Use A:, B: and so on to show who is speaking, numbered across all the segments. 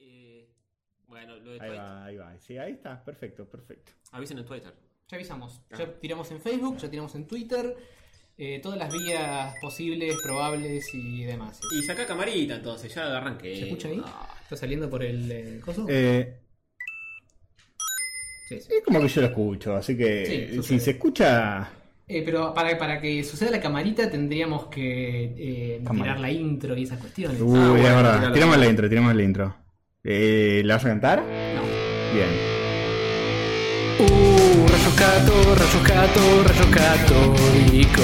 A: eh, Bueno, lo de
B: Ahí
A: Twitter.
B: va, ahí va. Sí, ahí está. Perfecto, perfecto.
A: Avisen en Twitter.
C: Ya avisamos.
A: Ah.
C: Ya tiramos en Facebook, ya tiramos en Twitter. eh, todas las vías posibles, probables y demás.
A: Y saca camarita entonces, ya arranqué.
C: ¿Se escucha ahí?
A: Ah,
C: ¿Está saliendo por el, eh, coso?
B: Eh,
C: Sí, sí.
B: es como que yo lo escucho, así que
C: Sí,
B: si
C: sucede.
B: se escucha.
C: Eh, pero para, para que suceda la camarita tendríamos que eh,
B: Camarita. Uh.
C: tirar la intro y esas cuestiones.
B: Uy,
A: bueno,
B: es
A: tira
B: verdad.
A: la intro.
B: Tiramos la intro, tiramos la intro. Eh, ¿La vas a cantar? Bien.
D: Uh, rayo gato, rayo gato, rayo católico.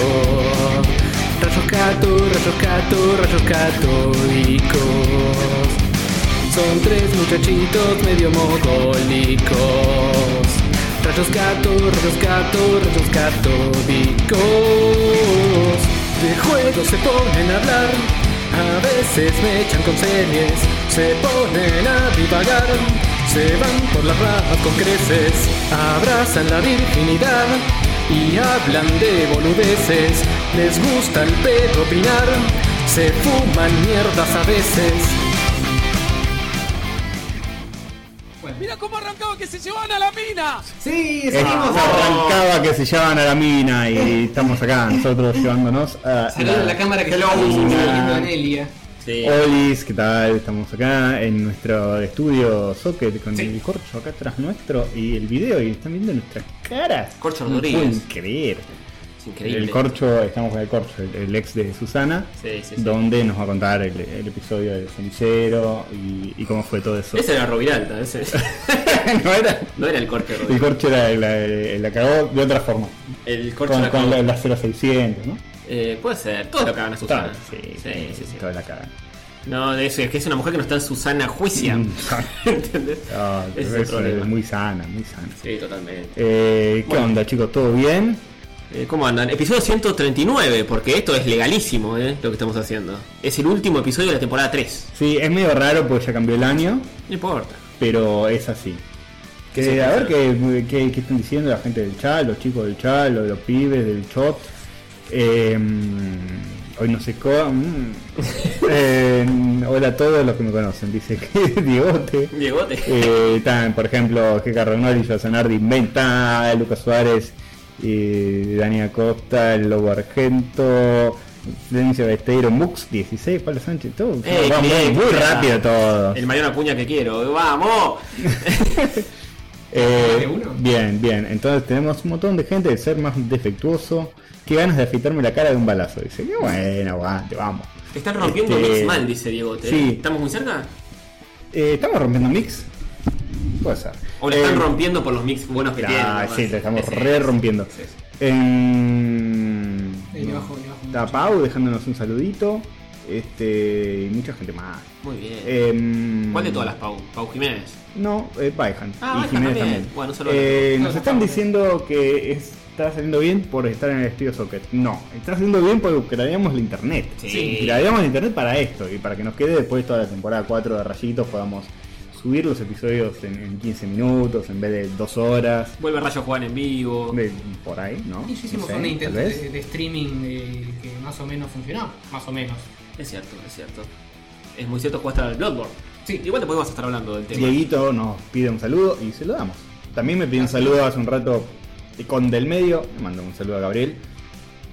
D: Rayo gato, rayo gato, rayo católicos. Son tres muchachitos medio mogólicos. Rayos gato, rayos gato, rayos católicos. De juegos se ponen a hablar. A veces me echan con series, se ponen a divagar. Se van por las ramas con creces, abrazan la virginidad y hablan de boludeces. Les gusta el pedo opinar, se fuman mierdas a veces.
C: Bueno.
E: Mira cómo arrancaba que se llevan a la mina.
C: Sí, seguimos.
B: Arrancaba que se llevaban a la mina y estamos acá nosotros llevándonos a
C: Saludos a la cámara que está siguiendo a Nelia.
A: sí.
B: Olis, ¿qué tal? Estamos acá en nuestro estudio Socket con
C: Sí.
B: el corcho acá atrás nuestro y el video y están viendo nuestras caras.
A: Corcho
B: no
A: Rodríguez.
B: pueden creer.
A: Es increíble.
B: El corcho, estamos con el corcho, el, el ex de Susana,
A: Sí, sí, sí.
B: donde nos va a contar el, el episodio del cenicero y, y cómo fue todo eso.
A: Ese era Roviralta, ese.
B: no era.
A: no era el corte de
B: El
A: Roviralta.
B: corcho era el, el- la cagó de otra forma.
A: El corcho
B: Con,
A: la
B: con
A: cagó.
B: la, la 0600, ¿no?
A: Eh, puede ser, todos lo cagan a Susana.
B: Total, sí,
A: sí, sí, sí.
B: Toda la cara.
A: No, de eso, es que es una mujer que no está en Susana juicia.
B: Mm.
A: ¿Entendés?
B: Ah,
A: Ese es
B: pero
A: el
B: eso
A: problema.
B: es muy sana, muy sana.
A: Sí, totalmente.
B: Eh, ¿Qué
A: Bueno.
B: onda, chicos? ¿Todo bien?
A: Eh, ¿Cómo andan? Episodio 139, porque esto es legalísimo, ¿eh? Lo que estamos haciendo. Es el último episodio de la temporada 3.
B: Sí, es medio raro porque ya cambió el año,
A: No importa.
B: pero es así. Que,
A: Sí,
B: a
A: sí.
B: ver qué, qué- qué están diciendo la gente del chat, los chicos del chat, los, los pibes del chat. Eh, hoy no sé cómo. mm. Eh, hola a todos los que me conocen, dice que Diegote.
A: Diegote.
B: Eh, están, por ejemplo, Jeca Ragnoli, Sonardi Inventa, Lucas Suárez, eh, Dani Acosta, el Lobo Argento, Florencia Besteiro, Mux 16, Pablo Sánchez, todo.
A: Ey,
B: Va muy,
A: Eh, bien,
B: muy
A: ya.
B: rápido todo.
A: El mayor acuña que quiero. ¡Vamos!
B: Eh,
C: ¿Más de uno?
B: bien, bien. Entonces tenemos un montón de gente de ser más defectuoso. Qué ganas de afeitarme la cara de un balazo. Dice, qué bueno, aguante, vamos.
A: Te están rompiendo
B: Este,
A: mix mal, dice Diegote.
B: sí.
A: ¿Estamos muy cerca?
B: Eh, ¿Estamos rompiendo mix? Puede ser.
A: O le están
B: Eh,
A: rompiendo por los mix buenos que tienen.
B: Ah,
A: nomás.
B: sí, la estamos
A: Ese-
B: re rompiendo.
A: ese es.
B: Em,
C: Eh, le bajo, le bajo.
B: Está Pau dejándonos un saludito. Este. Y mucha gente más.
A: Muy bien.
B: Em,
A: ¿Cuál de todas las Pau? Pau Jiménez.
B: No, eh, Baihan.
A: Ah, Baihan también. Bueno, un saludo.
B: Eh,
C: Saludos
B: nos
C: a
B: están
C: Pau.
B: diciendo que está saliendo bien por estar en el estudio Socket. No, está saliendo bien porque creamos la internet.
A: Sí.
B: Creamos la internet para esto y para que nos quede después toda la temporada 4 de Rayitos podamos subir los episodios en, en 15 minutos en vez de 2 horas.
A: Vuelve Rayo Juan en vivo.
B: De- por ahí, ¿no?
C: Y ya
B: No
C: hicimos
B: sé,
C: un
B: tal
C: intento
B: vez.
C: de, de streaming eh, que más o menos funcionó. Más o menos.
A: Es cierto, es cierto. Es muy cierto, jugaste al Bloodborne.
C: Sí.
A: Igual te podemos estar hablando del tema.
B: Dieguito nos pide un saludo y se lo damos. También me pidió un saludo hace un rato con del medio, le mando un saludo a Gabriel.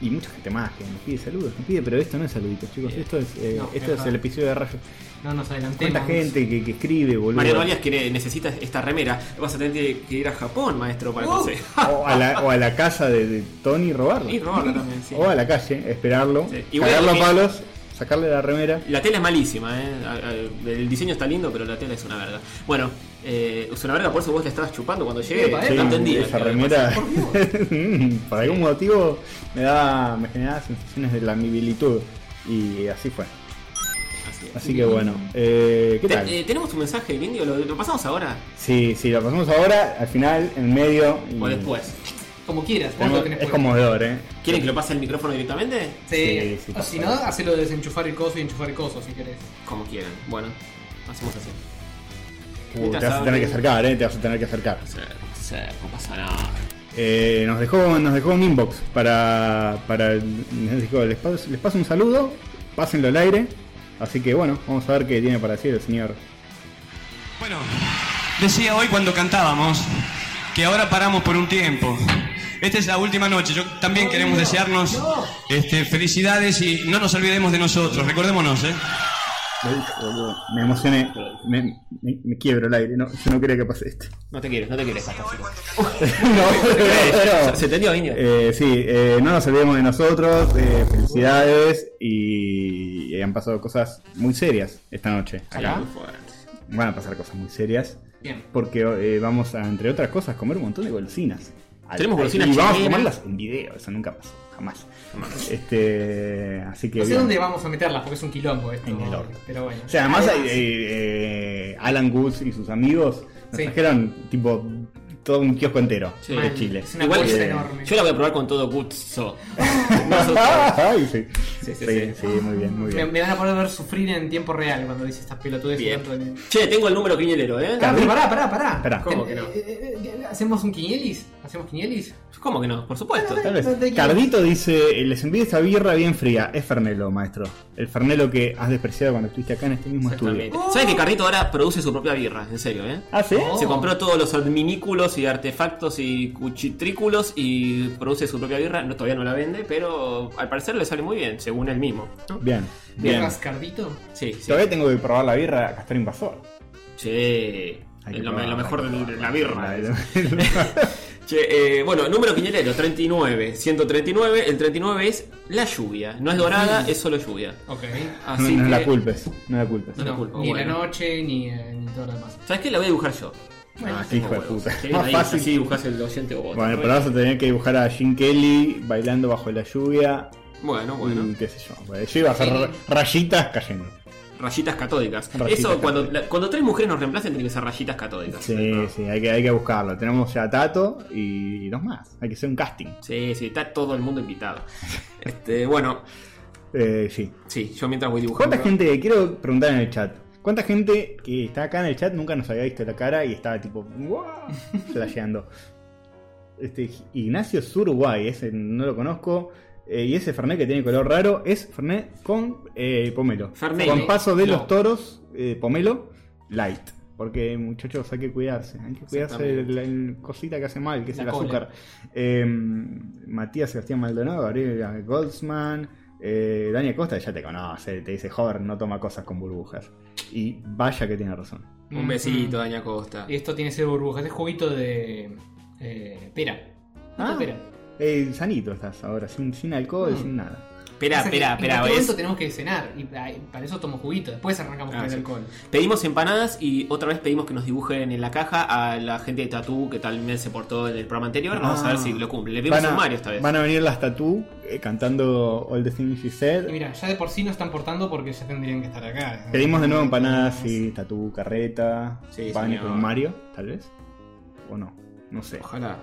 B: Y mucha gente más que nos pide saludos, nos pide, pero esto no es saluditos, chicos,
A: Bien.
B: esto es, eh,
C: No,
B: esto
C: es
B: es el episodio de rayos.
C: No nos adelantemos.
B: Cuánta gente que, que escribe, boludo.
A: Mariano Arias quiere, necesita esta remera. Vas a tener que ir a Japón, maestro, para
C: Uh.
A: conseguir.
B: o, a la, o a la casa de, de Tony robarlo.
A: Y robarla también, sí.
B: O a la calle, esperarlo,
A: Sí. Igual
B: cagarlo a
A: que-
B: palos, sacarle la remera.
A: La tela es malísima, ¿eh? A- a- El diseño está lindo, pero la tela es una verga. Bueno, eh, es una verga, por eso vos la estabas chupando cuando llegué.
C: Epa,
A: no
C: epa.
A: entendí.
B: Esa
A: Pero,
B: remera.
A: pues,
B: Mm, Por algún motivo me daba. me generaba sensaciones de lamibilitud. Y así fue.
A: así es.
B: Así que bueno. eh, ¿Qué
A: Te-
B: tal?
A: eh, Tenemos un mensaje del indio, ¿Lo, lo pasamos ahora
B: Sí, sí, lo pasamos ahora, al final, en medio. y-
A: o después.
C: Como quieras, vos
B: Tenemos-
C: lo tenés
B: es
C: puesto.
B: conmovedor, eh.
A: ¿Quieren que lo pase el micrófono directamente?
C: Sí.
B: Sí, sí,
C: o si no,
B: pasa.
C: hacelo desenchufar el coso y enchufar el coso si querés.
A: Como quieran. Bueno, hacemos así. Este
B: Uh, te vas a tener que acercar, eh. Te vas a tener que acercar.
A: Sí, sí, no pasa nada.
B: Eh, nos, dejó, nos dejó un inbox para. para nos dijo, les, paso, les paso un saludo, pásenlo al aire. Así que bueno, vamos a ver qué tiene para decir el señor.
E: Bueno,
F: Decía hoy cuando cantábamos que ahora paramos por un tiempo. Esta es la última noche. Yo también queremos desearnos este, felicidades y no nos olvidemos de nosotros. Recordémonos, ¿eh?
B: Boludo, Me emocioné, me, me- me quiebro el aire, no, yo no quería que pase esto.
A: No te quieres, no te quieres. Hasta así.
B: No,
A: Se entendió, Indio.
B: Eh, sí, eh, no nos olvidemos de nosotros, eh, felicidades y, y han pasado cosas muy serias esta noche.
C: Acá.
B: Van a pasar cosas muy serias
C: Bien.
B: porque eh, vamos a, entre otras cosas, comer un montón de golosinas. Al-
A: Tenemos golosinas
B: Y vamos a
A: chilenas.
B: comerlas en video, eso nunca pasó, jamás. Este, así que...
C: No sé
B: bien.
C: dónde vamos a meterlas porque es un quilombo esto.
B: En el orto.
C: Pero bueno.
B: O sea, además hay, eh, eh, Alan Woods y sus amigos nos
C: Sí.
B: trajeron tipo todo un kiosco entero
A: Sí.
B: de Chile.
C: Es una
A: Igual
C: bolsa
A: que-
C: enorme.
A: Yo la voy a probar con todo gusto.
B: Ay, sí. Sí,
A: Sí, sí, sí.
B: sí, muy bien, muy
C: me,
B: bien.
C: me van a poder ver sufrir en tiempo real cuando dice estas pelotudes.
A: Bien.
C: tanto de-
A: Che, tengo el número quinielero, ¿eh?
C: Carlos, Ah, pará, pará, pará.
B: Pará.
A: ¿Cómo que no?
C: Eh, eh, eh, ¿Hacemos un quinielis? ¿Hacemos quinielis?
A: ¿Cómo que no? Por supuesto.
B: Tal
C: no te
B: vez.
C: quiero-
B: Cardito dice, les envío esta birra bien fría. Es Fernelo, maestro. El Fernelo que has despreciado cuando estuviste acá en este mismo estudio.
A: Exactamente. ¿Sabes que Carrito ahora produce su propia birra? En serio, ¿eh?
B: ¿Ah, sí?
C: Oh.
A: Se compró todos los adminículos y artefactos y cuchitrículos y produce su propia birra. No, todavía no la vende, pero al parecer le sale muy bien, según él mismo. ¿no?
B: Bien, bien.
C: ¿Vierras Cardito?
A: Sí, sí.
B: Todavía tengo que probar la birra Castor Invasor.
A: Che,
B: Hay
A: es
B: que
A: lo,
B: probar,
A: lo
B: hay
A: mejor
B: que
A: de
B: probar.
A: la birra. es. Che, eh, bueno, número quinielero, 39. 139, el 39 es la lluvia. No es dorada, es solo lluvia.
C: Ok.
B: No,
A: Así
B: no
A: que-
B: la culpes, no la culpes.
A: Ah, No la
C: No,
A: culpo,
C: ni
A: bueno.
C: la noche, ni, eh, ni todo lo demás.
A: ¿Sabes qué? La voy a dibujar yo.
B: Ah, qué
A: Tengo
B: hijo de
A: huevos.
B: puta.
A: Sí,
B: Más
A: ahí,
B: fácil.
A: así dibujás el docente o vos.
B: Bueno, pero vas a tener que dibujar a Jim Kelly bailando bajo la lluvia.
A: bueno,
B: Y
A: bueno.
B: qué sé yo. bueno, Yo iba a hacer ra- rayitas cayendo.
A: Rayitas catódicas.
B: Rayitas
A: Eso, cuando,
B: catódicas.
A: la- cuando tres mujeres nos reemplacen, tiene que ser rayitas catódicas.
B: Sí, sí, hay que, hay que buscarlo. Tenemos ya a Tato y dos más. Hay que hacer un casting.
A: Sí, sí, está todo el mundo invitado. Este, bueno,
B: Eh, sí.
A: sí, yo mientras voy dibujando.
B: ¿Cuánta gente, quiero preguntar en el chat, cuánta gente que está acá en el chat nunca nos había visto la cara y estaba tipo, ¡guau! flasheando? Este, Ignacio Zuruguay, ese no lo conozco. eh, y ese Fernet que tiene color raro es Fernet con eh, pomelo.
A: Fernet.
B: Con paso de
C: No.
B: los toros, eh, pomelo, light. Porque muchachos, hay que cuidarse. Hay que cuidarse de la, la cosita que hace mal, que es
C: La
B: el
C: cola.
B: azúcar. Eh, Matías Sebastián Maldonado, Gabriel Goldsman, eh, Dani Costa, ya te conoce, te dice, joder, no toma cosas con burbujas. Y vaya que tiene razón.
A: Un
B: Mm.
A: besito, Daña Costa.
B: Eh,
C: Y esto tiene ser burbujas, es juguito de. Eh, pera.
B: Ah.
C: Ah, pera.
B: Eh, sanito estás ahora, sin, sin alcohol,
C: Mm.
B: sin nada.
A: Espera,
C: Pasa que
A: espera,
C: En
A: espera.
B: este
C: algún momento tenemos que cenar y ay, para eso tomo juguito. Después arrancamos
A: Ah,
C: con
A: sí.
C: el alcohol.
A: Pedimos empanadas y otra vez pedimos que nos dibujen en la caja a la gente de Tatú que tal vez se portó en el programa anterior. Vamos a ver
B: Ah.
A: si lo cumple. Le pedimos
B: Van a-
A: un Mario esta vez.
B: Van a venir las tatú eh, cantando All the Things She Said.
C: Y mira, ya de por sí no están portando porque ya tendrían que estar acá.
B: Pedimos de nuevo empanadas y tatú, carreta,
A: Sí,
B: pan
A: señor.
B: con Mario, tal vez. O no, no sé.
A: Ojalá.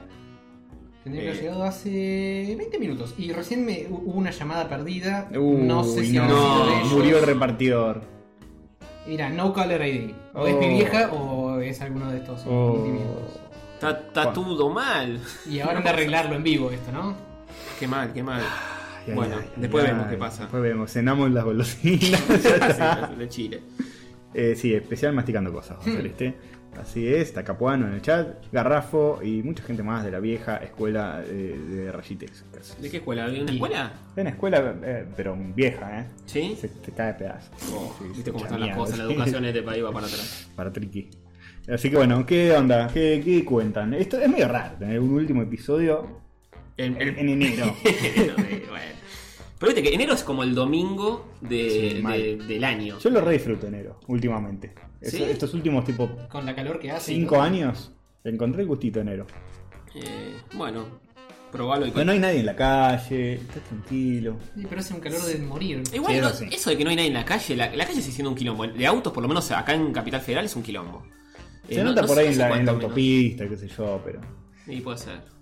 C: Tendría que haber
A: Eh.
C: llegado hace 20 minutos. Y recién me, hu- hubo una llamada perdida.
B: Uy,
C: no sé si
B: no,
C: habrá sido de ellos.
B: murió el repartidor.
C: Mira, no caller ID. O
B: Oh.
C: es mi vieja o es alguno de estos
B: Oh.
C: individuos.
A: Está tatudo mal.
C: Y ahora anda a arreglarlo en vivo esto, ¿no?
A: Qué mal, qué mal.
B: Ay, ay,
A: Bueno,
B: ay,
A: después
B: ay,
A: vemos
B: ay.
A: qué pasa.
B: Después vemos, cenamos las golosinas. ya
A: Sí,
B: está.
A: de Chile.
B: Eh, sí, especial masticando cosas, va a
A: Hmm.
B: ser este. Así es, está Capuano en el chat, Garrafo y mucha gente más de la vieja escuela eh, de Rayitex.
A: ¿De qué escuela? ¿De una escuela?
B: Es una escuela, eh, pero vieja, ¿eh?
A: ¿Sí?
B: Se te cae de pedazos.
A: Oh,
B: Sí,
A: Viste cómo
B: mucha
A: están las
B: mierda,
A: cosas, la
B: sí.
A: educación en este país va para atrás.
B: Para Triqui. Así que bueno, ¿qué onda? ¿Qué, qué cuentan? Esto es medio raro tener un último episodio
A: El- el-
B: en enero.
A: Enero, eh, bueno. Pero viste que enero es como el domingo de-
B: Sí, mal.
A: de- del año.
B: Yo lo re disfruto enero, últimamente. Es-
A: ¿Sí?
B: Estos últimos tipo
C: Con la calor que hace. y
B: cinco
C: todo.
B: años, le encontré el gustito enero.
A: Eh, bueno, probalo. Y
B: Pero no hay nadie en la calle, estás tranquilo.
C: Sí, Pero hace un calor de morir.
A: Igual,
B: Sí,
A: no-
B: sí.
A: eso de que no hay nadie en la calle, la, la calle sigue siendo un quilombo. De autos, por lo menos acá en Capital Federal, es un quilombo. Eh,
B: Se
A: no-
B: nota
A: no
B: por
A: sé-
B: ahí
A: no
B: en
A: sé
B: la, en la
A: cuánto menos.
B: autopista, qué sé yo, pero.
A: Sí, puede ser.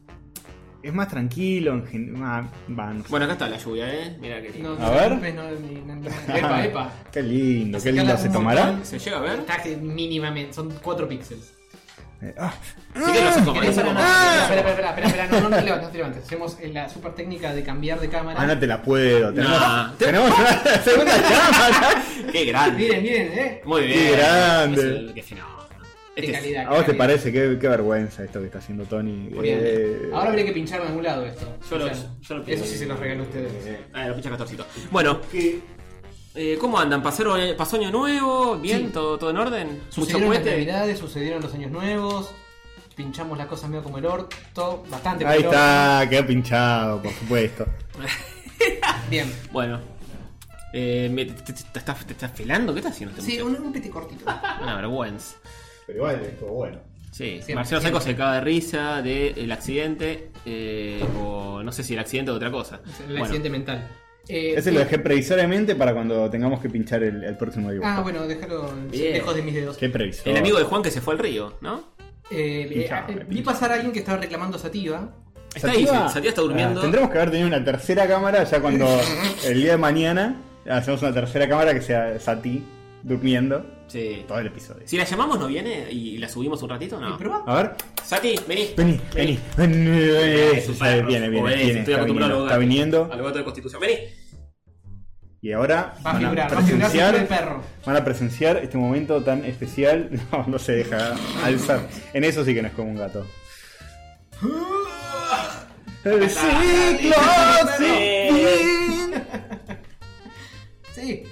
B: Es más tranquilo, en gen- ah, va, no sé.
A: Bueno, acá está la lluvia, ¿eh? Mira que
C: No,
B: A
C: no,
B: ver. Ah.
C: no, no, no, no. Epa, epa.
B: Qué lindo, qué lindo
C: Sacala
B: se
C: un
B: tomará.
C: montón.
A: ¿Se llega a ver?
C: Está que mínimamente, son 4 píxeles.
B: Eh, ah,
A: Sí que no se come, no
C: Espera,
A: se
C: espera,
A: come.
C: espera, espera, espera, espera, no, no te levantes, no te levantes. Hacemos eh, la super técnica de cambiar de cámara.
B: ah, no te la puedo. Tenemos,
A: No.
B: tenemos una segunda cámara.
A: Qué grande.
C: Miren, miren, eh.
A: Muy bien.
B: Qué grande.
A: Es el- qué fenómeno. Este
C: de
A: es-
C: calidad.
B: ¿A vos te
C: calidad.
B: parece? Qué, qué vergüenza esto que está haciendo Tony.
C: Muy bien.
B: Eh,
C: Ahora habría que pincharlo en algún lado esto.
A: Yo lo-
C: O sea,
A: yo lo-
C: eso sí se los regaló a ustedes.
A: Ah, lo escucha Castorcito. Bueno, eh, ¿cómo andan? ¿Pasaron, ¿Pasó año nuevo? ¿Bien?
C: Sí.
A: ¿Todo, ¿Todo en orden? ¿Mucho
C: Sucedieron las
A: puente?
C: navidades, sucedieron los años nuevos, pinchamos las cosas medio como el orto, bastante
B: Ahí
C: como el
B: está, quedó pinchado, por supuesto.
C: orto. Bien.
A: Bueno. Eh, me- te, te- te estás, ¿Te estás pelando? ¿Qué estás haciendo este
C: Sí,
A: muchacho?
C: un, un pete cortito.
A: Una vergüenza.
B: Pero igual, esto bueno.
A: Sí,
C: Siempre,
A: Marcelo Seco
C: siempre.
A: se caga de risa del accidente, eh, o no sé si el accidente o otra cosa.
C: El
A: Bueno,
C: accidente mental. Eh,
B: Ese
C: sí.
B: lo dejé previsoriamente para cuando tengamos que pinchar el, el próximo dibujo.
C: Ah, bueno, déjalo
A: Bien.
C: lejos de mis dedos.
B: Qué previsor.
A: el amigo de Juan que se fue al río, ¿no?
C: Eh, eh,
B: Pinchá,
C: eh, vi
B: pinchá.
C: pasar a alguien que estaba reclamando sativa.
A: Está ahí,
B: ¿Sativa?
A: Sativa está
B: Ah,
A: durmiendo.
B: tendremos que haber tenido una tercera cámara ya cuando el día de mañana hacemos una tercera cámara que sea Sati durmiendo
A: Sí.
B: todo el episodio.
A: Si la llamamos, ¿no viene? ¿Y la subimos un ratito? No.
C: Eh, ¿Probá?
B: A ver,
A: Sati, vení.
B: vení, vení. vení,
A: Es
B: Eso,
A: un
B: ya
A: perro,
B: viene, viene,
A: obedece,
B: viene,
A: Estoy
B: está
A: acostumbrado
B: viniendo, está viniendo.
A: Al gato de Constitución. Vení.
B: Y ahora
C: Va
B: van
C: a
B: a
C: figurar, va a figurar
B: presenciar,
C: siempre el perro.
B: van a presenciar este momento tan especial. No, no se deja alzar. En eso sí que no es como un gato. El ciclo sin fin.
C: Sí.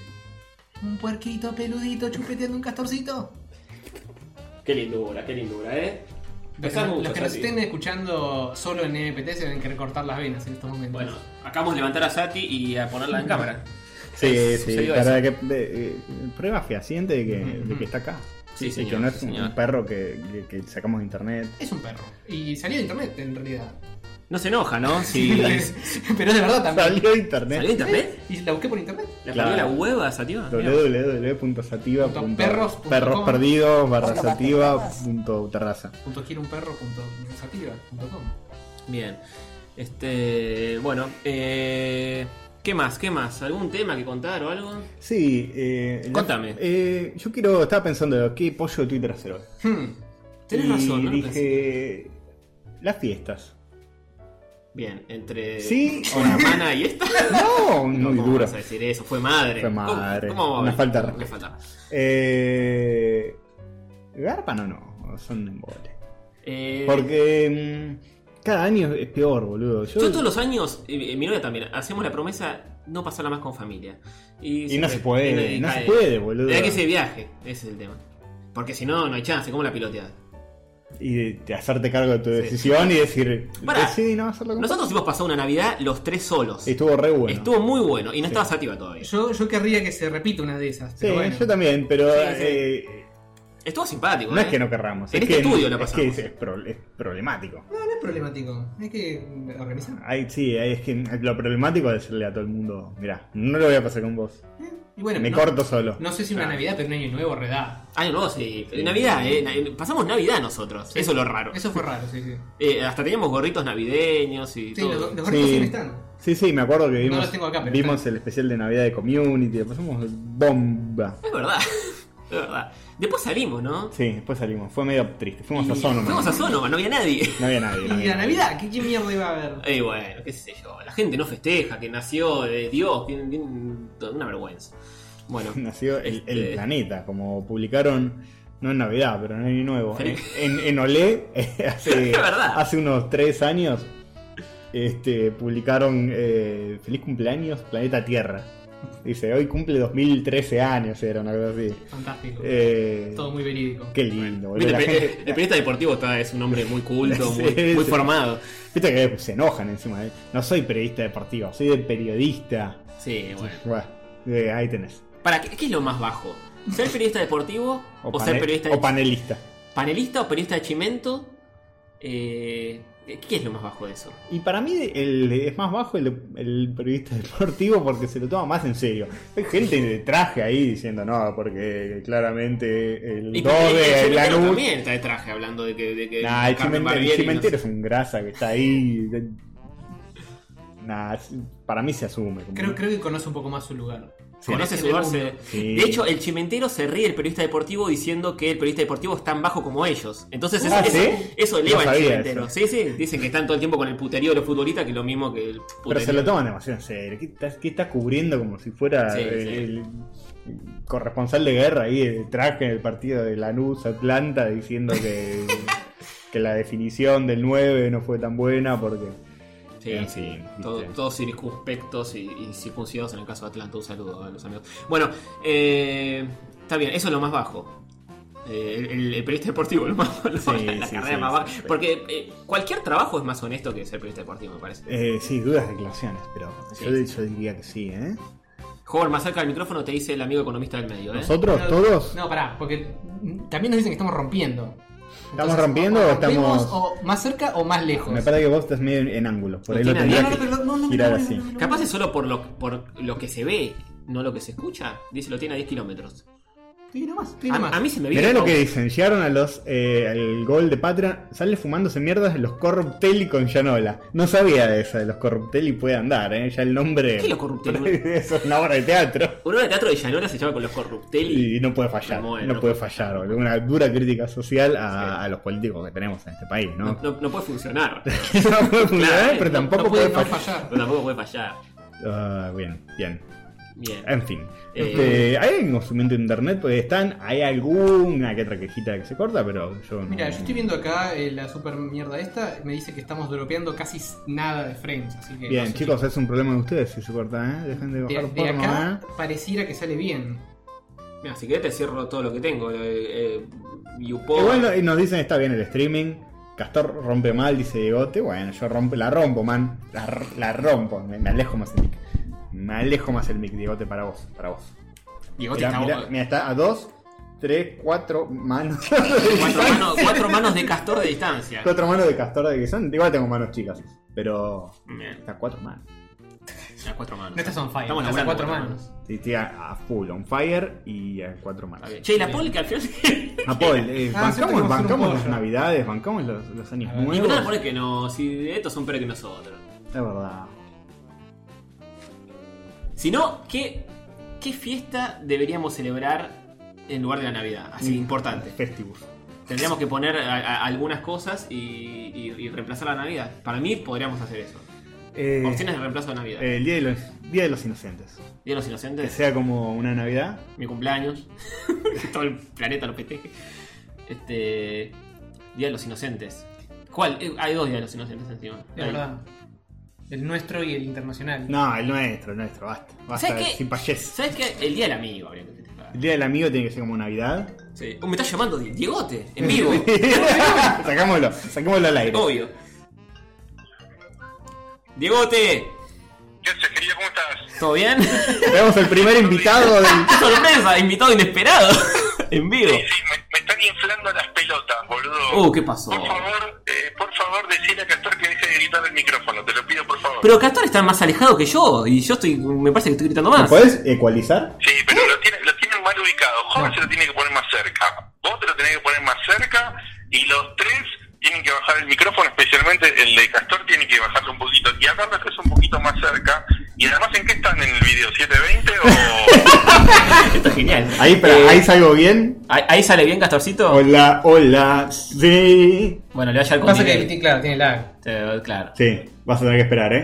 C: Un puerquito peludito chupeteando un castorcito.
A: Qué lindura, qué lindura, ¿eh?
C: Los que,
A: Pesás
C: no-
A: mucho,
C: los que nos
A: Sati.
C: estén escuchando solo en MPT se deben que recortar las venas en estos momentos.
A: Bueno, acabamos de levantar a Sati y a ponerla
B: Mm.
A: en cámara.
B: Sí, sí,
A: Sucedió
B: para
A: eso.
B: que de- eh, prueba fehaciente de que, de que está acá.
A: Sí,
B: De
A: señor,
B: que no es
A: sí,
B: un,
A: señor.
B: perro que, que- que sacamos de internet.
C: Es un perro. Y salió de internet en realidad.
A: No se enoja, ¿no? Si.
C: Pero es de verdad también.
B: Salió de internet.
A: ¿Salió internet?
C: ¿Y la busqué por internet?
A: ¿La
B: Claro.
A: perdió la hueva, Sativa?
B: www.sativa.
C: Punto perros punto com.
B: perdidos barra sativa punto terraza.
C: Punto quiero un perro punto sativa punto com.
A: Bien. Este. Bueno, eh. ¿Qué más? ¿Qué más? ¿Algún tema que contar o algo?
B: Sí, eh, la-
A: Contame.
B: eh, yo quiero, estaba pensando, ¿qué pollo de Twitter hacer hoy?
C: Hmm.
A: Tenés
B: Y
A: razón, ¿no? lo pensé.
B: Dije, las fiestas.
A: Bien, entre.
B: ¿Sí?
A: Una hermana y esta. No,
B: No, muy
A: ¿cómo
B: dura.
A: vas a decir eso? Fue madre.
B: Fue
A: ¿Cómo-
B: madre.
A: ¿Cómo,
B: Una falta de
A: Una
B: respeto.
A: falta.
B: Eh, ¿Garpan o no? Son un embole.
A: Eh,
B: Porque mm, cada año es peor, boludo. Yo,
A: Yo todos los años, eh, mi novia también, hacemos la promesa no pasarla más con familia. Y,
B: Y no
A: siempre-
B: se puede,
A: y
B: no
A: cae.
B: se puede, boludo.
A: Tenés que ese viaje, ese es el tema. Porque si no, no hay chance, ¿cómo la piloteada?
B: Y de, de hacerte cargo de tu
A: Sí.
B: decisión y decir,
A: Pará.
B: decidí no hacerlo con
A: Nosotros hemos pasado una Navidad los tres solos.
B: Estuvo re bueno.
A: Estuvo muy bueno y no
B: Sí.
A: estaba sativa todavía.
C: Yo, yo querría que se repita una de esas.
B: Sí,
C: Pero bueno.
B: yo también, pero
A: Sí, sí.
B: eh,
A: Estuvo simpático.
B: no es
A: ¿eh?
B: que no querramos.
A: En
B: es
A: este
B: que,
A: estudio la
B: es,
A: pasamos.
B: que es, es pro- es problemático.
C: No, no es problemático. Hay que organizar.
B: Ay, sí, ahí es que lo problemático es decirle a todo el mundo, mirá, no lo voy a pasar con vos.
C: Y bueno,
B: Me
C: no,
B: corto solo.
C: no sé si una
B: Claro.
C: Navidad, pero un año nuevo, redá.
A: Año nuevo, sí. Navidad, ¿eh? Na- Pasamos Navidad nosotros. Eso es lo raro.
C: Eso fue raro, sí, sí.
A: Eh, hasta teníamos gorritos navideños y
C: Sí,
A: todo.
C: los, los
B: Sí.
C: gorritos siempre están.
B: Sí, sí, me acuerdo que vimos,
C: los tengo acá, pero
B: vimos el especial de Navidad de Community, la pasamos bomba.
A: Es verdad. es verdad. Después salimos, ¿no?
B: Sí, después salimos, fue medio triste. Fuimos a
A: Y
B: Sonoma.
A: Fuimos a Sonoma, no había nadie.
B: No había nadie. no
C: ¿Y
B: había
C: la
B: nadie.
C: Navidad? ¿Qué, qué mierda iba a haber?
A: Y bueno, qué sé yo. La gente no festeja, que nació de Dios, bien- bien- una vergüenza. Bueno,
B: Nació el, el
A: Este-
B: planeta, como publicaron, no en Navidad, pero en Año Nuevo.
A: Sí.
B: En, en Olé, hace,
A: Es verdad.
B: hace unos tres años, este, publicaron eh, Feliz cumpleaños, Planeta Tierra. Dice, hoy cumple 2013 años, era una cosa así.
C: Fantástico.
B: Eh,
C: Todo muy verídico.
B: qué lindo, boludo.
A: viste,
B: La
A: el, pe- eh,
B: gente-
A: el periodista deportivo está, es un hombre muy culto,
B: Sí,
A: muy, muy
B: sí.
A: formado.
B: Viste que se enojan encima. de- No soy periodista deportivo, soy de periodista.
A: Sí, bueno.
B: Bueno, eh, ahí tenés.
A: ¿Para qué, qué es lo más bajo? ¿Ser periodista deportivo o, ser
B: pane-
A: periodista
B: o panelista.
A: panelista o periodista de chimento? Eh, ¿Qué es lo más bajo de eso?
B: Y para mí el, es más bajo el, el periodista deportivo porque se lo toma más en serio. Hay gente de traje ahí diciendo, no, porque claramente el
A: Y
B: 2 de
A: el
B: la
A: chimentero
B: luz...
A: también está de traje hablando de que. De que
B: Nah, el
A: Carmen
B: chimentero,
A: Barbieri, no
B: es un grasa que está ahí. Nah, es- para mí se asume. como-
C: Creo, creo que conoce un poco más su lugar.
A: Sí, Conoce
C: En
A: su
C: el
A: lugar,
C: mundo.
A: se-
B: Sí.
A: De hecho, el chimentero se ríe del periodista deportivo diciendo que el periodista deportivo es tan bajo como ellos. Entonces, eso,
B: Ah,
A: eso-
B: ¿sí?
A: eso
B: No
A: eleva al
B: sabía
A: chimentero.
B: eso.
A: Sí, sí. Dicen que están todo el tiempo con el puterío de los futbolistas, que es lo mismo que el
B: Pero
A: puterío.
B: se lo toman demasiado en serio. ¿Qué estás, qué estás cubriendo como si fuera
A: Sí,
B: el,
A: sí.
B: el- corresponsal de guerra ahí de traje en el partido de Lanús Atlanta diciendo que, que la definición del 9 no fue tan buena porque.
A: Sí,
B: En
A: sí.
B: fin,
A: Todo-
B: Ah, viste.
A: todos circunspectos y, y circuncidados en el caso de Atlanta. Un saludo a los amigos. Bueno, eh, está bien, eso es lo más bajo. Eh, el, el- el periodista deportivo, lo más lo-
B: Sí,
A: la
B: sí,
A: carrera
B: sí,
A: más baja.
B: sí, sí.
A: Porque eh, cualquier trabajo es más honesto que ser periodista deportivo, me parece.
B: Eh, sí, dudas declaraciones, pero yo, yo diría que sí, ¿eh?
A: Joven, más cerca del micrófono te dice el amigo economista del medio. ¿eh?
B: ¿Nosotros
C: No,
B: todos?
C: No, pará, porque mm, también nos dicen que estamos rompiendo. Entonces,
B: rompiendo o
C: rompemos
B: estamos-
C: o más cerca o más lejos?
B: Me parece que vos estás medio en, en ángulo, por ahí
A: No
B: lo
A: tiene
B: tendría
A: nada
B: que
A: que
C: ver, no, no,
B: girar
C: no, no,
B: así.
C: no, no, no.
A: Capaz es solo por lo, por lo que se ve, no lo que se escucha. Dice, lo tiene a 10 kilómetros.
C: Sí, nomás, sí, nomás.
A: A, a mí se me viene.
B: Mirá lo
A: como-
B: que licenciaron a los eh, al gol de Patria, sale fumándose mierdas de los Corruptelli con Yanola. No sabía de esa, de los Corruptelli puede andar, eh. Ya el nombre.
A: ¿Qué es los Corruptelli?
B: Eso es una obra de teatro.
A: Una obra de teatro de Llanura se llama con los corruptelis.
B: Y no puede fallar,
A: Bueno.
B: no puede fallar, boludo. Una dura crítica social a,
A: Sí.
B: a los políticos que tenemos en este país, ¿no?
A: No, no- no puede funcionar.
B: No puede funcionar, pero
A: no-
B: tampoco
C: no
B: puede
C: puede no
B: fallar.
C: fallar.
A: Pero tampoco puede fallar.
B: Ah, bien, bien.
A: Bien.
B: En fin.
A: Eh,
B: Este, hay un consumiente de internet, pues están, hay alguna que otra quejita que se corta, pero yo no.
C: Mira, yo estoy viendo acá eh, la super mierda esta, me dice que estamos dropeando casi s- nada de frames, así que...
B: Bien,
C: no sé,
B: chicos, es un problema de ustedes si se corta, ¿eh? Dejen de
C: De,
B: bajar
C: de
B: porno,
C: acá
B: ¿eh?
C: pareciera que sale bien.
A: Mira, si querés te cierro todo lo que tengo. Eh, eh, YouPorn.
B: Igual no- y nos dicen está bien el streaming. Castor rompe mal, dice Diegote. Bueno, yo rompe, la rompo, man. La, r- la rompo. Me, me alejo más el mic. Me alejo más el mic, Diegote, para vos. Para vos.
A: Diegote
B: Mira,
A: está-
B: está a dos, tres, cuatro manos.
A: cuatro, manos, cuatro manos de castor de distancia.
B: cuatro manos de Castor de que son. Igual tengo manos chicas, pero.
A: Bien,
B: Está a cuatro manos.
A: las cuatro manos.
C: No estás on fire,
A: Estamos
C: estás a
A: laburando
C: cuatro
A: con las
C: manos.
B: Sí, estoy a, a full, on fire y a cuatro
A: Está
B: manos.
A: bien. Che, y la pol que al final.
B: A Paul, eh,
C: Ah, cierto que
B: bancamos,
C: vamos a hacer un
B: bancamos las
C: pollo.
B: navidades, bancamos los, los años
C: A ver.
A: Y nada,
B: nuevos.
A: pone que no. Si estos son peores que nosotros.
B: Es verdad.
A: Si no, ¿qué, ¿qué fiesta deberíamos celebrar en lugar de la Navidad? Así
B: Mm.
A: importante.
B: Festivus.
A: Tendríamos que poner a- a- algunas cosas y, y- y reemplazar la Navidad. Para mí podríamos hacer eso.
B: Eh,
A: Opciones de reemplazo de Navidad.
B: eh, el día de, los, día de los Inocentes.
A: Día de los
B: Que
A: Inocentes,
B: sea como una Navidad.
A: mi cumpleaños. Que Todo el planeta lo festeje. Este. Día de los Inocentes. ¿Cuál? Eh, hay dos Días de los Inocentes encima.
C: Es verdad. El nuestro y el internacional.
B: No, el nuestro, el nuestro, basta. Basta,
A: ¿Sabes qué?
B: sin payés.
A: ¿Sabes qué? El Día del Amigo habría que festejar.
B: El día del amigo tiene que ser como Navidad.
A: Sí. Oh, me está llamando Die- Diegote, en vivo.
B: sacámoslo, sacámoslo al aire.
A: Obvio. Diegote,
G: ¿Qué haces, querido? ¿Cómo estás?
A: ¿todo bien?
B: Tenemos el primer invitado del.
A: Ah. Sorpresa, invitado inesperado. en vivo.
G: Sí, me, me están inflando las pelotas, boludo.
A: Uh, ¿qué pasó?
G: Por favor, eh, por favor, decile a Castor que deje de gritar el micrófono. Te lo pido, por favor.
A: Pero Castor está más alejado que yo y yo estoy, me parece que estoy gritando
B: ¿Me
A: más.
B: puedes ecualizar?
G: Sí, pero lo tienen lo tienen mal ubicado. Joven se lo tiene que poner más cerca. Vos te lo tenés que poner más cerca. Y los tres tienen que bajar el micrófono, especialmente el de Castor tiene que bajarlo un poquito. Y acá los tres un poquito más cerca. Y además, ¿en qué están en el video? ¿720 o...?
A: Esto es genial.
B: Ahí, pero,
A: Eh, Oh.
B: ahí salgo bien.
A: ahí, ahí sale bien Castorcito.
B: Hola, hola, sí.
A: Bueno, le vaya al
C: Pasa que,
A: continente.
C: ti- claro, tiene lag.
A: Eh, Claro.
B: Sí, vas a tener que esperar, ¿eh?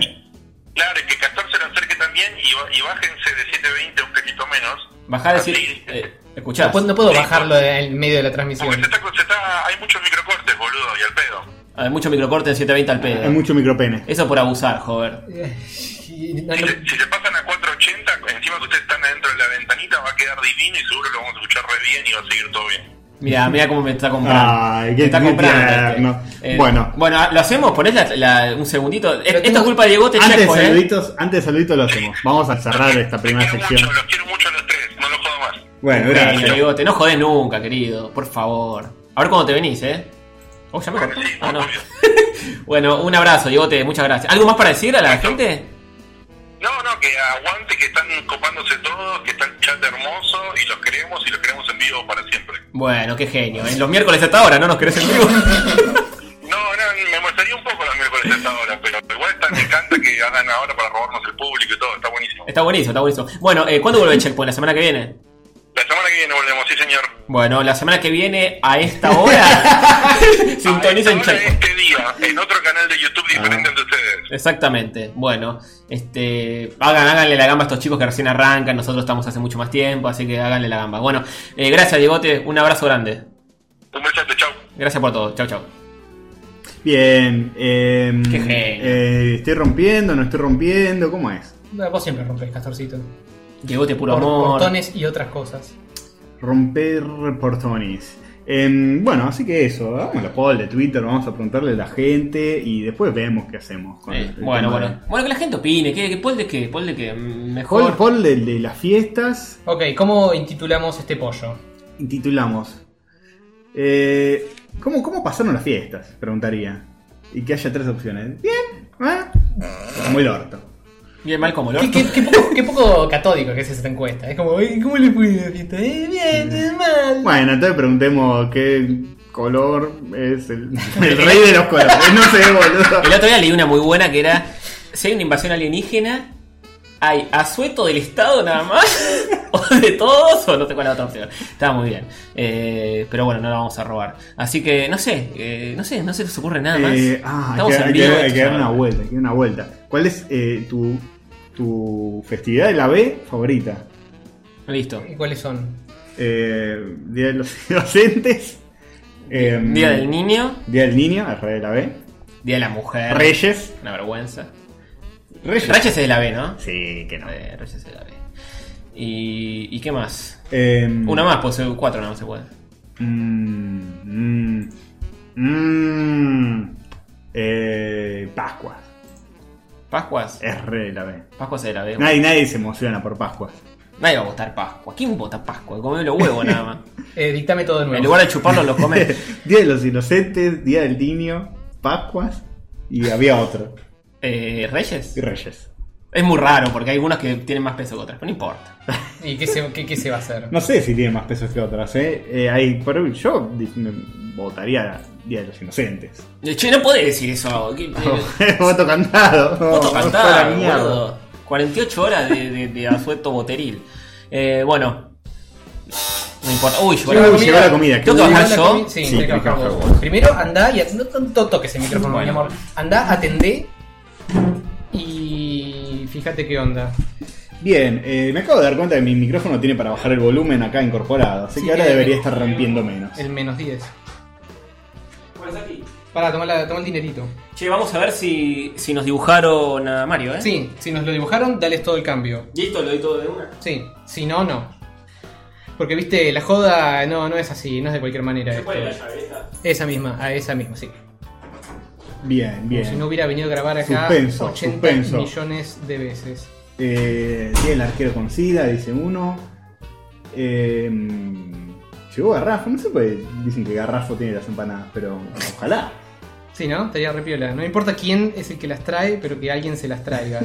G: Claro, y que Castor se lo acerque también y, ba- y bájense de 720 un poquito menos.
A: Bajar decir.
G: Así.
A: Eh,
C: No
A: escuchás.
C: puedo, no puedo bajarlo en medio de la transmisión.
G: Porque se está, se está, hay muchos microcortes, boludo, y al pedo.
A: Hay mucho microcorte en 720 al
B: Hay
A: pedo.
B: mucho micropene.
A: Eso por abusar, joder.
C: Y no-
G: Si,
C: no-
G: se- si se pasan a 480, encima que ustedes están adentro de la ventanita, va a quedar divino y seguro lo vamos a escuchar re bien y va a seguir todo bien.
A: Mira, mira cómo me está comprando.
B: Ay,
A: Me
B: qué
A: está
B: tierno.
A: comprando. este.
B: Bueno.
A: Bueno, lo hacemos, ponés la- la- un segundito. Eh, Esto
C: tengo-
A: es culpa de Diegote
B: Antes de
A: Checo, eh.
B: saluditos, antes de saluditos lo hacemos. Vamos a cerrar esta primera
G: Los quiero mucho,
B: sección.
G: los quiero mucho a los tres, no los jodo más.
B: Bueno,
A: Bueno,
B: gracias.
A: Diegote, no jodés nunca, querido. Por favor. A ver cuándo te venís, eh. Oh, ya me cortó.
G: Sí,
A: Ah, no.
G: obvio.
A: Bueno, un abrazo, Diegote, muchas gracias. ¿Algo más para decir a la gente?
G: No, no, que aguante, que están copándose todos, que está el chat hermoso y los queremos y los queremos en vivo para siempre.
A: Bueno, qué genio. En los miércoles hasta ahora, ¿no nos querés en vivo?
G: No, no, me molestaría un poco los miércoles a esta hora, pero igual está, me encanta que hagan ahora para robarnos el público y todo, está buenísimo.
A: está buenísimo, está buenísimo. Bueno, eh, ¿cuándo vuelve Checkpoint? ¿La semana que viene?
G: La semana que viene volvemos, sí señor.
A: Bueno, la semana que viene a esta hora
G: A esta
A: sintonicen
G: hora de
A: Checkpoint.
G: Este día, día en otro canal de YouTube diferente
A: Ah.
G: al de ustedes.
A: Exactamente. Bueno, este, hagan, háganle la gamba a estos chicos que recién arrancan. Nosotros estamos hace mucho más tiempo, así que háganle la gamba. Bueno, eh, gracias, Diegote. Un abrazo grande.
G: Un beso, chau.
A: Gracias por todo. Chau, chau.
B: Bien, eh,
A: Qué genio.
B: eh, ¿estoy rompiendo? ¿No estoy rompiendo? ¿Cómo es?
C: No, vos siempre rompes, Castorcito.
A: Diegote, puro
C: Por
A: amor.
C: portones y otras cosas.
B: Romper portones. Em, bueno, así que eso, hagamos la poll de Twitter, vamos a preguntarle a la gente y después vemos qué hacemos. con el-
A: Eh,
B: el
A: bueno,
B: tema
A: bueno. Bueno, que la gente opine. ¿Qué, qué poll de qué? ¿Poll de qué? Mm,
B: de- Poll,
A: Mejor.
B: poll de, de las fiestas
C: Ok, ¿cómo intitulamos este pollo?
B: y titulamos. eh, ¿cómo, ¿Cómo pasaron las fiestas? Preguntaría. Y que haya tres opciones. Bien, ¿Ah? muy lorto.
A: Bien, mal como lo.
C: ¿Qué, qué- qué poco, qué poco catódico que es esta encuesta. Es como, "Ey, ¿cómo le fue a la fiesta? Eh, bien, es mal.
B: Bueno, entonces preguntemos qué color es el, el rey de los colores. No sé, boludo.
A: El otro día leí una muy buena que era: si hay una invasión alienígena, hay asueto del Estado nada más, o de todos, o no tengo la otra opción. Estaba muy bien. Eh, pero bueno, no la vamos a robar. Así que no sé, eh, no sé, no se les ocurre nada más.
B: Eh, ah, hay que- hay que, hay que dar una vuelta, hay que dar una vuelta. ¿Cuál es eh, tu, tu festividad de la B favorita?
A: Listo.
C: ¿Y cuáles son?
B: Eh, Día de los Inocentes. eh,
A: Día del niño,
B: Día del Niño, al revés de la B.
A: día de la mujer.
B: Reyes.
A: Una vergüenza.
B: Reyes.
A: Reyes es de la B, ¿no?
B: Sí, que no.
A: Eh, Reyes es de la B. ¿Y, ¿y qué más?
B: Eh,
A: Una más, pues eh, cuatro no, no se puede.
B: Mm, mm, mm, eh, Pascuas.
A: Pascuas.
B: Es re de la B.
A: Pascuas es de la B.
B: Nadie, nadie se emociona por Pascuas.
A: Nadie va a votar Pascua. ¿Quién vota Pascua? Come los huevos nada más.
C: Eh, dictame todo de nuevo.
A: En lugar de chuparlos, los comen.
B: Día de los Inocentes, Día del Niño, Pascuas y había otro.
A: Eh, ¿Reyes?
B: Y Reyes.
A: Es muy raro porque hay algunos que tienen más peso que otras, pero no importa.
C: ¿Y qué se, qué- qué se va a hacer?
B: No sé si tiene más pesos que otras, ¿eh? Eh, hay, pero yo di- me votaría Día de los Inocentes.
A: Eh, Che, no podés decir eso. ¿Qué- eh,
B: Voto cantado.
A: Voto cantado,
B: Fue la mierda.
A: boludo. 48 horas de, de, de asueto boteril. Eh, bueno. No importa. Uy, llegó
B: Uy,
A: la comida.
B: llegó la comida.
A: ¿Tengo que
B: Uy,
A: bajar
C: Manda
A: yo?
C: comi- Sí,
B: Sí,
C: tenés que
B: tenés que
C: bajar
B: bajar
C: vos. Primero andá y at- no, no- no toques el micrófono,
A: Bueno.
C: mi amor. Andá, atendé y fíjate qué onda.
B: Bien, eh, me acabo de dar cuenta que mi micrófono tiene para bajar el volumen acá incorporado, así
C: Sí,
B: que ahora
C: eh,
B: debería estar rompiendo menos.
C: El menos 10.
A: Bueno, Saki,
C: Pará, toma, la- toma el dinerito.
A: Che, vamos a ver si, si nos dibujaron a Mario, ¿eh?
C: Sí, si nos lo dibujaron, dales todo el cambio.
A: Listo, lo doy todo de una.
C: Sí, si no, no. Porque viste, la joda no, no es así, no es de cualquier manera. esto. Esa misma, a esa misma, sí.
B: Bien, bien.
C: Si no hubiera venido a grabar acá
B: Suspenso,
C: 80
B: suspenso.
C: millones de veces.
B: Eh, tiene el arquero con sida, dice uno. Eh, llegó Garrafo, no sé por qué dicen que Garrafo tiene las empanadas, pero ojalá.
C: Sí, ¿no? Estaría repiola. No importa quién es el que las trae, pero que alguien se las traiga.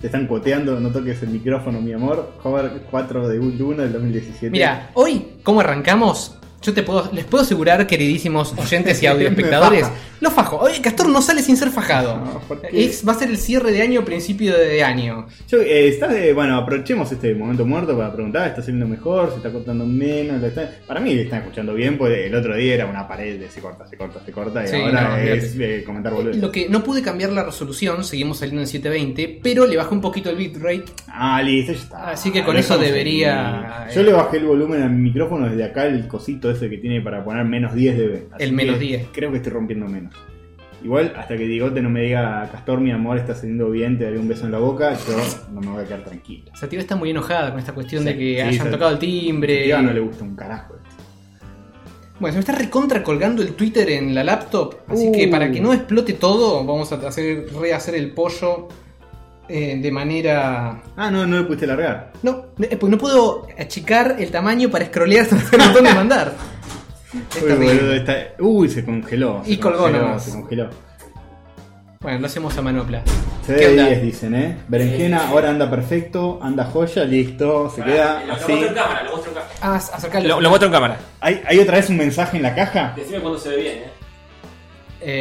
B: Te están coteando, no toques el micrófono, mi amor. Hover 4 de 1 del 2017.
C: Mira, hoy, ¿cómo arrancamos? Yo te puedo, les puedo asegurar, queridísimos oyentes y audioespectadores,
B: Me faja.
C: lo fajo. Oye, Castor no sale sin ser fajado.
B: No, ¿por qué?
C: Es- va a ser el cierre de año, principio de año.
B: Yo, eh, estás de- bueno, aprovechemos este momento muerto para preguntar, ¿está haciendo mejor? ¿Se está cortando menos? ¿Lo está- Para mí está escuchando bien, pues el otro día era una pared de se corta, se corta, se corta, y
C: Sí,
B: ahora
C: no,
B: es eh, comentar boludeces.
C: Lo que no pude cambiar la resolución, seguimos saliendo en 720, pero le bajé un poquito el bitrate.
B: Ah, listo, ya está.
C: Así que con
B: Lo
C: eso
B: dejamos
C: debería- eh,
B: ahí. Yo le bajé el volumen al micrófono desde acá, el cosito ese que tiene para poner menos 10 dB. Así
C: El menos
B: que
C: 10.
B: Creo que estoy rompiendo menos. Igual, hasta que Digote no me diga, Castor, mi amor, está saliendo bien, te daré un beso en la boca, yo no me voy a quedar tranquilo.
C: Sativa está muy enojada con esta cuestión de
B: Sí,
C: que
B: sí,
C: hayan
B: Sativa-
C: tocado el
B: A
C: timbre.
B: Seba no le gusta un carajo esto.
C: Bueno, se me está recontra colgando el Twitter en la laptop. Así que
B: Uh.
C: para que no explote todo, vamos a hacer, rehacer el pollo eh, de manera.
B: Ah, no, no le pudiste largar.
C: No, no, eh, pues no puedo achicar el tamaño para scrollear hasta el botón de mandar. Es
B: Uy,
C: terrible.
B: boludo, está- Uy, se congeló.
C: Y
B: se
C: colgó
B: congeló,
C: nomás.
B: Se congeló.
C: Bueno, lo hacemos a manopla.
B: Se
C: ¿Qué
B: ve
C: onda?
B: 10, dicen, ¿eh? Berenjena, ahora anda perfecto, anda joya, listo, se queda así.
A: cámara, lo muestro en cámara.
C: Ah, acercalo.
A: Lo, lo muestro en cámara.
B: ¿Hay, hay otra vez un mensaje en la caja?
A: Decime cuándo se ve bien, ¿eh?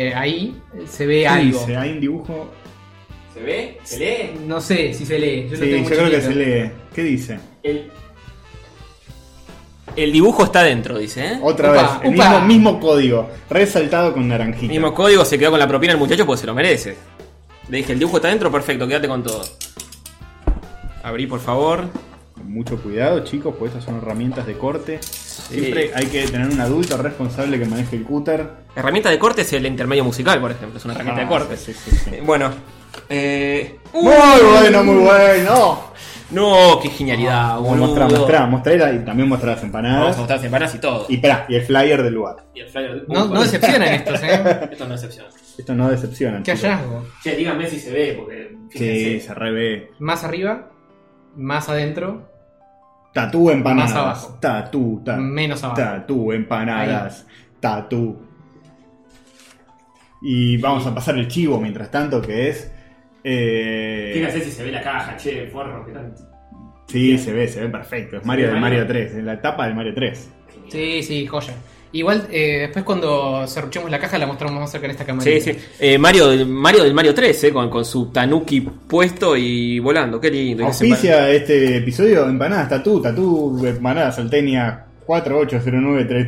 C: Eh, ahí se ve
B: ¿Qué
C: algo.
B: dice? Hay un dibujo.
A: ¿Se ve? ¿Se lee?
C: No sé si se lee. Yo lo
B: sí,
C: tengo
B: yo
C: muy
B: creo que
C: chiquito.
B: se lee. ¿Qué dice?
A: El... El dibujo está dentro, dice. ¿eh?
B: Otra
C: Upa,
B: vez, el
C: upa.
B: mismo, mismo código, resaltado con naranjita.
A: Mismo código, se quedó con la propina el muchacho porque se lo merece. Le dije, el dibujo está dentro, perfecto, quédate con todo. Abrí, por favor.
B: Con mucho cuidado, chicos, porque estas son herramientas de corte.
A: Sí.
B: Siempre hay que tener un adulto responsable que maneje el cúter.
A: Herramienta de corte es el intermedio musical, por ejemplo. Es una herramienta de
B: Ah,
A: corte.
B: sí, sí, sí.
A: Eh, Bueno. Eh,
B: Muy bueno, Ah, muy bueno.
A: no, qué genialidad, boludo.
B: Mostrá, mostrá, mostrá la- y también mostrá las
A: Vamos
B: empanadas.
A: a mostrar las empanadas y todo.
B: ¿eh? Y pará, y el flyer del lugar.
A: Y el flyer de-
C: No, no decepcionan estos, ¿eh?
A: Esto no decepciona.
B: Esto no decepciona.
C: Qué
B: chicos.
C: hallazgo.
A: Che, díganme si se ve, porque.
B: Sí, se revé.
C: Más arriba, más adentro,
B: Tatú empanadas.
C: Más abajo.
B: Tatú, ta-
C: menos abajo.
B: tatú empanadas. Tatú. Y vamos a pasar el chivo mientras tanto, que es. eh,
A: Fíjense si se ve la caja, che, forro, qué tanto.
B: sí, se ve, se ve perfecto. Es Mario
A: ve
B: del
A: Mario.
B: Mario 3, en la etapa del Mario 3.
C: Sí, sí, joya. Igual eh, después cuando cerruchemos la caja la mostramos más cerca en esta cámara.
A: Sí, sí. Eh, Mario, del- Mario del Mario 3, eh, con, con su tanuki puesto y volando. Qué lindo. Y ese
B: Auspicia este episodio empanadas, tatú, tatú, empanadas, saltenia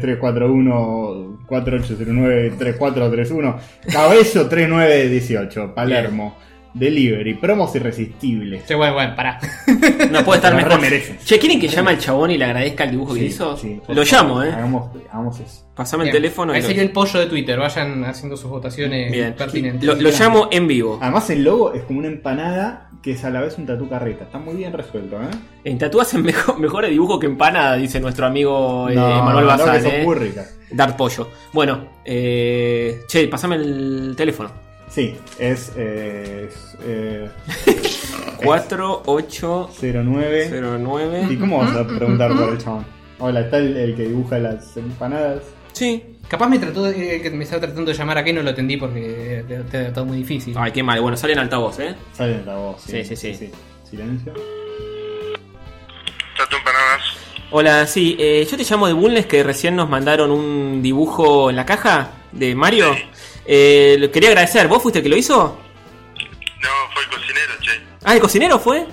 B: 4809-3341, 4809-3431, cabezo 3918, Palermo, delivery, promos irresistibles.
C: Che, bueno, bueno, pará.
A: pan- No puede estar
B: La
A: mejor.
B: remerece.
A: Che, ¿quieren que llame al chabón y le agradezca el dibujo que hizo?
B: sí, por
A: Lo
B: favor, Ah.
A: llamo, eh.
B: Hagamos, hagamos eso.
A: Pasame el
C: Bien.
A: teléfono y
C: Ahí
A: lo-
C: salió el pollo de Twitter, vayan haciendo sus votaciones
A: Bien.
C: pertinentes.
A: Lo, lo llamo en vivo.
B: Además el logo es como una empanada que es a la vez un tatú carreta. Está muy bien resuelto, ¿eh?
A: En Tatú hacen mejor, mejores dibujos que empanada, dice nuestro amigo eh, Manuel
B: no,
A: Bazán.
B: que
A: eh.
B: son muy ricas.
A: Dar pollo. Bueno, eh, che, pasame el teléfono.
B: Sí, es, eh, es eh,
A: 4809.
B: 09... ¿Y cómo vas a preguntar por el chabón? Hola, ¿está el, el que dibuja las empanadas?
A: Sí.
C: Capaz me trató de- eh, que me estaba tratando de llamar acá y no lo atendí porque eh, te- te era todo muy difícil.
A: Ay, qué mal. Bueno, sale en altavoz, ¿eh?
B: Sale en la voz.
A: Sí, sí, sí.
B: Silencio.
G: Tato empanadas.
A: Hola, sí. eh, yo te llamo de Bulnes, que recién nos mandaron un dibujo en la caja de Mario. Eh, lo quería agradecer. ¿Vos fuiste el que lo hizo?
G: No, fue el cocinero, che.
A: Ah, ¿el cocinero fue?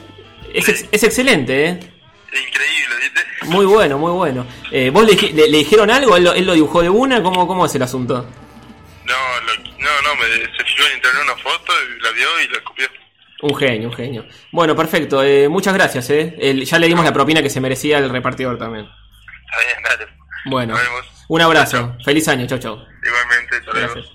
A: Es, ex- es excelente, ¿eh?
G: Increíble, ¿viste?
A: Muy bueno, muy bueno. Eh, ¿Vos le, dij- le- le dijeron algo? ¿Él lo, él lo dibujó de una? ¿Cómo, ¿Cómo es el asunto?
G: No, lo- no, no, me, se fijó en internet una foto y la vio y la copió.
A: Un genio, un genio. Bueno, perfecto. eh, muchas gracias, ¿eh? El- ya le dimos la propina que se merecía el repartidor también.
G: Está bien, dale.
A: Bueno,
G: Nos vemos.
A: un abrazo. Feliz año, chau, chau.
G: Igualmente, hasta luego.
A: Gracias.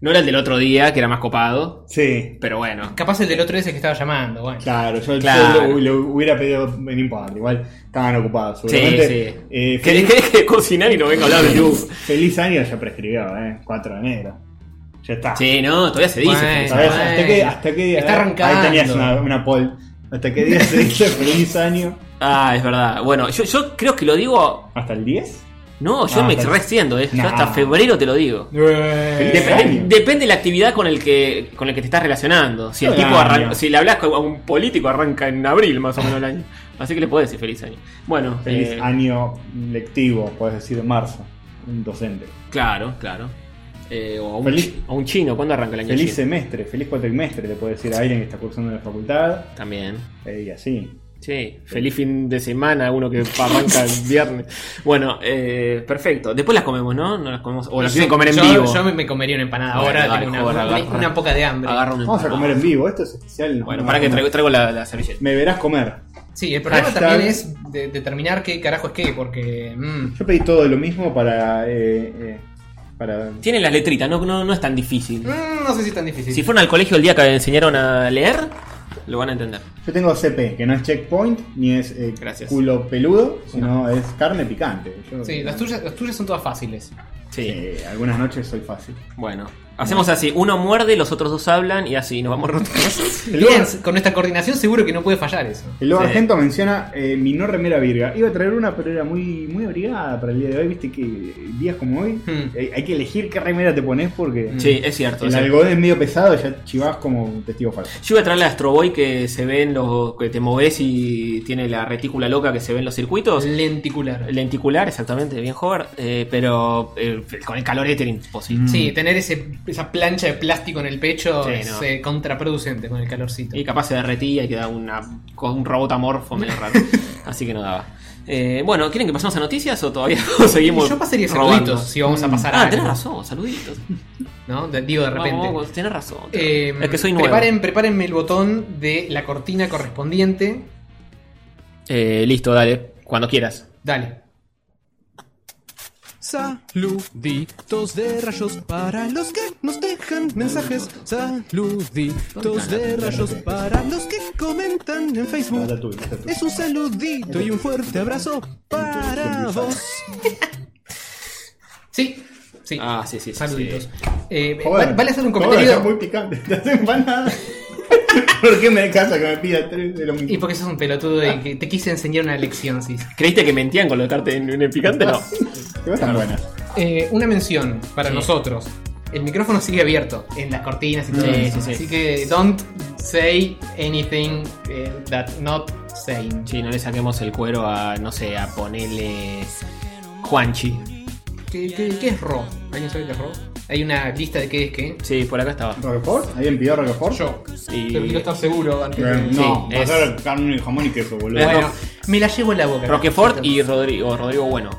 A: No era el del otro día, que era más copado,
B: Sí.
A: pero bueno.
C: Capaz el del otro ese que estaba llamando, bueno.
B: Claro, yo, yo
A: Claro.
B: lo, lo hubiera pedido en importa, igual estaban ocupados.
A: Sí,
B: Seguramente.
A: sí.
B: Eh,
A: ¿Querés,
B: feliz,
A: querés que cocinar y no venga a hablar de luz?
B: feliz año ya prescribió, ¿eh? 4 de enero. Ya está.
A: Sí, no, todavía se dice.
C: Bueno.
A: feliz año.
B: ¿Sabés? ¿Hasta qué,
C: bueno.
B: hasta qué día?
C: Está arrancando.
B: Ahí tenías una, una poll. ¿Hasta qué día se dice feliz año?
A: Ah, es verdad. Bueno, yo, yo creo que lo digo.
B: ¿Hasta el 10?
A: No, yo
B: No,
A: me
B: pero-
A: reciendo, ¿eh? Yo
B: No.
A: hasta febrero te lo digo.
B: Feliz
A: Dep-
B: año.
A: Depende de la actividad con el que con el que te estás relacionando. Si el
B: Claro.
A: tipo arranca, si le hablas a un político arranca en abril más o menos el año. Así que le puedes decir feliz año. Bueno,
B: Feliz
A: eh,
B: año lectivo, puedes decir en marzo. Un docente.
A: claro, claro. Eh, o, a un
B: Feliz-
A: chi- o un chino, ¿cuándo arranca el año
B: Feliz
A: chino?
B: semestre, feliz cuatrimestre, le puedo decir a alguien que está cursando en la facultad.
A: También.
B: eh, y así.
A: Sí, feliz fin de semana, uno que arranca el viernes. Bueno, eh, perfecto. Después las comemos, ¿no? No las comemos. O las quieren comer en
C: yo,
A: vivo.
C: Yo me, me comería una empanada
A: Bueno,
C: ahora,
A: dale,
C: tengo una,
A: joder,
C: una-
A: agarra.
C: una poca de hambre.
A: Agarro un-
B: Vamos a comer en vivo, esto es especial.
A: Ah. Bueno,
B: no,
A: para que
B: no.
A: traigo, traigo la, la servilleta.
B: Me verás comer.
C: Sí, el problema
B: Hashtag-
C: también es de- determinar qué carajo es qué, porque... mm,
B: Yo pedí todo lo mismo para. eh, eh, para.
A: Tiene las letritas, no, no, no es tan difícil.
C: mm, no sé si es tan difícil.
A: Si fueron al colegio el día que le enseñaron a leer, lo van a entender.
B: Yo tengo CP, que no es checkpoint ni es eh,
A: Gracias.
B: culo peludo, sino es carne picante. Yo-
C: Sí, las tuyas, las tuyas son todas fáciles.
A: Sí.
B: Eh, algunas noches soy fácil.
A: Bueno. Hacemos así, uno muerde, los otros dos hablan y así nos vamos rotando.
B: El
C: Bien,
B: lugar-
C: con esta coordinación seguro que no puede fallar eso.
B: El lobo
A: Sí.
B: argento menciona eh, mi no remera virga. Iba a traer una, pero era muy, muy abrigada para el día de hoy. Viste que días como hoy
C: Hmm.
B: eh, hay que elegir qué remera te pones porque
A: sí, es cierto. o
B: el
A: sea,
B: algodón es medio pesado. Ya chivás como un testigo falso.
A: yo voy a traer la Astroboy que se ven los. que te moves y tiene la retícula loca que se ven los circuitos.
C: Lenticular.
A: Lenticular, exactamente, bien joven. eh, pero eh, con el calor éter
B: Mm.
A: imposible.
C: Sí, tener ese, esa plancha de plástico en el pecho
A: Sí,
C: es
A: no.
C: eh, contraproducente con el calorcito.
A: Y capaz se derretía y quedaba una, con un robot amorfo medio raro. Así que no daba. Eh, bueno, ¿quieren que pasemos a noticias o todavía seguimos?
C: Yo pasaría
A: robando?
C: saluditos si vamos a pasar a
A: Ah,
C: algo,
A: tenés razón, saluditos.
C: ¿no? De- digo de
A: Vamos,
C: repente.
A: vamos, tenés razón.
C: Eh,
A: es que soy nuevo.
C: preparen- prepárenme el botón de la cortina correspondiente.
A: Eh, listo, dale. Cuando quieras.
C: Dale.
D: Saluditos de rayos para los que nos dejan mensajes. Saluditos de rayos para los que comentan en
B: Ahora
D: Facebook.
B: tú, ahora tú.
D: Es un saludito y un fuerte abrazo para vos.
C: Sí, sí.
A: Ah, sí, sí, sí,
C: Saluditos.
A: sí.
C: Eh,
B: Joder,
C: vale- vale hacer un
B: joder,
C: contenido.
B: está muy picante. Te hacen banana. ¿Por qué me casa que me pida tres de lo mismo?
C: Y porque sos un pelotudo y que te quise enseñar una lección, sí.
A: ¿Creíste que mentían con lo de Carte en, en el picante? No.
B: Que no están buenas.
C: Eh, una mención para
A: Sí.
C: nosotros. El micrófono sigue abierto en las cortinas y todo
A: Sí,
C: eso.
A: sí, sí.
C: Así que don't say anything eh, that not saying.
A: Sí, no le saquemos el cuero a, no sé, a ponerle Juanchi.
C: ¿Qué, qué- qué es RO? ¿Alguien sabe qué es RO? Hay una lista de qué es qué.
A: Sí, por acá estaba.
B: ¿Roquefort? ¿Alguien pidió Roquefort?
C: Yo.
A: Y-
C: Pero quiero estar seguro antes de...
B: Eh, No,
A: Sí,
B: va a
A: es-
B: ser carne, jamón y queso, boludo.
C: Bueno, me la llevo en la boca.
A: Roquefort y Rodrigo, Rodrigo Bueno.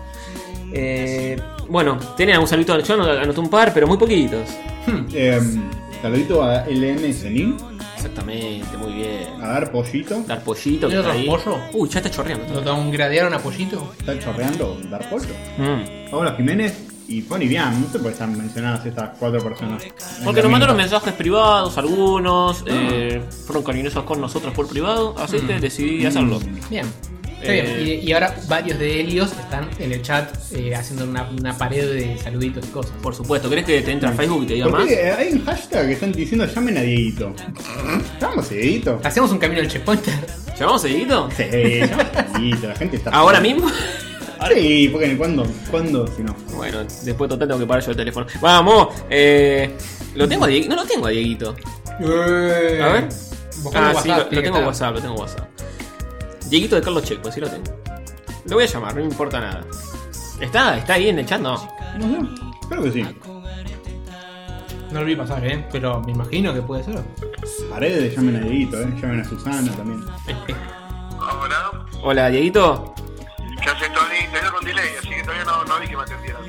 A: Eh, bueno, tienen algún saludito. Yo ano- anoté un par, pero muy poquitos.
B: Eh, saludito a LN Zenin,
A: Exactamente, muy bien.
B: a dar pollito.
A: Dar pollito. que
C: ¿Tiene
A: está
C: otro
A: ahí.
C: pollo?
A: Uy, ya está chorreando.
C: ¿Lo downgradearon a pollito?
B: Está chorreando dar pollo.
A: Mm.
B: Paola Jiménez y Pony Bian, no sé por qué están mencionadas estas cuatro personas.
A: Porque nos mandaron
B: mensajes.
A: mensajes privados, algunos. eh, fueron cariñosos con nosotros por privado. Así que decidí hacerlo.
C: Bien. Está
A: Eh,
C: bien. Y, y ahora varios de Helios están en el chat eh, haciendo una, una pared de saluditos y cosas.
A: Por supuesto, ¿crees que te entre a Facebook y te diga
B: ¿Por
A: más?
B: qué? Eh, Hay un hashtag que están diciendo llamen a Dieguito. ¿Llamamos a Dieguito?
C: ¿Hacemos un camino al checkpointer?
A: ¿Llamamos seguido?
B: Sí, llamamos a Dieguito, la gente está.
A: ¿Ahora mismo?
B: Sí, porque ¿cuándo? ¿Cuándo? Si no.
A: Bueno, después total tengo que parar yo el teléfono. Vamos, eh, lo tengo a Dieguito. No lo tengo a Dieguito. A ver. Ah, sí, lo, lo tengo en WhatsApp, lo tengo en WhatsApp. Dieguito de Carlos Checo, sí lo tengo. Lo voy a llamar, no me importa nada. ¿Está, está ahí en el chat? No.
B: No sé. Creo que sí.
C: No lo vi pasar, ¿eh? Pero me imagino que puede ser.
B: Paredes, llamen a Dieguito, eh. Llamen a Susana también.
G: Ahora,
A: Hola, Dieguito.
G: ¿qué haces, Tony? Tenía con delay, así que todavía no, no vi que me atendieras.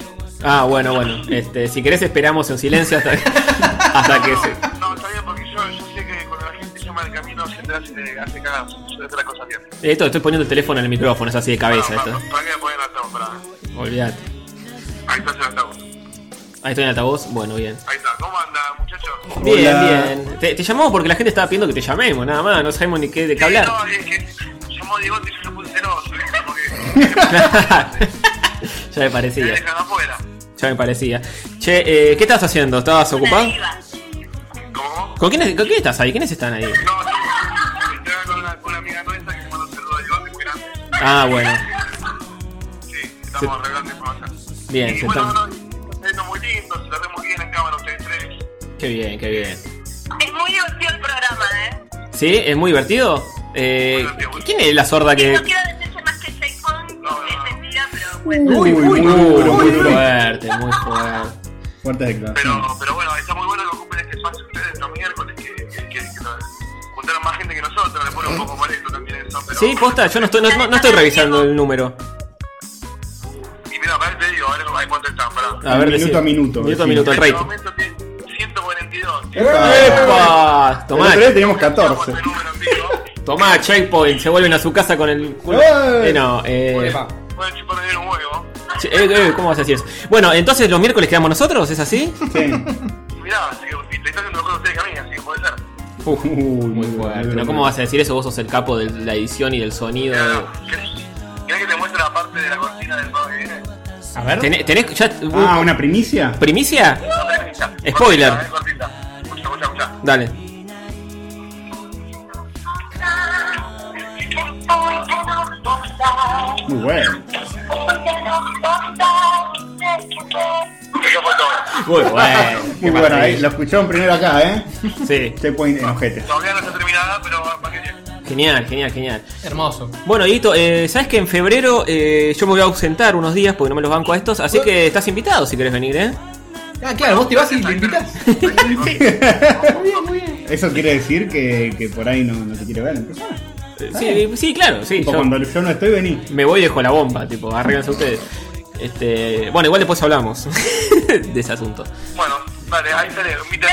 A: Ah, bueno, bueno. Este, si querés esperamos en silencio hasta, hasta que se...
G: No, está bien, porque yo, yo sé que cuando la gente llama al camino siempre hace, hace cagas, suele hacer las cosas bien.
A: Esto, estoy poniendo el teléfono en el micrófono, es así de cabeza
G: No,
A: esto.
G: pa- ¿Para qué me ponen altavoz? Para.
A: Olvídate.
G: Ahí está el altavoz.
A: Ahí estoy en altavoz. Bueno, bien.
G: Ahí está. ¿Cómo anda, muchachos?
A: Bien,
B: Hola.
A: bien. Te, te llamamos porque la gente estaba pidiendo que te llamemos, nada más. No sabemos ni qué, de qué
G: Sí,
A: hablar.
G: No, es que somos bigotes y yo soy muy celoso. ¿viste? Porque
A: ya me
G: me
A: parecía,
G: dejan afuera.
A: ya me parecía. Che, eh, ¿qué estás haciendo? ¿Estabas ocupado?
G: ¿Cómo?
A: ¿Con quiénes, ¿Con quién estás ahí? ¿Quiénes están ahí?
G: No, no. Estoy acá con una, con una amiga nuestra que se manda un saludo de bigote muy grande.
A: Ah, bueno.
G: Sí, estamos arreglando información.
A: Bien,
G: y
A: se
G: bueno,
A: están-
G: no, no, no, muy lindo, se la ve muy bien en cámara ustedes tres.
A: Qué bien, qué bien.
H: Es muy divertido el programa, ¿eh?
A: ¿Sí? ¿Es muy divertido? Eh,
G: Muy divertido.
A: ¿Quién es la sorda que...?
H: No quiero decirse más que Checkpoint, es mentira, pero bueno.
B: Uy, muy
A: Uh,
B: duro,
A: muy
B: muy duro.
A: fuerte, muy fuerte.
B: Fuertes declaraciones.
G: Pero, pero bueno, está muy bueno que ocupen este espacio ustedes los miércoles, que, que, que, que lo- juntaron más gente que nosotros, le pone un poco molesto también eso, pero...
A: ¿Eh? Sí, posta, yo no estoy, no, no- no estoy revisando el número.
G: Y mira, pará, te digo, a ver, a ver cuánto están, pará.
A: A ver,
B: Minuto
A: decí-
B: a minuto,
A: Minuto a
B: decí.
A: minuto, el
G: En este
A: rating.
G: momento tiene 142.
A: ¡Epa!
B: El
A: Tomá,
B: otro día teníamos
G: Estamos
B: 14.
G: en número en vivo.
A: tomá, checkpoint. Se vuelven a su casa con el culo.
B: ¡Eh!
A: Eh, no, eh...
C: Epa.
G: Pueden chupar bien un huevo.
A: Che, eh, eh, ¿Cómo vas a decir eso? Bueno, entonces los miércoles quedamos nosotros, ¿es así?
B: Sí.
G: Mirá, así que le están haciendo mejor a ustedes que a mí, así que puede ser.
B: Uy, muy
A: Fuerte, ¿no? ¿Cómo vas a decir eso? Vos sos el capo de la edición y del sonido.
G: ¿Querés que te muestre la parte de la cortina del juego que viene?
C: A ver.
A: ¿Tenés, tenés ya, uh,
B: Ah, ¿una primicia?
A: primicia?
G: A ver, escucha.
A: Spoiler.
G: A ver, cortita. Escucha, escucha, escucha.
A: Dale.
B: Muy bueno.
G: Eso fue todo.
A: Muy bueno.
B: Muy bueno, ahí, lo escucharon primero acá, ¿eh?
A: Sí.
B: Checkpoint en ojete.
G: Todavía no está terminada, pero va para que llegue.
A: Genial, genial, genial.
C: Hermoso.
A: Bueno, Dieguito, eh, sabes que en febrero eh, yo me voy a ausentar unos días porque no me los banco a estos, así que estás invitado si querés venir, ¿eh?
C: Ah, claro, vos te vas y te invitas.
B: Eso quiere decir que, que por ahí no, no te quiere ver en persona.
A: Eh, Sí, sí, claro, sí.
B: Tipo,
A: yo
B: cuando yo no estoy, vení.
A: me voy y dejo la bomba, tipo, arréglense ustedes. Este, bueno, igual después hablamos de ese asunto.
G: Bueno, dale, ahí estaré. Invíteme,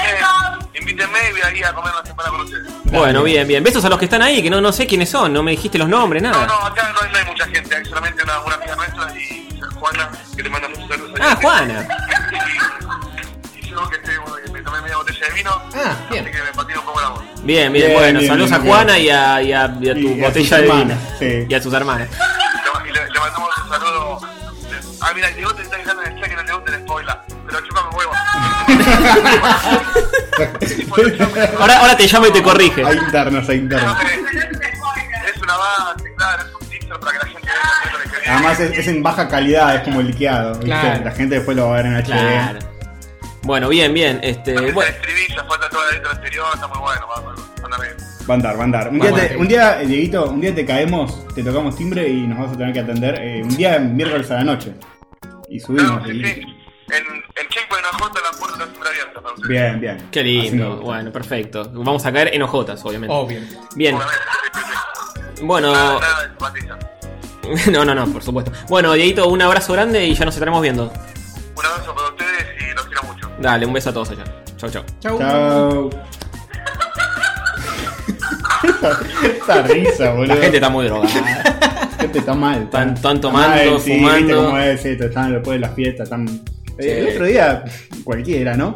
G: invíteme y voy a ir a comer una semana con ustedes.
A: Bueno, bien, bien. Besos a los que están ahí, que no, no sé quiénes son, no me dijiste los nombres,
G: No, no,
A: nada.
G: acá no hay, no hay mucha gente, hay solamente una, una amiga nuestra y Juana, que le manda muchos saludos. a
A: Ah,
G: ella.
A: Juana.
G: Y yo que estoy, bueno, que me tomé media botella de vino,
C: Ah, bien.
G: así que me patino un poco la voz.
A: Bien, bien,
B: Bien,
A: bueno,
B: bien,
A: saludos
B: bien,
A: a
B: bien.
A: Juana y a, y a- y a tu
B: Y a sus
A: botella de vino.
B: hermanas, sí.
A: Y a sus hermanas.
G: Y le, le mandamos un saludo. Ah, mira, el Diego te está dejando en el chat que no le gusta el spoiler, pero chúpame un huevo.
A: Ahora, ahora te llamo y te corrige.
B: Hay internos, hay internos.
G: es una base, claro, es un teaser para que la gente vea la película
B: Además es, es en baja calidad, es como liqueado. ¿viste?
C: Claro.
B: La gente después lo va a ver en HD.
A: Claro. Bueno, bien, bien. Este,
G: que viene.
A: bueno,
G: El estribillo, falta toda la letra anterior, está muy bueno, va, va, anda bien.
B: Va a andar, va a andar. Un
A: Va,
B: día,
A: bueno,
B: te,
A: sí.
B: un día, eh, Dieguito, un día te caemos, te tocamos timbre y nos vas a tener que atender. eh, un día miércoles a la noche. Y subimos.
G: Claro, sí,
B: Dieguito.
G: sí. En, en Checkpoint AJ la puerta está siempre abierta para ustedes.
B: Bien, bien.
A: qué
B: Así me
A: lindo.
B: gusta.
A: Bueno, perfecto. Vamos a caer en ojotas, obviamente.
C: Obvio.
A: Bien,
G: Obviamente, sí, sí, sí.
A: bueno.
G: Nada, nada de simpatía.
A: No, no, no, por supuesto. Bueno, Dieguito, un abrazo grande y ya nos estaremos viendo.
G: Un abrazo para ustedes y los quiero mucho.
A: Dale, un beso a todos allá. Chau, chau.
C: Chau.
B: Chao. Esta risa, boludo.
A: La gente está muy drogada.
B: La gente está mal.
A: Están-
B: está-
A: están tomando,
B: mal,
A: fumando.
B: viste cómo es esto, están después de las fiestas, están. Eh, El otro día, cualquiera, ¿no?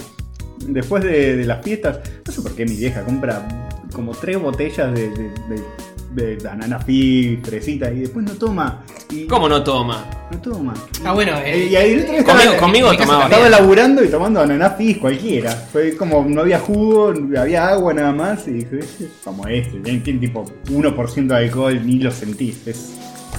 B: Después de, de las fiestas, no sé por qué mi vieja compra como tres botellas de, de, de, de banana fit, fresitas, y después no toma. Y
A: ¿Cómo no toma?
B: No toma.
C: Ah, bueno, eh,
B: Y ahí el otro día
A: Conmigo-
B: estaba-
A: conmigo
C: mi casa
A: tomaba.
B: estaba laburando y tomando ananá fizz cualquiera. Fue como no había jugo, había agua nada más. Y dije, "Eh, como este, tiene, tiene tipo 1% de alcohol, ni lo sentís. Es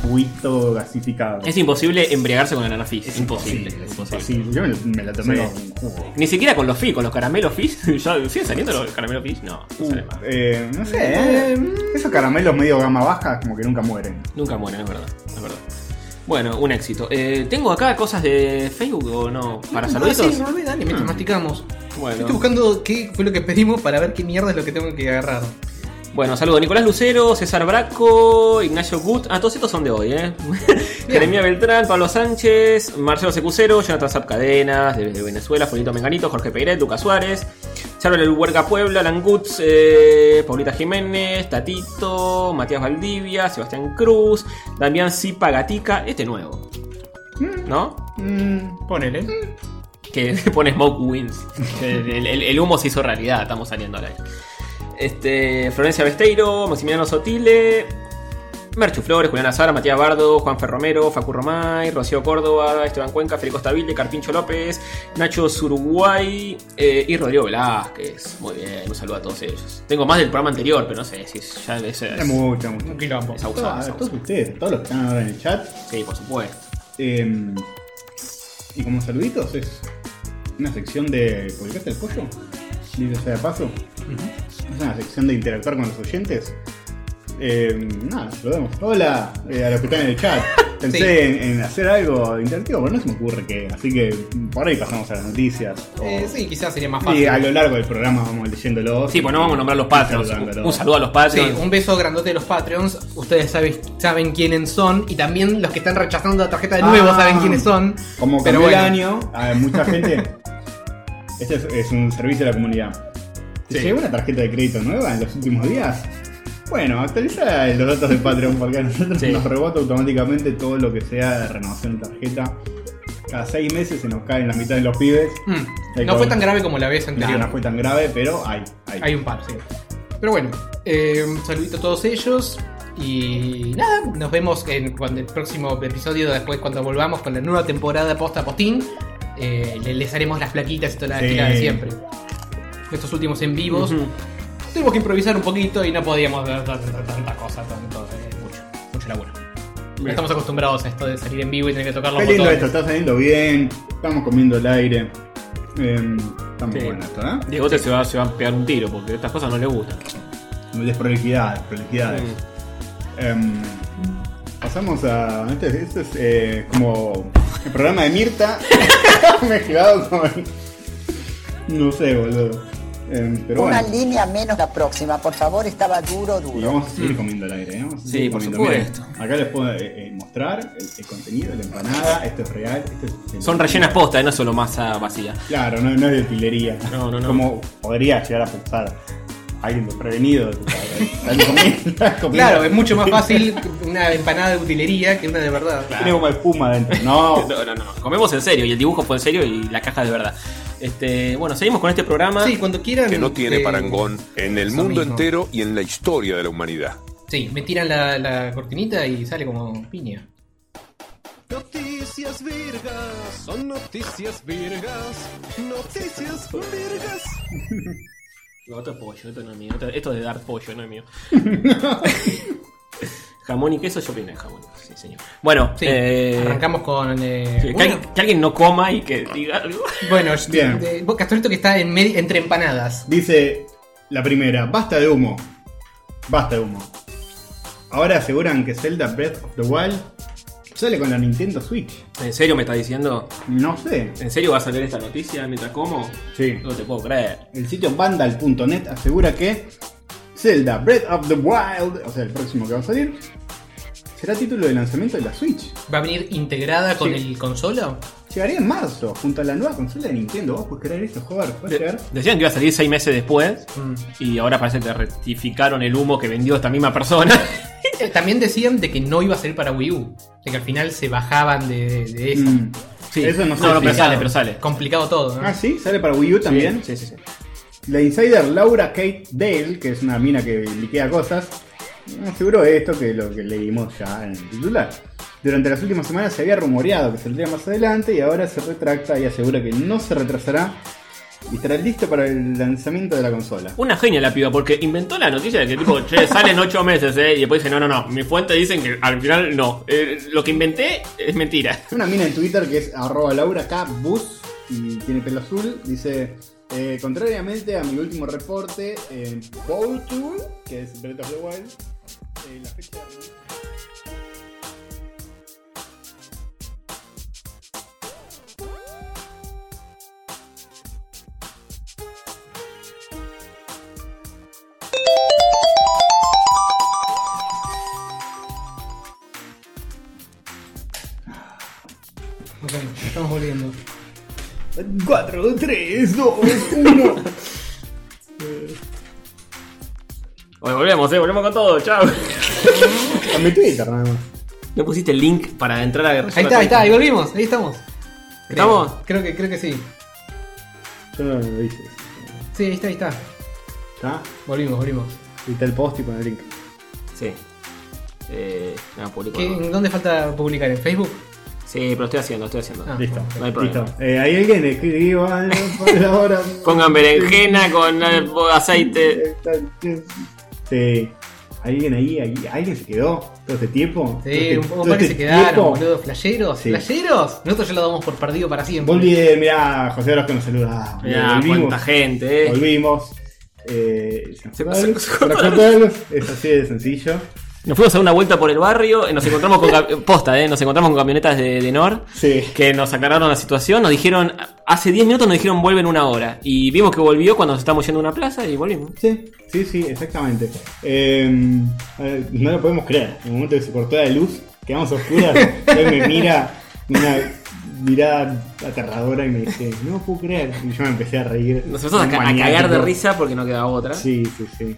B: juguito gasificado.
A: Es imposible embriagarse con el Fizz. Es imposible.
B: es
A: imposible.
B: imposible. Yo me lo, me lo tomé
A: Sí.
B: con jugo.
A: Ni siquiera con los Fizz, con los caramelos Fizz. ¿Ya ¿Siguen saliendo los caramelos Fizz? No, no sale más. mm.
B: Eh, no sé, eh, esos caramelos medio gama baja como que nunca mueren.
A: Nunca mueren, es verdad. Es verdad. Bueno, un éxito. Eh, ¿Tengo acá cosas de Facebook o no? ¿Para
C: Ah,
A: saluditos?
C: sí, volvé, dale, mientras masticamos. Estoy
A: Bueno.
C: buscando qué fue lo que pedimos para ver qué mierda es lo que tengo que agarrar.
A: bueno, saludos. Nicolás Lucero, César Braco, Ignacio Gut. Ah, todos estos son de hoy, ¿eh? Jeremia Beltrán, Pablo Sánchez, Marcelo Secucero, Jonathan Zap Cadenas, desde Venezuela, Juanito Menganito, Jorge Peiret, Lucas Suárez, Charol El Huerga Puebla, Languts, eh, Paulita Jiménez, Tatito, Matías Valdivia, Sebastián Cruz, Damián Zipa Gatica. Este nuevo.
C: Mm.
A: ¿No?
C: Ponele.
A: que pone Smoke Wins. El, el- el humo se hizo realidad, estamos saliendo al aire. Este, Florencia Besteiro, Maximiliano Sotile, Merchu Flores, Julián Azar, Matías Bardo, Juan Ferromero, Facu Romay, Rocío Córdoba, Esteban Cuenca, Federico Stabile, Carpincho López, Nacho Uruguay y Rodrigo Velázquez. Muy bien, un saludo a todos ellos. Tengo más del programa anterior, pero no sé si es- ya es, es-
B: Es Ah, mucho, mucho.
C: Un quilombo.
A: es abusado,
B: Todos,
A: es
B: todos
A: abusado.
B: ustedes, todos los que están ahora en el chat.
A: Sí, por supuesto.
B: Eh, y como saluditos es una sección de ¿Publicaste el pollo? Dicho sea de paso. Es una sección de interactuar con los oyentes. Eh, nada, saludemos. Hola eh, a los que están en el chat. Pensé
C: Sí.
B: en, en hacer algo interactivo, pero no se me ocurre que. Así que por ahí pasamos a las noticias. o-
C: Eh, sí, quizás sería más
B: Y
C: fácil.
B: a lo largo del programa vamos leyéndolos.
A: Sí, pues no vamos a nombrar los
B: Y
A: Patreons. Un,
B: saludándolos.
A: un saludo a los
C: Sí,
A: Patreons.
C: un beso grandote de los Patreons. Ustedes sabe- saben quiénes son. Y también los que están rechazando la tarjeta de nuevo
B: Ah.
C: saben quiénes son.
B: Como
C: Pero
B: cambió el
C: bueno.
B: año, a mucha gente. este es, es un servicio a la comunidad. ¿Te
A: Sí.
B: llegó una tarjeta de crédito nueva en los últimos días? Bueno, actualiza los datos de Patreon porque a nosotros
A: Sí.
B: nos rebota automáticamente todo lo que sea de renovación de tarjeta. Cada seis meses se nos caen la mitad de los pibes.
C: Mm.
B: Ahí
C: No fue
B: con-
C: tan grave como la vez
B: Nah,
C: anterior.
B: no fue tan grave, pero hay. hay.
C: Hay un par, sí. Pero bueno, eh, un saludito a todos ellos. Y nada, nos vemos en cuando el próximo episodio, después cuando volvamos con la nueva temporada de Posta Postín. Eh, le- les haremos las plaquitas y toda la
B: Sí.
C: gira de siempre. Estos últimos en vivos.
A: Ujú.
C: Tuvimos que improvisar un poquito y no podíamos ver tanta, tanta cosa, tanto, eh, mucho, mucho laburo. No estamos acostumbrados a esto de salir en vivo y tener que tocar los
B: Está lindo
C: botones.
B: esto, está saliendo bien. Estamos comiendo el aire. Em, está muy
A: Sí.
B: bueno esto, ¿eh?
A: Diegote se, va, se va a pegar un tiro porque estas cosas no le gustan.
B: Desprolijidad, prolijidades. Em, pasamos a. Este, este es eh, como el programa de Mirta mezclado con. No sé, boludo. Em, pero
I: Una
B: bueno,
I: línea menos la próxima, por favor, estaba duro,
B: y
I: duro.
B: vamos a seguir comiendo al aire. ¿eh? Vamos a seguir
A: Mm. Sí, por
B: comiendo.
A: supuesto.
B: Miren, acá les puedo eh, eh, mostrar el, el contenido, la empanada. Esto es real. esto es- el-
A: Son rellenas postas, no solo masa vacía.
B: Claro, no, no es de utilería.
A: No, no, no.
B: Como podría llegar a pensar alguien desprevenido. Están comiendo- están comiendo.
C: Claro, es mucho más fácil una empanada de utilería que una de verdad.
B: Tiene como espuma adentro. No,
A: No, no, no. Comemos en serio y el dibujo fue en serio y la caja de verdad. Este, bueno, seguimos con este programa.
C: Sí, cuando quieran.
J: que no tiene
C: eh,
J: parangón en el
C: eso
J: mundo
C: mismo.
J: entero y en la historia de la humanidad.
C: Sí, me tiran la, la cortinita y sale como piña.
D: Noticias virgas, son noticias virgas, noticias virgas.
A: No, otro pollo, otro no es mío. Otro- esto de dar pollo, no es mío. jamón y queso, yo opino de jamón. Sí, señor. Bueno,
C: Sí,
A: eh,
C: arrancamos con. eh,
A: que,
C: una-
A: alguien- que alguien no coma y que diga algo.
C: Bueno, es-
B: Bien.
C: de- vos, Castorito que está en medio, entre empanadas.
B: dice la primera, basta de humo. Basta de humo. Ahora aseguran que Zelda Breath of the Wild sale con la Nintendo Switch.
A: ¿En serio me está diciendo?
B: No sé.
A: ¿En serio vas a leer esta noticia mientras como?
B: Sí.
A: No te puedo creer.
B: El sitio vandal.net asegura que Zelda Breath of the Wild, o sea, el próximo que va a salir, será título de lanzamiento de la Switch.
C: ¿Va a venir integrada con el consola?
B: Llegaría en marzo, junto a la nueva consola de Nintendo. Vos podés creer eso, joder,
A: Eh,
B: puede llegar.
A: Decían que iba a salir seis meses después
C: Mm.
A: y ahora parece que rectificaron el humo que vendió esta misma persona.
C: Eh, También decían de que no iba a ser para Wii U. De que al final se bajaban de, de eso.
B: Mm. Eso no, sé
A: no,
B: si-
A: pero sale, pero sale.
C: Complicado todo, ¿no?
B: Ah, sí, sale para Wii U también.
A: Sí, sí, sí.
B: La insider Laura Kate Dale, que es una mina que liquea cosas, aseguró esto que lo que leímos ya en el titular. Durante las últimas semanas se había rumoreado que saldría más adelante y ahora se retracta y asegura que no se retrasará y estará listo para el lanzamiento de la consola.
A: Una genia la piba, porque inventó la noticia de que tipo, che, salen ocho meses, eh, y después dice, no, no, no, mi fuente dicen que al final no. Eh, lo que inventé es mentira.
B: Una mina en Twitter que es arroba Laura K. Bus y tiene pelo azul. Dice, eh, contrariamente a mi último reporte en Paul Tour, que es Breath of the Wild, eh, la fecha...
C: Ok, estamos volviendo.
B: 4, 3, 2, 1...
A: Bueno, volvemos, eh, volvemos con todo, chao.
B: A mi Twitter nada más.
A: No pusiste el link para entrar a
C: Ahí está, ahí está, ahí volvimos, ahí estamos. Creo.
A: ¿Estamos?
C: Creo que, creo que sí.
B: Yo no lo hice.
C: Sí, ahí está, ahí está.
B: ¿Está?
C: Volvimos, volvimos.
B: Y está el post y con el link.
A: Sí. Eh, no, publico.
C: ¿Qué-
A: no.
C: ¿En dónde falta publicar? ¿En Facebook?
A: Sí, pero estoy haciendo, estoy haciendo.
C: Ah.
B: Listo.
A: No hay problema.
B: Listo. Eh, ¿Hay alguien que escriba algo por ahora?
A: Pongan berenjena con eh, aceite.
B: Sí. ¿Alguien ahí, ahí? ¿Alguien se quedó todo este tiempo? Todo
C: Sí,
B: este-
C: un poco
B: todo
C: más que
B: este
C: se quedaron,
B: tiempo.
C: boludo. ¿Flayeros?
B: Sí.
C: ¿Flayeros? Nosotros ya lo damos por perdido para siempre.
B: Volví, eh, mirá, José Orozco nos saluda.
A: Mirá, cuánta gente, eh.
B: Volvimos. Eh,
A: Se-
B: nos
A: se-
B: algo?
A: se-
B: ¿Se nos cortó algo? Es así de sencillo.
A: Nos fuimos a una vuelta por el barrio, eh, nos encontramos con cam- posta, eh, nos encontramos con camionetas de, de Nor.
B: Sí.
A: que nos aclararon la situación, nos dijeron, hace 10 minutos nos dijeron vuelven una hora. Y vimos que volvió cuando nos estábamos yendo a una plaza y volvimos.
B: Sí, sí, sí, exactamente. Eh, eh, no lo podemos creer. En el momento que se cortó la luz, quedamos a oscuras. Él me mira una mirada aterradora y me dice, no lo puedo creer. Y yo me empecé a reír.
A: Nos empezamos a,
B: Un
A: ca- a
B: maniático.
A: cagar de risa porque no quedaba otra.
B: Sí, sí, sí.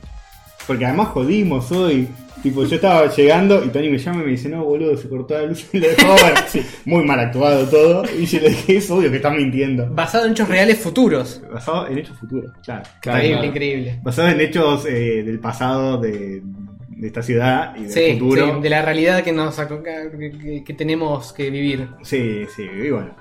B: Porque además jodimos hoy. Tipo, yo estaba llegando y Tony me llama y me dice, no, boludo, se cortó la luz y la dejó ver. Sí, muy mal actuado todo. Y yo le dije, es obvio que estás mintiendo.
C: Basado en hechos reales futuros.
B: Basado en hechos futuros, claro.
C: Increíble, increíble.
B: Basado en hechos eh, del pasado de, de esta ciudad y del
C: Sí,
B: futuro.
C: sí, de la realidad que nos aco- que, que- que tenemos que vivir.
B: Sí, sí, y bueno.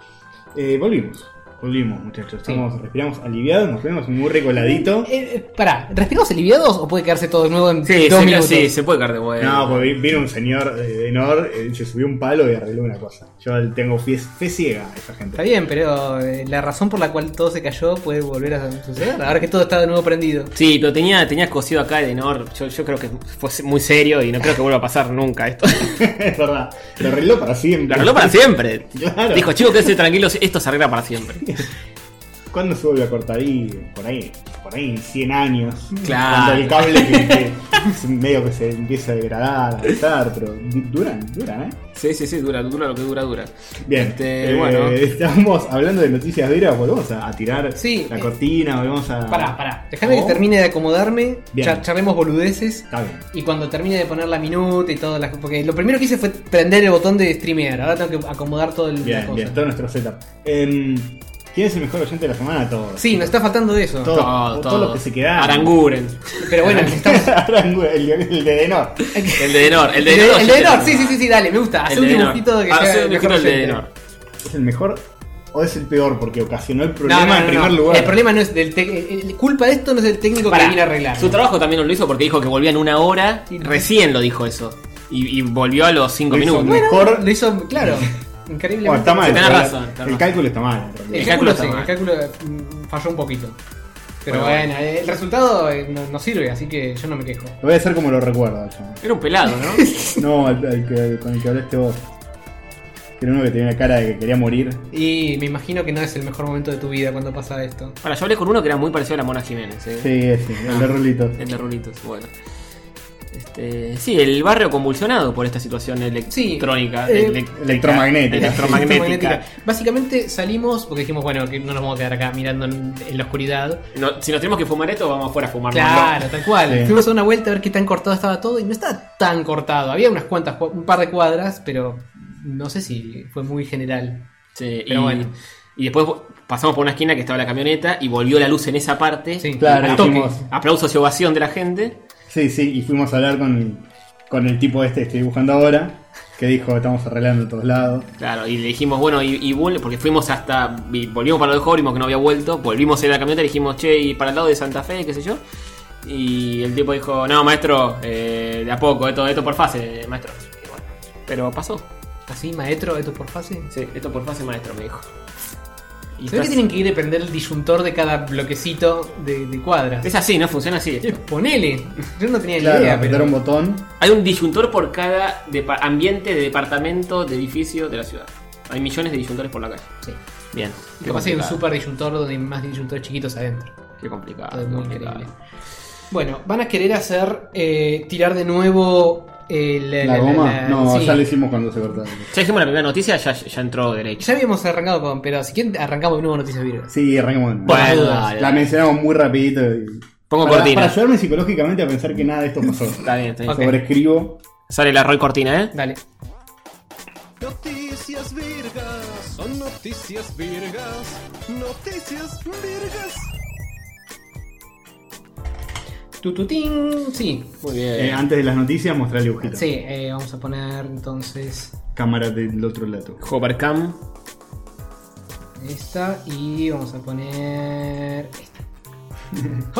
B: Eh, volvimos. volvimos, muchachos. Estamos, respiramos aliviados, nos vemos muy recoladito.
C: Eh, Pará, ¿respiramos aliviados o puede quedarse todo de nuevo en
A: Sí,
C: dos
A: se,
C: minutos?
A: sí, se puede caer de vuelta.
B: No, porque vi- vino un señor eh, de Nor, eh, se subió un palo y arregló una cosa. Yo tengo fe, fe ciega a esa gente.
C: Está bien, pero eh, la razón por la cual todo se cayó puede volver a suceder. Ahora que todo está de nuevo prendido.
A: Sí, pero tenía, tenía cosido acá de Nor. Yo, yo creo que fue muy serio y no creo que vuelva a pasar nunca esto.
B: es verdad. Lo arregló para siempre.
A: Lo arregló para siempre.
B: Claro.
A: Dijo, chicos, quédense tranquilos, esto se arregla para siempre.
B: ¿Cuándo se vuelve a cortar ahí? Por ahí, por ahí en 100 años.
A: Claro.
B: Cuando el cable que, que medio que se empieza a degradar, a gastar, pero du- duran, duran, ¿eh?
A: Sí, sí, sí, dura, dura lo que dura, dura.
B: Bien,
A: Este,
B: eh,
A: bueno.
B: estamos hablando de noticias veras, volvemos a, a tirar
C: Sí,
B: la
C: eh,
B: cortina, volvemos a...
C: Pará, pará. Déjame
B: Oh.
C: que termine de acomodarme.
B: Bien.
C: char- charlemos boludeces.
B: Está bien.
C: Y cuando termine de poner la minuta y todas las Porque lo primero que hice fue prender el botón de streamear. Ahora tengo que acomodar todo el la
B: Bien,
C: cosa.
B: bien, todo nuestro setup. Em, ¿Quién es el mejor oyente de la semana? Todos.
C: Sí, nos está faltando eso.
B: Todo.
A: Todo,
B: todos los que se quedaron.
A: Aranguren.
C: Pero bueno, estamos.
B: Arangu- el, el de Denor.
A: El de Denor. El de
C: El
A: Denor.
C: de- el de Denor, sí, sí, sí, sí, dale, me gusta. Hacer
A: El
C: un
A: de Denor.
C: dibujito que
A: Ah,
C: sea
A: hacer un
C: el mejor
A: dibujito del de
C: oyente.
A: Denor.
B: ¿Es el mejor o es el peor? Porque ocasionó el
C: No,
B: problema
C: no, no,
B: en
C: no.
B: primer lugar.
C: El problema no es del técnico. Culpa de esto no es del técnico
A: Pará,
C: que viene a arreglar.
A: Su trabajo también lo hizo porque dijo que volvía en una hora. y Recién lo dijo eso. Y, y volvió a los cinco
B: Lo hizo
A: minutos.
B: muy-
C: Mejor. Lo hizo, claro. Increíble.
B: Bueno, está mal.
A: Tenés
B: pero
A: razón,
B: el
A: tenés razón.
B: cálculo está mal. en realidad.
C: El,
A: El cálculo
C: cálculo,
A: está
C: sí,
A: mal.
C: el cálculo mm, falló un poquito. Pero
A: Bueno,
C: bueno, eh, el resultado eh, no, no sirve, así que yo no me quejo.
B: Lo voy a hacer como lo recuerdo. yo.
A: Era un pelado, ¿no?
B: No, al- al que- con el que hablaste vos. Que era uno que tenía una cara de que quería morir.
C: Y me imagino que no es el mejor momento de tu vida cuando pasa esto.
A: Ahora, yo hablé con uno que era muy parecido a la Mona Jiménez. ¿eh?
B: Sí, ese,
C: Ah.
B: el de Rulitos.
A: El de Rulitos, bueno. Este, sí, el barrio convulsionado por esta situación
C: Sí,
A: electrónica.
C: eh,
A: elec-
B: electromagnética.
A: electromagnética.
C: Básicamente salimos porque dijimos, bueno, que no nos vamos a quedar acá mirando en, en la oscuridad.
A: No, si nos tenemos que fumar esto, vamos afuera a fumar.
C: Claro, tal cual.
B: Sí.
C: Fuimos a una vuelta a ver qué tan cortado estaba todo y no estaba tan cortado. Había unas cuantas, cua- un par de cuadras, pero no sé si fue muy general.
A: Sí,
C: Pero
A: y,
C: bueno.
A: y después vo- pasamos por una esquina que estaba la camioneta y volvió la luz en esa parte.
C: Sí.
B: Claro,
C: Al
B: y
C: toque.
B: fuimos-
A: Aplausos y ovación de la gente.
B: Sí, sí, y fuimos a hablar con, con el tipo este que estoy dibujando ahora. Que dijo, estamos arreglando en todos lados.
A: Claro, y le dijimos, bueno, y, y vuel- porque fuimos hasta. y volvimos para lo de Jorge, vimos que no había vuelto. Volvimos a ir a la camioneta y dijimos, che, y para el lado de Santa Fe, qué sé yo. Y el tipo dijo, no, maestro, eh, de a poco, esto, esto por fase, eh, maestro. Y bueno, pero pasó.
C: Así, maestro, esto por fase.
A: Sí, esto por fase, maestro, me dijo. Y
C: Se ve que
A: estás-
C: tienen que ir a prender el disyuntor de cada bloquecito de, de cuadras.
A: Es así, ¿no? Funciona así. esto.
C: Eh, Ponele. Yo no tenía ni
B: Claro,
C: idea,
B: apretar
C: pero.
B: un botón.
A: Hay un disyuntor por cada depa- ambiente de departamento, de edificio de la ciudad. Hay millones de disyuntores por la calle.
C: Sí.
A: Bien. Qué
C: Capaz hay un
A: complicado.
C: super disyuntor donde hay más disyuntores chiquitos adentro.
A: Qué complicado.
C: Todo es
A: qué
C: muy
A: complicado.
C: increíble. Bueno, van a querer hacer. eh, tirar de nuevo. el-
B: La goma.
C: la-
B: No,
C: sí.
B: ya lo hicimos cuando se cortó.
A: Ya dijimos la primera noticia, ya, ya entró derecho.
C: Ya habíamos arrancado con. Pero si quieren, arrancamos de nuevo Noticias Virgas.
B: Sí, arrancamos.
A: Bueno, dale,
B: la
A: dale.
B: mencionamos muy rapidito. y-
A: Pongo
B: para,
A: cortina.
B: para ayudarme psicológicamente a pensar que nada de esto pasó.
A: Está bien, está bien.
C: Ok.
B: Sobreescribo.
A: Sale la Roy Cortina, ¿eh?
C: Dale.
E: Noticias virgas, son noticias virgas, noticias virgas.
C: Tututín. Sí.
A: Muy
B: Eh,
A: bien.
B: antes de las noticias, mostrar el dibujito.
C: Sí, eh, vamos a poner entonces.
B: Cámara del otro lado.
A: Hovercam.
C: Esta y vamos a poner. Esta.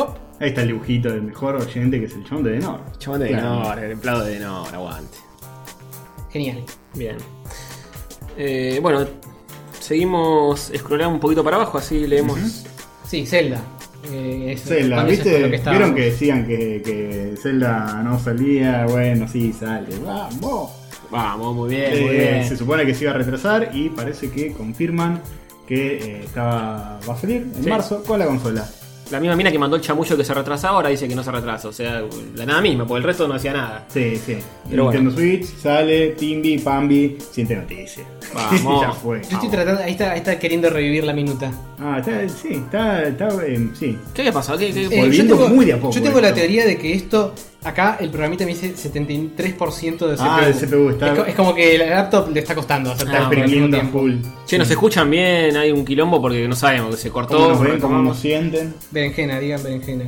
C: Hop.
B: Ahí está el dibujito del mejor oyente que es el chabón de Denor.
A: Chabón de
B: Claro.
A: Denor, el empleado de Denor, aguante.
C: Genial.
A: Bien. Eh, bueno, seguimos scrollando un poquito para abajo, así leemos.
C: Sí, Zelda. Eh, es-
B: Zelda,
C: cuando eso
B: ¿viste?
C: es con lo estábamos.
B: Vieron que decían que, que Zelda no salía. Bueno, sí, sale. ¡Vamos!
A: Vamos, muy bien, muy
B: Eh,
A: bien.
B: se supone que se iba a retrasar y parece que confirman que eh, estaba, va a salir en
A: Sí.
B: marzo con la consola.
A: La misma mina que mandó el chamullo que se retrasaba ahora dice que no se retrasa. O sea, la nada misma, porque el resto no hacía nada.
B: Sí, sí.
A: Pero
B: Nintendo Switch sale, Timbi, Pambi, siente noticia.
A: Vamos.
B: ya fue.
C: Yo estoy tratando. Ahí está, ahí está queriendo revivir la minuta.
B: Ah, está, sí, está, está, em, sí.
A: ¿Qué había pasado? ¿Qué, qué-
C: Eh,
B: Volviendo muy de a poco
C: Yo tengo la
B: esto.
C: teoría de que esto. Acá el programita me dice 73% de CPU.
B: Ah, el CPU está-
C: Es, co- es como que el laptop le está costando hacer
A: Ah,
C: tanto al mismo
B: exprimiendo a
C: tiempo.
B: full.
A: Che, nos escuchan bien, hay un quilombo porque no sabemos, se cortó.
B: ¿Cómo nos ven? ¿Cómo
A: retomamos.
B: nos sienten?
C: Berenjena, digan berenjena.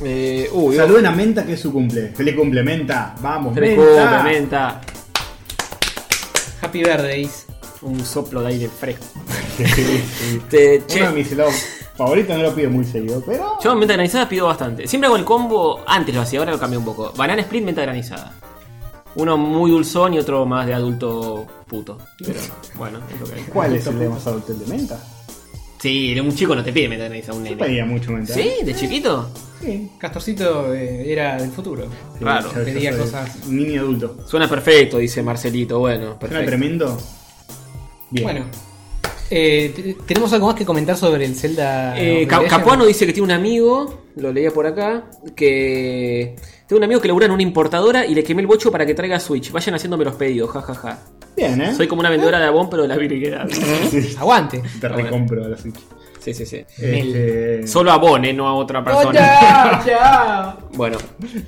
A: Eh, uy,
B: Saluden a Menta que es su cumple. Feliz cumple, Menta. Vamos,
A: tres
B: Menta.
A: cubos, menta.
C: Happy Birthdays.
K: un soplo de aire fresco.
A: Te- che.
B: Uno de mis helados favoritos no lo pido muy seguido, pero.
A: Yo menta granizada pido bastante. Siempre hago el combo, antes lo hacía, ahora lo cambié un poco. Banana split, menta granizada. Uno muy dulzón y otro más de adulto puto. Pero bueno, es lo que hay.
B: ¿Cuál es el de más adulto? ¿El de menta?
A: Sí, un chico no te pide menta granizada, un nene.
B: pedía mucho menta.
A: ¿Sí? ¿De chiquito?
C: Sí, Castorcito eh, era del futuro.
A: Claro.
B: yo- yo
C: Pedía
B: soy
C: cosas.
B: Mini adulto.
A: Suena perfecto, dice Marcelito. Bueno,
B: ¿Suena
A: perfecto.
B: tremendo? Bien.
C: Bueno. eh, te- ¿Tenemos algo más que comentar sobre el Zelda?
A: Eh, Ca-
C: Revelation?
A: Capuano dice que tiene un amigo, lo leía por acá, que tengo un amigo que labura en una importadora y le quemé el bocho para que traiga Switch. Vayan haciéndome los pedidos, jajaja.
B: Bien, ¿eh?
A: Soy como una vendedora de abón, pero de la virguedad.
C: Aguante.
B: Te recompro la Switch.
A: sí, sí, sí.
B: Este,
A: Solo abón, eh, no a otra persona.
C: ¡Oh, ¡Ya! ¡Ya!
A: Bueno,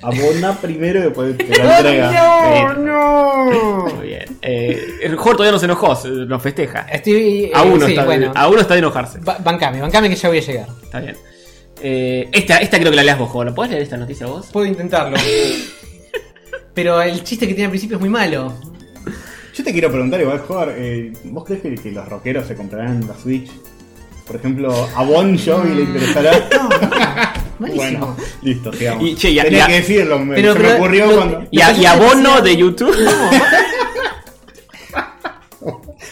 B: Abona primero y después te la entrega. Eh. Sí.
C: ¡No!
A: muy bien. Eh, el Jorge todavía no se enojó, se- nos festeja.
C: Estoy. eh,
A: A uno,
C: sí,
A: está,
C: bueno.
A: a uno está de enojarse.
C: Ba- Bancame, bancame que ya voy a llegar.
A: Está bien. Eh, esta, esta creo que la leas vos, Jorge. ¿Puedes leer esta noticia vos?
C: Puedo intentarlo. Pero el chiste que tiene al principio es muy malo.
B: Yo te quiero preguntar, igual, Jorge, eh, ¿vos crees que, que los rockeros se comprarán la Switch? Por ejemplo, a Bon Jovi le interesará.
C: Malísimo.
B: Bueno, listo, sigamos.
A: Y, che, y a-
B: Tenía
A: y a-
B: que decirlo, me,
C: Pero-
B: se
C: pero-
B: me ocurrió
C: lo-
B: cuando.
A: Y, a, y abono de YouTube.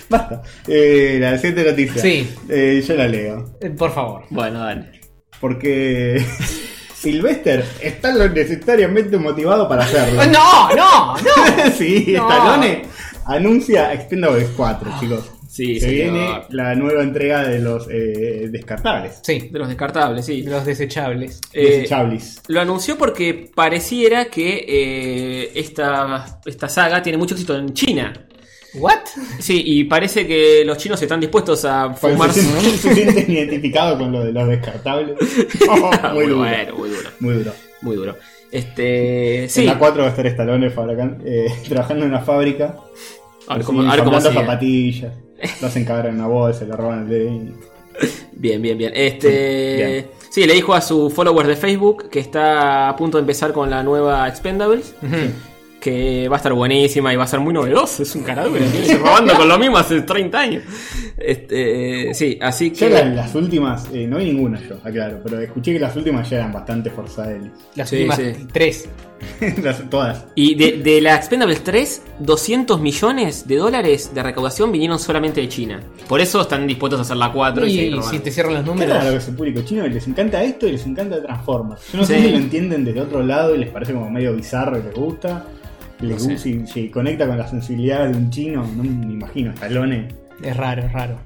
B: Basta. Eh, la siguiente noticia.
C: Sí.
B: Eh, yo la leo.
C: Eh, Por favor.
A: Bueno, dale.
B: Porque. Sylvester está lo necesariamente motivado para hacerlo.
A: Ah,
C: ¡No! ¡No! ¡No!
B: sí,
C: No.
B: Stallone anuncia Expendables 4, chicos.
A: Ah, Sí,
B: Se
A: señor.
B: viene la nueva entrega de los eh, descartables.
C: Sí,
A: De los descartables, sí.
C: de los desechables.
A: Eh,
B: Desechables.
A: Lo anunció porque pareciera que eh, esta, esta saga tiene mucho éxito en China.
C: ¿What?
A: Sí, y parece que los chinos están dispuestos a
B: Cuando
A: fumar.
B: se sienten- se sienten identificados con lo de los descartables. Oh, muy duro.
A: bueno, muy duro.
B: Muy duro.
A: Muy duro. Este. Sí.
B: En la 4 va a estar Stallone fabrican- eh, trabajando en una fábrica.
A: A ver
B: así,
A: cómo, a ver cómo
B: ensamblando
A: sigue.
B: zapatillas. Lo hacen cagar en una bolsa, le roban el DNI.
A: Bien, bien, bien. Este.
B: Bien.
A: Sí, le dijo a su follower de Facebook que está a punto de empezar con la nueva Expendables. Que va a estar buenísima y va a ser muy novedoso. Es un caradura. Viene robando con lo mismo hace 30 años. Este, eh, sí, así
B: Ya
A: que.
B: eran las últimas, eh, no vi ninguna yo, aclaro, pero escuché que las últimas ya eran bastante forzadelas.
C: Las
A: Sí,
C: últimas
A: sí.
C: tres.
B: Las- todas.
A: Y de, de la Expendables 3, 200 millones de dólares de recaudación vinieron solamente de China. Por eso están dispuestos a hacer la 4 y, seguir
C: Y si
A: robando.
C: te cierran los
B: Qué raro que
C: números.
B: es el público chino, les encanta esto y les encanta Transformers. Yo no sé
A: Sí.
B: si lo entienden desde otro lado y les parece como medio bizarro y les gusta. Les
A: No sé.
B: gusta si, si conecta con las sensibilidades de un chino, no me imagino, Stallone.
C: Es raro, es raro.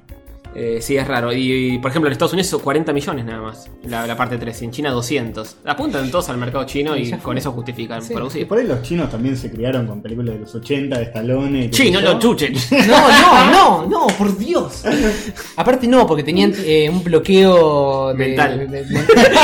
A: Eh, sí, es raro. Y, y, por ejemplo en Estados Unidos son 40 millones nada más. La, la parte 3. Y en China 200. Apuntan todos al mercado chino
C: Y
A: y
C: ya fue.
A: con eso justifican
C: Sí.
B: Y
A: producir.
B: por ahí los chinos también se criaron con películas de los 80 de Stallone. y qué
A: Chino,
B: sé yo.
A: lo chuchen.
C: No, no, no, no, por Dios. Aparte no, porque tenían eh, un bloqueo de-
A: Mental.
C: de- de-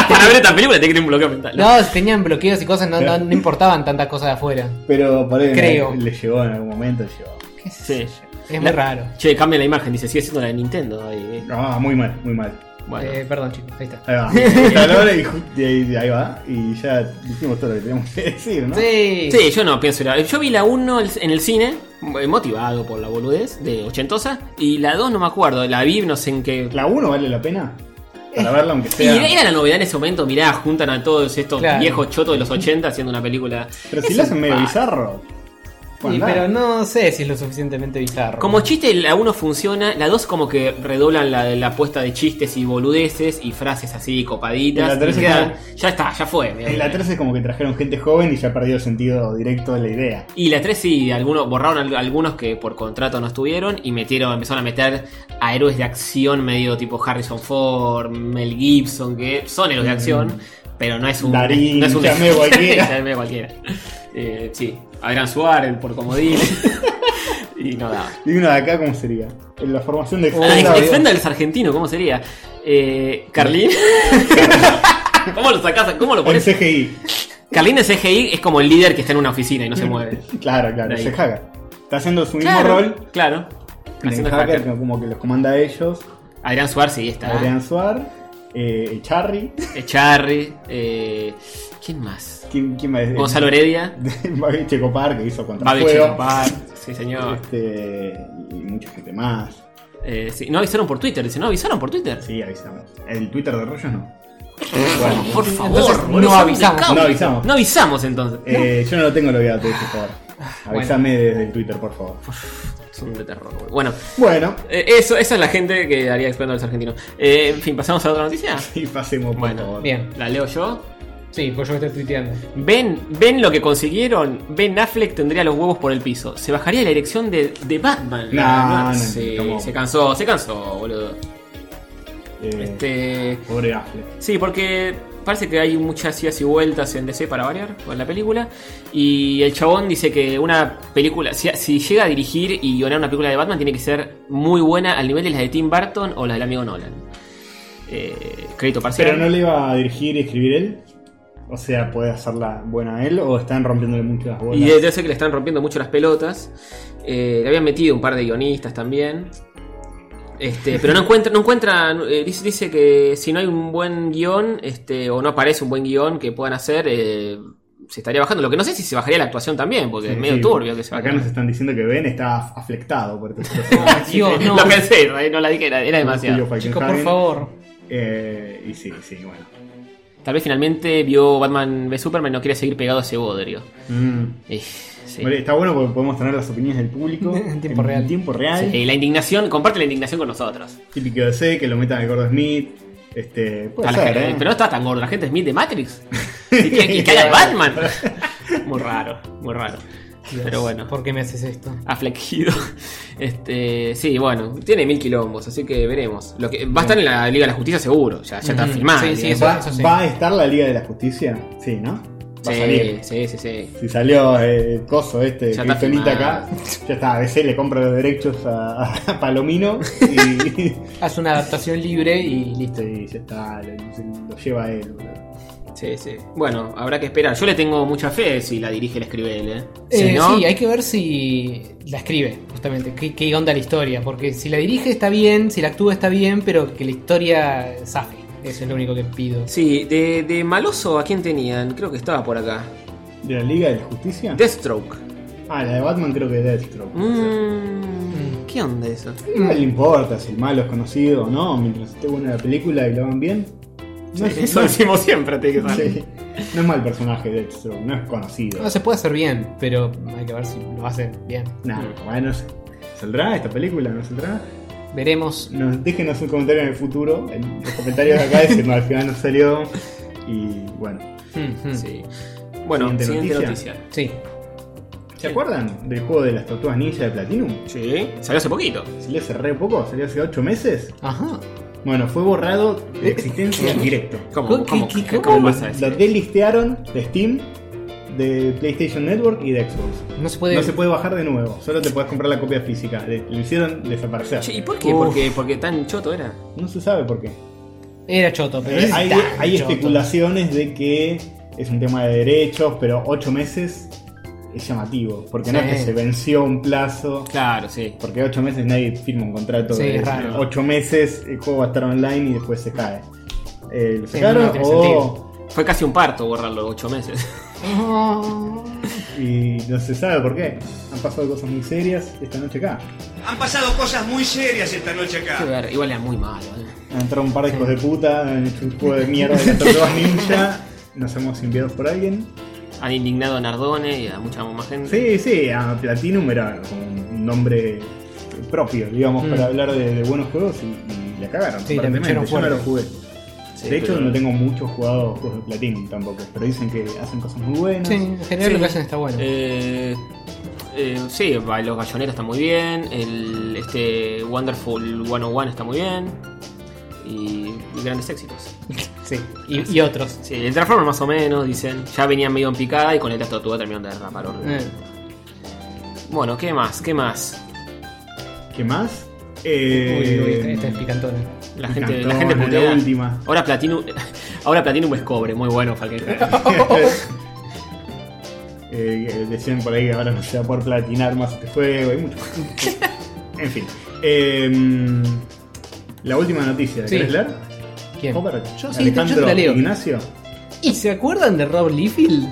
A: Para ver esta película te creen un bloqueo mental.
C: no, tenían bloqueos y cosas, no, no, no importaban tantas cosas de afuera.
B: Pero por ahí
C: Creo.
B: le, le llegó en algún momento. le llegó.
A: Sí.
C: Es muy raro.
A: Che, cambia la imagen. Dice, sigue siendo la de Nintendo. Y-
B: Ah, muy mal, muy mal.
A: bueno.
C: Eh, perdón, chicos, ahí está.
B: Ahí va. Stallone y ju- y ahí, ahí va. Y ya dijimos todo lo que teníamos que decir, ¿no?
C: Sí.
A: Sí, yo no pienso ir a- Yo vi la 1 el- en el cine, eh, motivado por la boludez de ochentosa, y la 2 no me acuerdo, la vi no sé en qué...
B: ¿La 1 vale la pena? Para verla aunque
A: Y
B: sea.
A: era la novedad en ese momento, mirá, juntan a todos estos
C: Claro.
A: viejos chotos de los 80 haciendo una película...
B: Pero si lo hacen medio bizarro.
C: Y-
B: Pueden dar.
C: pero no sé si es lo suficientemente bizarro.
A: Como chiste la 1 funciona, la 2 como que redoblan la, la apuesta de chistes y boludeces y frases así copaditas.
B: Y la
A: y
B: tres es
A: queda-
B: como-
A: Ya está, ya fue.
B: En la 3 es como que trajeron gente joven y ya perdió el sentido directo de la idea.
A: Y la 3 sí, algunos, borraron al- algunos que por contrato no estuvieron y metieron, empezaron a meter a héroes de acción medio tipo Harrison Ford, Mel Gibson, que son héroes de acción, pero no es un...
B: Mm. Darín,
A: no es un
B: ya medio cualquiera.
A: Ya medio cualquiera. Eh, sí, Adrián Suárez por comodín. y no daba.
B: Y uno de acá, ¿cómo sería? En la formación de
A: Ah,
B: Expendables.
A: Expendables argentino, ¿cómo sería? Eh, Carlín. ¿Cómo lo sacás? ¿Cómo lo
B: en
A: pones?
B: CGI.
A: Carlín de CGI es como el líder que está en una oficina y
B: Mm.
A: no se mueve.
B: Claro, claro,
A: Ahí.
B: se haga. Está haciendo su mismo rol.
A: claro.
B: El
A: Haciendo
B: hacker
A: hacker.
B: que como que los comanda a ellos.
A: Adrián Suárez sí está.
B: Adrián Suar, eh, Charry.
A: Echarri. Eh, ¿Quién más?
B: ¿Quién, quién más?
A: Gonzalo Heredia.
B: Babich Checopar que hizo contra
A: Babi
B: fuego.
A: Checopar. Sí, señor.
B: Este, y mucha gente más.
A: Eh, sí, No avisaron por Twitter, dice, no avisaron por Twitter.
B: Sí, avisamos. El Twitter de Rollos no.
A: Bueno, por favor,
B: Entonces,
A: boludo,
B: no
A: son
B: avisamos.
A: de cable.
B: No avisamos.
A: No avisamos entonces.
B: Eh, Yo no lo tengo, lo voy a pedir, por favor. Avísame desde el Twitter, por favor. Eh.
A: Son de terror, boludo. Bueno,
B: Bueno.
A: eh, eso, esa es la gente que haría explotando a los argentinos. Eh, en fin, pasamos a otra noticia.
B: Sí, pasemos por favor.
C: Bien.
A: La leo yo.
C: Sí, pues yo me estoy tuiteando.
A: Ven, ven lo que consiguieron. Ben Affleck tendría los huevos por el piso. Se bajaría la erección de, de Batman.
B: No,
A: La-
B: no,
A: sí,
B: no.
A: se cansó, se cansó, boludo.
B: Eh,
A: Este,
B: Pobre Affleck.
A: sí, porque parece que hay muchas idas y vueltas en DC para variar con la película. Y el chabón dice que una película, si, si llega a dirigir y guionar una película de Batman, tiene que ser muy buena al nivel de las de Tim Burton o las del amigo Nolan. Eh, crédito parcial.
B: Pero no le iba a dirigir y escribir él. O sea, puede hacerla buena él o están rompiéndole mucho las bolas.
A: Y desde hace que le están rompiendo mucho las pelotas. Eh, le habían metido un par de guionistas también. Este, pero no encuentra, no encuentra eh, dice, dice que si no hay un buen guión, este, o no aparece un buen guión que puedan hacer, eh, se estaría bajando. Lo que no sé si se bajaría la actuación también, porque es
B: Sí,
A: medio
B: sí.
A: turbio que se
B: Acá
A: bajaría.
B: nos están diciendo que Ben está afectado por este
C: Dios, no.
A: Ah, Lo pensé, eh, no la dije, era, era demasiado.
C: Chicos, por favor.
B: Eh, y sí, sí, bueno.
A: Tal vez finalmente vio Batman v Superman y no quería seguir pegado a ese bodrio.
B: Mm.
A: Eh, sí.
B: Bueno, está bueno porque podemos tener las opiniones del público
C: En tiempo real.
B: tiempo real.
A: Sí, la indignación, comparte la indignación con nosotros.
B: Típico de C, que lo metan al Gordo Smith. Este, puede
A: A la
B: ser,
A: gente-
B: ¿eh?
A: Pero no está tan gordo, la gente es Smith de Matrix. y que, y que haga el Batman. muy raro, muy raro. Pero bueno,
C: ¿Por qué me haces esto?
A: aflequido. Este, sí, bueno, tiene mil quilombos, así que veremos. Lo que, va a estar en la Liga de la Justicia seguro, ya, ya está
C: Ujú.
A: filmada.
C: Sí, sí,
A: digamos.
C: eso-
B: ¿Va,
C: eso sí.
B: va a estar la Liga de la Justicia? Sí, ¿no? Va a salir.
A: sí, sí, sí.
B: Si salió eh, el coso este,
A: Ya está
B: Cristonita
A: filmada.
B: acá, ya está, ABC le compra los derechos a, a Palomino y,
C: Haz una adaptación libre y
B: y listo,
C: listo.
B: y ya está, lo, lo lleva él. boludo.
A: Sí, sí. Bueno, habrá que esperar. Yo le tengo mucha fe si la dirige el Escribel, ¿eh?
C: Eh,
A: Si no,
C: Sí, hay que ver si la escribe, justamente, qué, qué onda la historia, porque si la dirige está bien, si la actúa está bien, pero que la historia zafe, eso es lo único que pido.
A: sí, de, de Maloso, ¿a quién tenían? Creo que estaba por acá.
B: ¿De la Liga de la Justicia?
A: Deathstroke.
B: Ah, la de Batman creo que es Deathstroke.
A: Mm, ¿Qué onda eso?
B: No le importa si el malo es conocido o no, mientras esté buena la película y lo hagan bien. No, es,
A: Eso
B: no-
A: decimos siempre, tiene que ser.
B: sí. No es mal personaje Deathstroke, no es conocido.
C: No, se puede hacer bien, pero hay que ver si lo hace bien.
B: Nada, bueno, ¿saldrá esta película? ¿No saldrá?
C: Veremos.
B: Nos, déjenos un comentario en el futuro, en los comentarios de acá, de si no, al final no salió. Y bueno,
C: Mm, mm. Sí.
A: Sí. Bueno, siguiente,
B: Siguiente
A: noticia.
B: noticia. ¿se acuerdan del juego de las tortugas ninja de Platinum?
A: Sí. Salió hace poquito.
B: Salió hace re poco, salió hace 8 meses.
C: Ajá.
B: Bueno, fue borrado de existencia en directo.
A: ¿Cómo,
C: ¿Qué-
A: cómo,
C: qué-
A: qué-
C: cómo
A: cómo
B: Lo-
A: pasa eso?
B: Lo delistearon de Steam, de PlayStation Network y de Xbox.
C: No se puede.
B: No se puede bajar de nuevo, solo te puedes comprar la copia física. Le, lo hicieron desaparecer.
A: Che, ¿Y por qué?
C: Uf.
A: Porque, porque tan choto era.
B: No se sabe por qué.
C: Era choto, pero
B: Eh,
C: es
B: hay
C: tan
B: hay
C: choto.
B: especulaciones de que es un tema de derechos, pero ocho meses es llamativo. Porque no
C: Sí.
B: es que se venció un plazo.
A: Claro, sí.
B: Porque ocho meses nadie firma un contrato
C: Sí,
B: de
C: es raro.
B: ocho meses, el juego va a estar online y después se cae. Eh, lo
C: Sí,
B: sacaron
C: no tiene
B: o-
A: Fue casi un parto borrarlo ocho meses.
C: Ah,
B: y no se sabe por qué. Han pasado cosas muy serias esta noche acá.
F: Han pasado cosas muy serias esta noche
A: Qué
F: acá.
A: ver- Igual era muy malo. ¿eh?
B: Han entrado un par de hijos de puta, han hecho un juego de mierda de las tortugas ninja. Nos hemos enviado por alguien.
A: Han indignado a Nardone y a mucha más gente.
B: Sí, sí, a Platinum era como un nombre propio, digamos,
C: Mm.
B: para hablar de, de buenos juegos y, y la cagaron.
C: Sí, la
B: aparentemente.
C: picharon
B: Yo no
C: fuerte.
B: lo jugué.
A: Sí,
B: de hecho,
A: pero-
B: no tengo muchos jugados juegos de Platinum tampoco, pero dicen que hacen cosas muy buenas.
C: Sí, en general
A: Sí.
C: lo que hacen está bueno.
A: Eh, eh, sí, va, los galloneros están muy bien. El, este Wonderful 101 está muy bien. Y, y grandes éxitos.
C: sí. Y, y otros.
A: Sí, el Transformer más o menos, dicen. Ya venían medio en picada y con el tortuga terminaron de derrapar. orden.
C: Eh,
A: Bueno, ¿qué más? ¿Qué más?
B: ¿Qué más?
C: uy,
B: Eh,
C: uy, esta- esta es picantona.
A: La
B: Me
A: gente, la
B: encantó,
A: gente
B: la
A: putea.
B: última.
A: Ahora Platinum, ahora Platinum es cobre, muy bueno Falken.
B: Eh, decían por ahí que ahora no se va a poder platinar más este juego y mucho más. en fin. Em, la última noticia,
C: Sí.
B: ¿querés leer?
C: ¿Quién?
B: Robert,
C: Yo sí, yo te
B: Alejandro,
C: la leo.
B: Ignacio.
C: ¿Y se acuerdan de Rob Liefeld?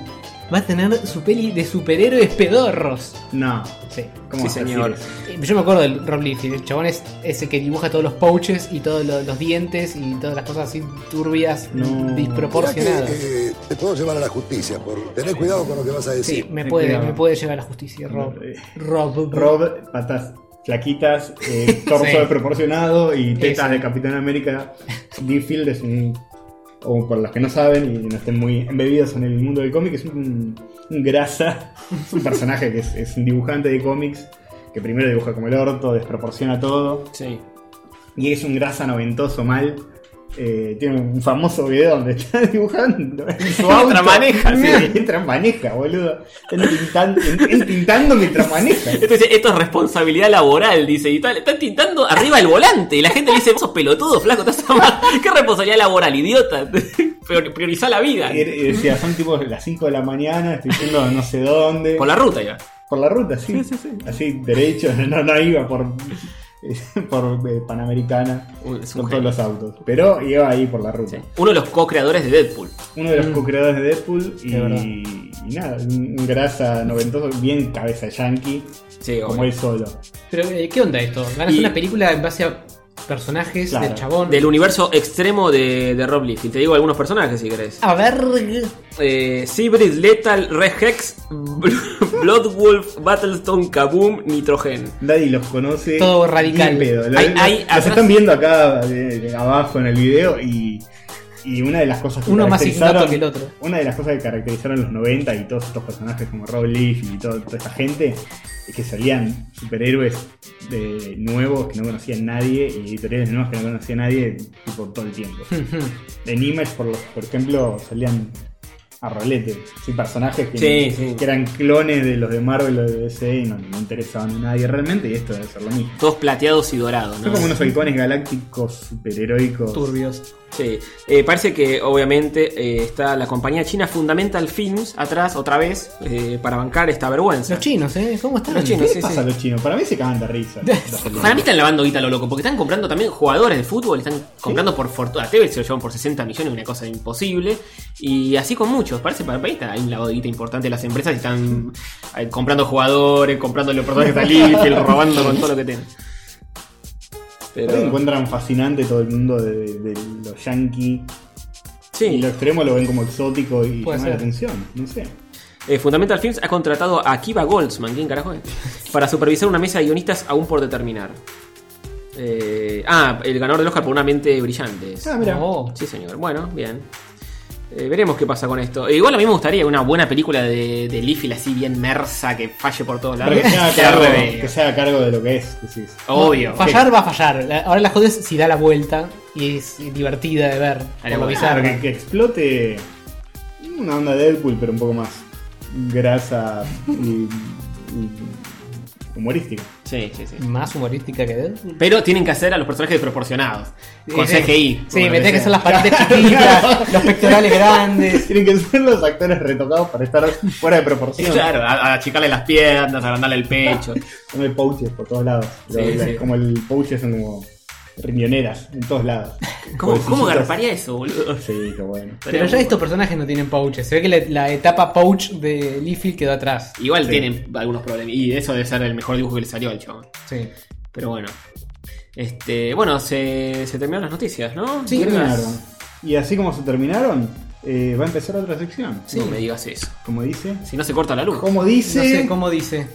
C: va a tener su peli de superhéroes pedorros.
B: No.
C: Sí.
B: ¿Cómo
A: Sí,
B: vas a decir
A: señor.
B: eso?
C: Eh, Yo me acuerdo del Rob Liefeld, el chabón es ese que dibuja todos los pouches y todos lo- los, dientes y todas las cosas así turbias,
B: No.
C: desproporcionadas.
K: Mirá que, eh, te puedo llevar a la justicia, por tener cuidado con lo que vas a decir.
C: Sí, me
B: me
C: puede,
B: cuidaba.
C: me puede llevar a la justicia, Rob.
B: Eh,
C: Rob.
B: Rob, patas flaquitas, eh, torso
C: Sí.
B: desproporcionado y tetas
C: Eso.
B: de Capitán América. Deerfield es un. O por los que no saben y no estén muy embebidos en el mundo del cómic, es un, un grasa. Es un personaje que es, es un dibujante de cómics que primero dibuja como el orto, desproporciona todo.
A: Sí.
B: Y es un grasa noventoso mal. Eh, tiene un famoso video donde está dibujando en su auto.
A: Mientras maneja, sí.
B: Mientras maneja, boludo. Está tintando, tintando mientras maneja.
A: Esto, dice, esto es responsabilidad laboral, dice, y tal. Están tintando arriba el volante. Y la gente le dice, vos sos pelotudo, flaco, te vas a amar. ¿Qué responsabilidad laboral, idiota? Prior- Priorizá la vida.
B: Y era- y decía, son tipo las 5 de la mañana, estoy yendo a no sé dónde.
A: Por la ruta iba.
B: Por la ruta, sí. Así, derecho, no, no iba por, por eh, Panamericana
A: Uy, es un
B: con
A: genio.
B: todos los autos. Pero iba ahí por la ruta.
A: Uno de los co-creadores de Deadpool.
B: Uno de los co-creadores de Deadpool y,
C: De verdad.
B: y nada, un un grasa noventoso, bien cabeza yankee,
A: Sí,
B: como
A: obvio.
B: él solo.
C: Pero, eh, ¿qué onda esto? ¿Van a
A: Y-
C: hacer una película en base a personajes
B: Claro.
C: del chabón?
A: Del universo extremo de, de Rob Liefeld. Te digo algunos personajes si querés.
C: A ver.
A: Eh, Seabreeze, Lethal, Red Hex, Bl- Bloodwolf, Battlestone, Kaboom, Nitrogen.
B: Nadie los conoce.
C: Todo
B: ni
C: radical.
B: en pedo. Lo-
A: Hay-
B: lo-
A: hay-
B: los
A: atrás-
B: están viendo acá eh, abajo en el video y, y una de las cosas que
C: Uno más
B: caracterizaron-
C: ignoto que el otro.
B: Una de las cosas que caracterizaron los 90 y todos estos personajes como Rob Leaf y todo- toda esta gente es que salían superhéroes de nuevos que no conocía nadie y editoriales nuevas que no conocía nadie tipo, todo el tiempo. En Image, por, los- por ejemplo, salían a rolete. Sí, personajes que,
A: Sí, sí.
B: que eran clones de los de Marvel o de DC y no, no interesaban a nadie realmente. Y esto debe ser lo mismo.
A: Todos plateados y dorados,
B: Son
A: ¿no?
B: como unos halcones galácticos superheroicos.
C: Turbios.
A: Sí, eh, parece que obviamente eh, está la compañía china Fundamental Films atrás otra vez eh, para bancar esta vergüenza.
C: Los chinos, ¿eh? ¿Cómo están?
A: Los chinos,
B: ¿Qué
A: sí,
B: pasa
A: sí.
B: a los chinos? Para mí se cagan de risa.
A: Para mí están lavando guita a lo loco, porque están comprando también jugadores de fútbol, están comprando por fortuna. A Tevez se lo llevan por 60 millones, una cosa imposible. Y así con muchos. Parece para país hay un lavado de guita importante. Las empresas están eh, comprando jugadores, comprando los personajes a Liefeld, robando con todo lo que tienen.
B: Pero...
A: Pero.
B: encuentran fascinante todo el mundo de, de los yankees. Y
A: Sí,
B: lo extremo lo ven como exótico y
C: Puede
B: llama la
C: ser.
B: atención. No sé.
A: eh, Fundamental Films ha contratado a Akiva Goldsman, ¿quién carajo es? Para supervisar una mesa de guionistas aún por determinar. Eh, ah, el ganador del Oscar por una mente brillante. es.
B: Ah, mira.
C: Oh.
A: Sí, señor. Bueno, bien. Eh, veremos qué pasa con esto. Eh, igual a mí me gustaría una buena película de, de Liefeld así bien mersa que falle por todos lados.
B: Pero que se haga
A: Se
B: cargo,
A: arrebe.
B: que se haga cargo de lo que es. decís.
A: Obvio.
C: Fallar va a fallar. La- Ahora la jodes si da la vuelta y es divertida de ver. por
A: la
C: lo
A: vuelta.
C: bizarro.
B: Claro, que, que explote una onda Deadpool, pero un poco más grasa y, y humorística.
A: Sí, sí, sí.
C: Más humorística que Deadpool.
A: Pero tienen que hacer a los personajes desproporcionados. Con
C: Sí, sí.
A: CGI.
C: Eh,
A: por
C: Sí, me
A: lo
C: tenés que
A: sea.
C: hacer las paredes chiquitas, los pectorales grandes.
B: Tienen que ser los actores retocados para estar fuera de proporción.
A: Claro, a, a achicarle las piernas, agrandarle el pecho.
B: Son el pouches por todos lados.
A: Sí,
B: Los-
A: sí.
B: Como el pouches son como riñoneras en todos lados.
A: ¿Cómo, ¿cómo
B: Pobrecillitas.
A: garparía eso, boludo?
B: Sí, qué bueno.
C: Pero ya estos personajes no tienen pouches. Se ve que la, la etapa pouch de Leafy quedó atrás.
A: Igual
B: Sí.
A: tienen algunos problemas. Y eso debe ser el mejor dibujo que le salió al chabón.
C: Sí.
A: Pero bueno. Este, bueno, se, se terminaron las noticias, ¿no?
C: Sí,
B: Terminaron. Y así como se terminaron, eh, va a empezar otra sección.
A: No me digas eso.
B: Como dice.
A: Si no se corta la luz.
B: Como
C: No
B: dice.
C: sé cómo dice.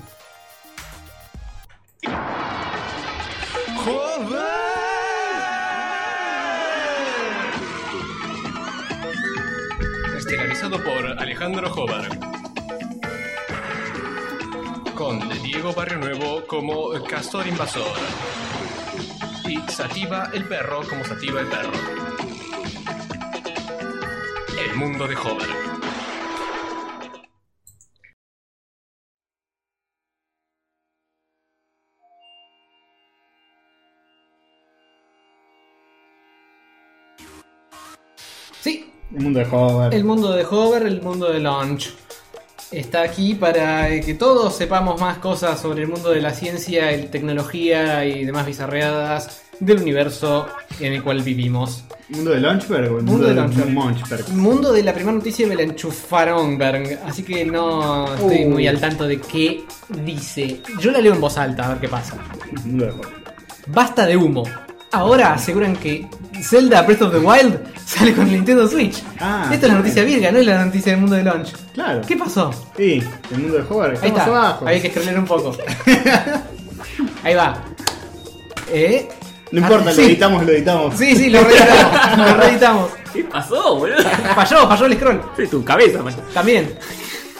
E: Estelarizado por Alejandro Jobar. Con Diego Barrio Nuevo como Castor Invasor. Y Sativa el Perro como Sativa el Perro. El mundo de Jobar.
C: Sí,
B: El mundo de Hover.
C: el mundo de Hover, el mundo de Launch. Está aquí para eh, que todos sepamos más cosas sobre el mundo de la ciencia, y tecnología y demás bizarreadas del universo en el cual vivimos.
B: ¿Mundo de Launchberg o el
C: Mundo
B: mundo,
C: de
B: de,
C: Launchberg.
B: Munchberg?
C: Mundo de la primera noticia me la enchufaron, Berg, así que no estoy
B: Uh.
C: muy al tanto de qué dice. Yo la leo en voz alta, a ver qué pasa.
B: Mundo de Juego.
C: Basta de humo. Ahora aseguran que Zelda Breath of the Wild sale con Nintendo Switch.
B: Ah,
C: Esta es la noticia virga, no es la noticia del mundo de launch.
B: Claro.
C: ¿Qué pasó?
B: Sí, el mundo de Hover.
C: Ahí
B: Estamos
C: está.
B: abajo.
C: Había que scrollear un poco. Ahí va. Eh,
B: No importa, lo
C: Ah, sí.
B: editamos, lo editamos.
C: Sí, sí, lo reeditamos. lo reeditamos.
A: ¿Qué pasó, boludo?
C: Falló, falló el scroll.
A: Sí, tu cabeza, man.
C: También.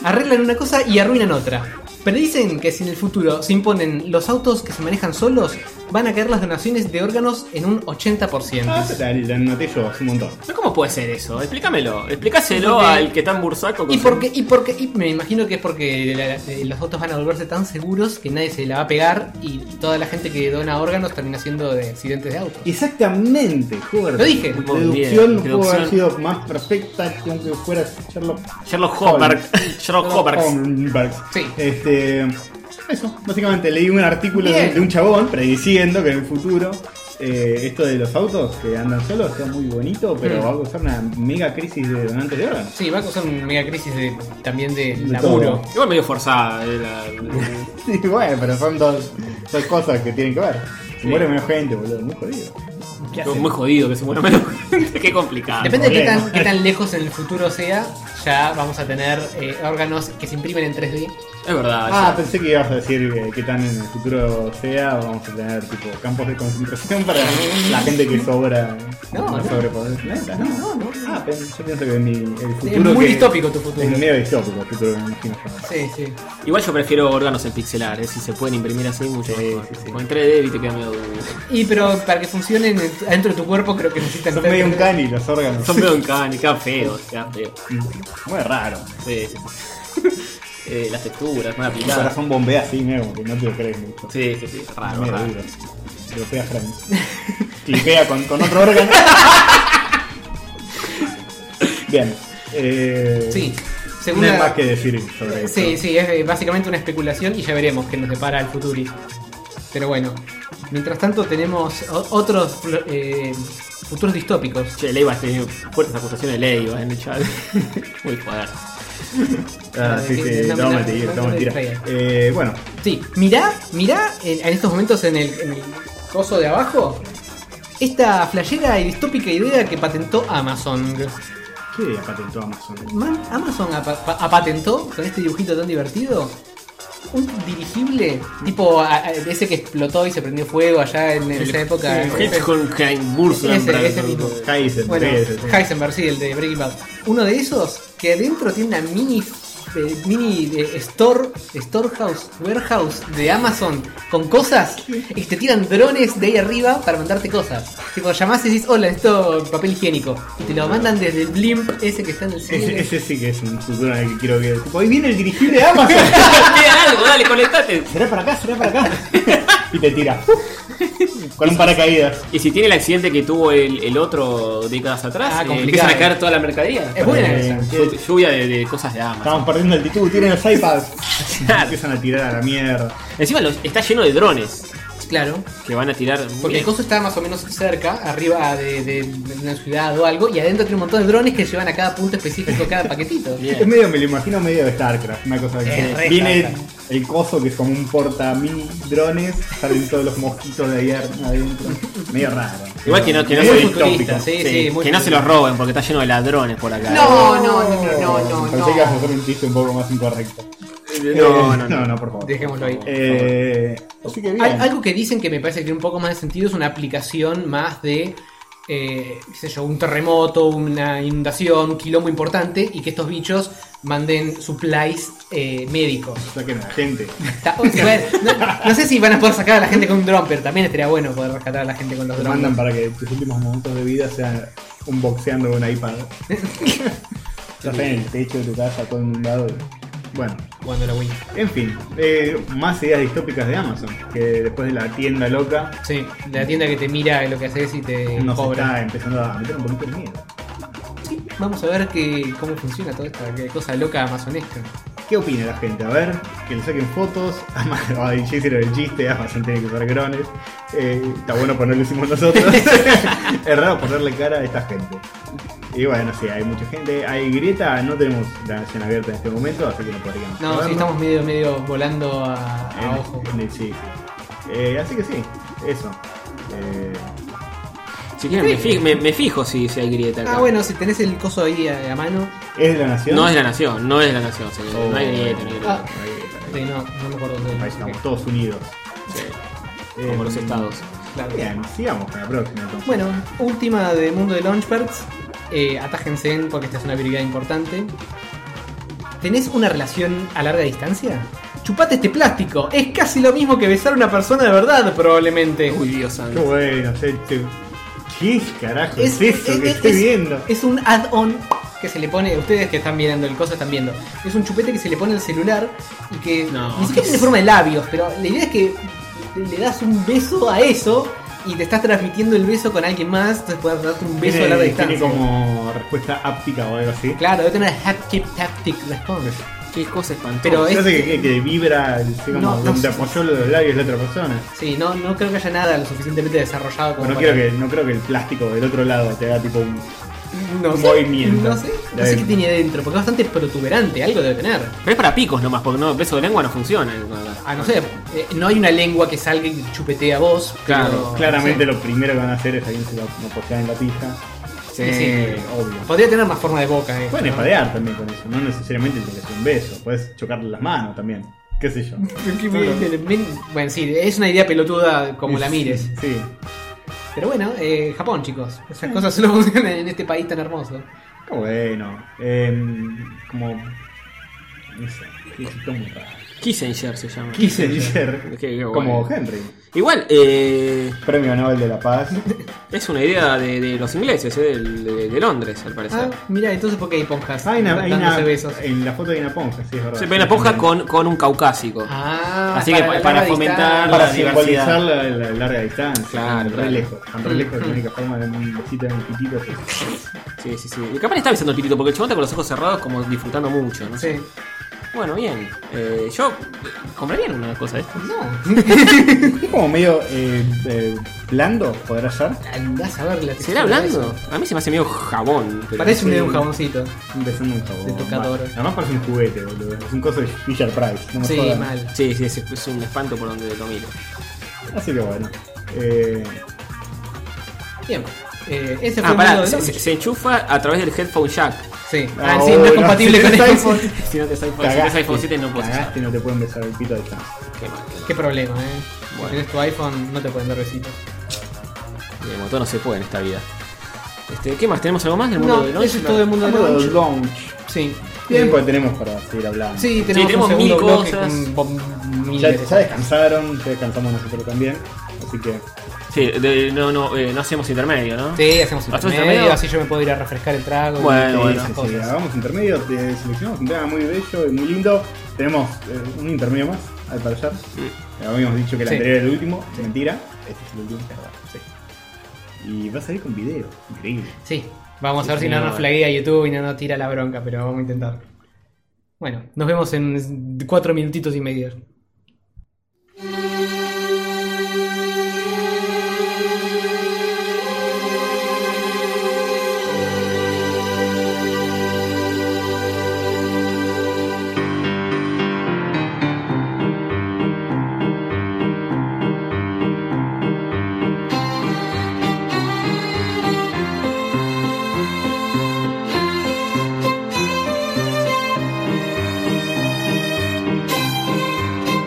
C: Arreglan una cosa y arruinan otra. Predicen que si en el futuro se imponen los autos que se manejan solos, van a caer las donaciones de órganos en un 80%.
B: Ah, esa la, la noté yo hace un montón.
A: No, ¿Cómo puede ser eso? Explícamelo. Explícáselo
C: Porque-
A: al que está en bursaco. con
C: Y
A: su-
C: porque, y porque, y me imagino que es porque la- eh, los autos van a volverse tan seguros que nadie se la va a pegar y toda la gente que dona órganos termina siendo de accidentes de auto.
B: Exactamente, Hover.
C: Lo dije.
B: La
A: Muy bien,
B: deducción no pudo
A: deducción.
B: haber sido más perfecta que aunque fuera Sherlock
A: Sherlock Hopper. Sherlock Hopper.
B: Holmes.
C: Sí.
B: Este, eso, básicamente leí un artículo de,
C: Bien.
B: de un chabón prediciendo que en el futuro eh, esto de los autos que andan solos está muy bonito, pero
C: Mm.
B: va a causar una mega crisis de donantes de órganos.
C: Sí, va a causar una mega crisis de, también de,
B: De
C: laburo.
B: todo.
A: Igual medio forzada. eh, la-
B: Sí, bueno, pero son dos, dos cosas que tienen que ver. Se
A: Sí.
B: muere menos gente, boludo, muy jodido. ¿Qué
A: Yo
B: hacen?
A: muy jodido que se muera menos gente. Qué complicado.
C: Depende de qué tan,
B: Problema.
C: qué tan lejos en el futuro sea, ya vamos a tener eh, órganos que se imprimen en 3D.
A: Es verdad.
B: Ah,
A: ya.
B: pensé que ibas a decir que, que tan en el futuro sea, vamos a tener tipo campos de concentración para la gente que sobra.
C: No, no.
B: sobrepoder del planeta, no.
C: No, no, no.
B: Ah, pen- yo pienso que mi, el futuro.
C: es muy
B: que-
C: distópico tu futuro.
B: Es medio distópico el futuro, me imagino. yo.
C: Sí, sí.
A: Igual yo prefiero órganos en pixelar, eh, si se pueden imprimir así mucho
B: Sí,
A: mejor.
B: sí, sí.
A: Con 3D y te queda medio duro.
C: Y pero para que funcionen en- adentro de tu cuerpo creo que necesitan...
B: Son
C: ser-
B: medio un cani los órganos.
A: Son medio en can y quedan feos, quedan feos.
B: Muy raro.
A: Sí, sí, sí. Eh, las texturas, mal
B: Mi
A: aplicadas.
B: corazón bombea así, medio como que no te lo crees mucho.
A: Sí, sí, sí, raro,
B: medio
A: raro.
B: duro. Se lo pega Frank. Clipea con, con otro órgano. Bien. Eh,
C: Sí.
B: No
C: Segunda...
B: hay más que decir sobre eso.
C: Sí, sí, es eh, básicamente una especulación y ya veremos qué nos depara el futuro. Pero bueno, mientras tanto tenemos o- otros fl- eh, futuros distópicos.
A: Che, Leiva ha tenido fuertes acusaciones de Leiva en el chat. Muy fuerte.
B: Ah, sí, sí,
C: No,
B: estamos
C: no,
B: metidos,
C: no,
B: estamos
C: no,
B: metidos.
C: no, no,
B: Eh, bueno,
C: Sí, mirá, mirá en, en estos momentos en el, en el coso de abajo esta flashera y distópica idea que patentó Amazon.
B: ¿qué día patentó Amazon?
C: Man, Amazon apa- pa- apatentó con este dibujito tan divertido un dirigible tipo a- a- ese que explotó y se prendió fuego allá en, en esa época. eh,
A: El Hitchcock Bursa.
C: Ese, ese mismo.
B: Kaiser,
C: Bueno,
B: Kaiser.
C: Heisenberg, sí, el de Breaking Bad. Uno de esos que adentro tiene una mini eh, mini eh, store, storehouse, warehouse de Amazon con cosas y te tiran drones de ahí arriba para mandarte cosas. Tipo, llamás y dices, hola, esto papel higiénico. Y te lo mandan desde el blimp ese que está en el
B: Ese,
C: cine.
B: ese sí que es un futuro en el que quiero que. Tipo, ahí viene el dirigible de Amazon.
A: Queda algo, dale, conectate.
B: ¿Será para acá? ¿Será para acá? y te tira. Con un paracaídas.
A: Y si tiene el accidente que tuvo el, el otro décadas atrás,
C: Ah,
A: eh,
C: complicado.
A: empiezan a caer toda la mercadería.
C: Es buena
B: Eh,
C: esa.
B: che,
A: Llu- Lluvia de, de cosas de Amazon.
B: Estamos perdiendo altitud, tienen los iPads. Empiezan a tirar a la mierda.
A: Encima los- está lleno de drones
C: Claro.
A: que van a tirar.
C: Porque el coso está más o menos cerca, arriba de, de- de una ciudad o algo, y adentro tiene un montón de drones que llevan a cada punto específico, cada paquetito.
A: Bien.
B: Es medio, me lo imagino medio de StarCraft, una cosa
C: Es
B: que
C: re
B: viene
C: StarCraft.
B: el coso que es como un porta mini drones, salen todos los mosquitos de ahí adentro. Medio raro.
A: Igual que no, que no,
B: Medio
A: se,
C: futurista,
B: distópico.
C: sí, sí, muy
A: que no se los roben porque está lleno de ladrones por acá.
C: No, no, no, no, no, no.
B: Pensé que ibas a hacer un chiste un poco más incorrecto.
A: Eh, no,
B: Eh,
A: no,
B: no,
A: no.
B: por favor.
C: Dejémoslo ahí.
B: Eh, así que bien.
C: Al- algo que dicen que me parece que tiene un poco más de sentido es una aplicación más de, eh, qué sé yo, un terremoto, una inundación, un quilombo importante y que estos bichos manden supplies eh, médicos.
B: Saquen a la gente.
C: Ta- o sea, bueno, no, no sé si van a poder sacar a la gente con un dron, pero también estaría bueno poder rescatar a la gente con los
B: Te
C: drones.
B: mandan para que tus últimos momentos de vida sean un boxeando con un iPad. Estás en el techo de tu casa, todo inundado. Bueno,
C: Cuando la Wii.
B: en fin, eh, más ideas distópicas de Amazon. Que después de la tienda loca
C: Sí, de la tienda que te mira lo que haces y te
B: nos
C: cobra.
B: está empezando a meter un poquito de miedo.
C: Vamos a ver que, cómo funciona toda esta cosa loca amazonesca.
B: ¿Qué opina la gente? A ver, que le saquen fotos. Amazon, ay, ya hicieron el chiste, Amazon tiene que usar crones. Eh, está bueno ponerle hicimos nosotros. es raro ponerle cara a esta gente. Y bueno, sí, hay mucha gente. Hay grieta, no tenemos la nación abierta en este momento, así que no podríamos.
C: No, sí,
B: saberlo.
C: estamos medio, medio volando a, a
B: En-
C: ojo.
B: en el- sí. Eh, así que sí, eso. Eh,
A: Si quieren, me, fi- me- me fijo si, si hay grieta. acá.
C: Ah, bueno, si tenés el coso ahí a la mano.
B: ¿Es de la nación?
A: No es de la nación, no es de la nación, señor.
B: Oh.
A: No hay grieta, no hay grieta.
C: Ah, sí, no, no me acuerdo dónde.
B: Ahí estamos, todos unidos. Eh,
A: Sí. Como los estados.
C: Claro.
B: Bien, sigamos con la próxima entonces.
C: Bueno, última de Mundo de Launchpads. Eh, atájense porque esta es una habilidad importante. ¿Tenés una relación a larga distancia? Chupate este plástico. Es casi lo mismo que besar a una persona de verdad, probablemente. Uy, Dios
B: Qué bueno, se- se- ¿Qué carajo
C: Es-
B: es, esto
C: es-
B: que
C: es-
B: estoy
C: es-
B: viendo?
C: Es un add-on que se le pone, ustedes que están mirando el coso están viendo. Es un chupete que se le pone al celular y que ni siquiera tiene forma de labios, pero la idea es que le das un beso a eso y te estás transmitiendo el beso con alguien más, entonces puedes darte un beso a
B: Tiene-
C: larga
B: Tiene
C: distancia.
B: como respuesta áptica o algo así.
C: Claro, debe tener una haptic haptic response.
A: Qué cosa espantosa.
C: Pero
B: Yo
C: es-
B: sé que, que- que vibra, así como
C: No, no
B: donde
C: sé.
B: apoyó los labios la otra persona.
C: Sí, no, no creo que haya nada lo suficientemente desarrollado como
B: Pero no,
C: Oh, para-
B: quiero que, no creo que el plástico del otro lado te haga tipo un.
C: no
B: un
C: sé,
B: movimiento.
C: No sé, no sé
B: Debe-
C: qué tiene adentro, porque es bastante protuberante, algo debe tener.
A: Pero es para picos nomás, porque no, el beso de lengua no funciona.
C: Ah, no sé, eh, no hay una lengua que salga y chupetea a vos.
A: Claro,
C: pero-
B: Claramente
C: no
B: lo primero que van a hacer es alguien se lo lo postea en la pija.
C: sé. Sí, sí.
B: obvio.
C: Podría tener más forma de boca, eh.
B: Pueden
C: ¿no?
B: espadear también con eso, no necesariamente tiene que ser un beso, puedes chocarle las manos también, qué sé yo.
C: Qué
B: Solo-
C: bien, bien. Bueno, sí, es una idea pelotuda como la mires.
B: Sí.
C: Pero bueno, eh, Japón, chicos. Esas cosas solo funcionan en este país tan hermoso.
B: Qué bueno. em, como. No sé, qué- qué- cómo raro.
A: Kissinger se llama.
B: Kissinger.
A: Qué- qué
B: Como
A: bueno.
B: Henry.
A: Igual, eh,
B: Premio Nobel de la Paz.
A: es una idea de, de los ingleses, eh, del- de, de Londres, al
C: Ah,
A: parecer.
C: mira, entonces ¿por qué hay ponjas?
B: Ah, hay una, hay
C: dándose
B: una-
C: besos.
B: en la foto hay una ponja, sí, es verdad.
A: Se ve una ponja con, con un caucásico.
C: Ah,
A: Así que
C: la
A: para
C: larga
A: fomentar-
C: distancia.
B: Para
A: la
B: simbolizar la, la larga distancia.
A: Claro,
B: tan
A: claro.
B: re lejos, tan re lejos, la única forma de un besito en el pitito es
A: Sí, sí, sí. Y capaz le está besando el pitito, porque el chabón está con los ojos cerrados, como disfrutando mucho, ¿no?
C: Sí.
A: Bueno, bien. Eh, yo eh, compraría una cosa de estas.
C: No,
B: Es como medio eh, eh, blando, podrá ser.
C: andás a ver
A: ¿Será
C: la textura de
A: hablando?
C: eso.
A: A mí se me hace medio jabón. pero-
C: Parece un, un jaboncito.
B: Empezando un jabón.
C: De tocador.
B: va. Además parece un juguete, boludo. Es un coso de Fisher Price. No me
C: Sí,
B: jodan.
C: mal.
A: Sí, sí, es, es un espanto por donde lo miro.
B: Así que bueno. Eh,
C: Bien. Eh, ese fue
A: Ah,
C: el mundo
A: pará,
C: de
A: se,
C: Lunch.
A: se- se enchufa a través del headphone jack.
C: Sí. Ah,
B: no,
C: sí, no es
B: bueno,
C: compatible
B: si
C: con el
B: tenés
C: iPhone.
B: iPhone-
A: Si no te iPhone, si tenés
B: cagaste,
A: iPhone 7 no puedes usar.
B: cagaste, no te pueden besar el pito de distancia.
A: Qué mal, qué mal.
C: Qué problema, eh.
A: Bueno.
C: Si tienes tu iPhone, no te pueden dar besitos.
A: Y el motor no se puede en esta vida. Este, ¿Qué más? ¿Tenemos algo más del mundo
C: No,
A: de Launch?
C: eso es todo el mundo de
B: Bueno,
C: Launch.
B: launch.
C: Sí.
B: Bien,
C: Eh,
B: pues tenemos para seguir hablando.
C: Sí, tenemos,
A: tenemos
C: un
A: mil
C: segundo bloque
A: cosas.
C: con bom-
B: Ya,
C: miles de
B: ya descansaron, ya descansamos nosotros también. Así que
A: Sí, de- no, no, eh, no hacemos intermedio, ¿no?
C: Sí, hacemos
A: ¿Hacemos
C: intermedio,
A: intermedio?
C: así yo me puedo ir a refrescar el trago. y
A: Bueno,
B: sí,
A: Ah, bueno,
B: sí,
C: esas
B: sí,
C: cosas.
B: hagamos intermedio, te seleccionamos un tema muy bello y muy lindo. Tenemos eh, un intermedio más, al parecer. Eh, Habíamos dicho que el
C: Sí.
B: anterior era el último, mentira. Este es el último, es verdad, sí. Y va a salir con video, increíble.
C: Sí, vamos a ver
A: Sí,
C: si no
A: bueno.
C: nos flaguea YouTube y no nos tira la bronca, pero vamos a intentar. Bueno, nos vemos en cuatro minutitos y medio.
H: Thank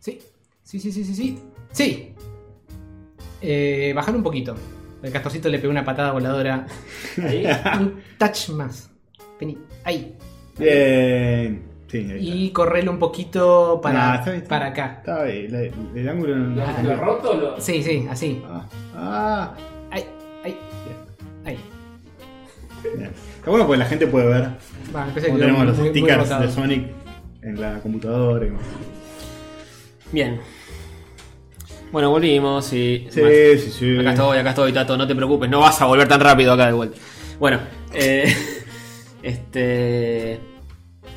C: Sí, sí, sí, sí, sí. Sí. sí. Eh, bajar un poquito. El castorcito le pegó una patada voladora.
A: Ahí.
C: un touch más. Vení, ahí.
B: Bien. Sí, ahí está.
C: Y correrle un poquito
B: Nah,
C: para,
B: está bien, está
C: para acá.
B: Está bien, la- el ángulo no se cambió.
A: roto lo.?
C: Sí, sí, así.
B: Ah,
C: Ahí, ahí. Ahí.
B: bien. Está bueno porque la gente puede ver
C: Va, empecé
B: cómo
C: a quedar
B: tenemos los
C: muy- muy
B: stickers
C: rotado.
B: de Sonic en la computadora. y demás.
A: Bien. Bueno, volvimos y.
B: Sí,
A: más.
B: sí, sí.
A: Acá estoy, acá estoy, Tato, no te preocupes, no vas a volver tan rápido acá de vuelta. Bueno, eh, este.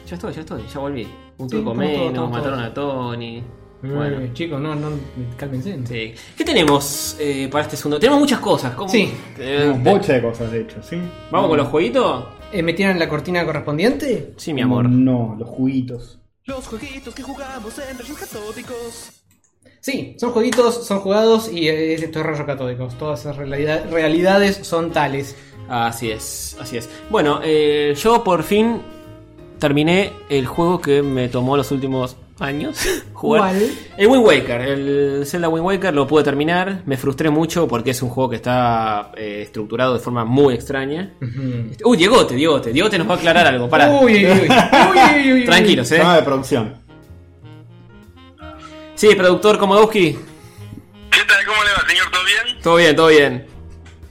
A: Ya estoy, ya estoy, ya volví. Un
C: Sí,
A: turco
C: estamos
A: menos,
C: todos, estamos
A: mataron
C: todos.
A: a Tony.
C: Eh,
A: Bueno,
C: chicos, no, no, cálmense.
A: sí. ¿Qué tenemos eh, para este segundo? Tenemos muchas cosas. ¿cómo?
C: Sí.
A: Eh,
B: Tenemos
A: te-
B: bocha de cosas, de hecho, ¿sí?
A: ¿Vamos con los jueguitos?
C: Eh, ¿Metieron la cortina correspondiente?
A: Sí, mi amor.
C: Mm.
B: No, los juguitos.
D: Los jueguitos que jugamos en rayos catódicos.
C: Sí, son jueguitos, son jugados y eh, esto es rayos catódicos. Todas esas realida- realidades son tales.
A: Así es, así es. Bueno, eh, yo por fin terminé el juego que me tomó los últimos años jugar.
C: ¿Cuál?
A: El Wind Waker, el Zelda Wind Waker lo pude terminar. Me frustré mucho porque es un juego que está eh, estructurado de forma muy extraña.
C: Uy,
A: Uy, Diegote, Diegote, Diegote nos va a aclarar algo. Pará,
C: Mm. uy, uy, uy, uy, uy, uy. Ah.
A: tranquilos, eh.
B: Tema de producción.
A: Sí, productor Komodowski,
G: ¿Qué tal? ¿Cómo le va, señor? ¿Todo bien?
A: todo bien, todo bien.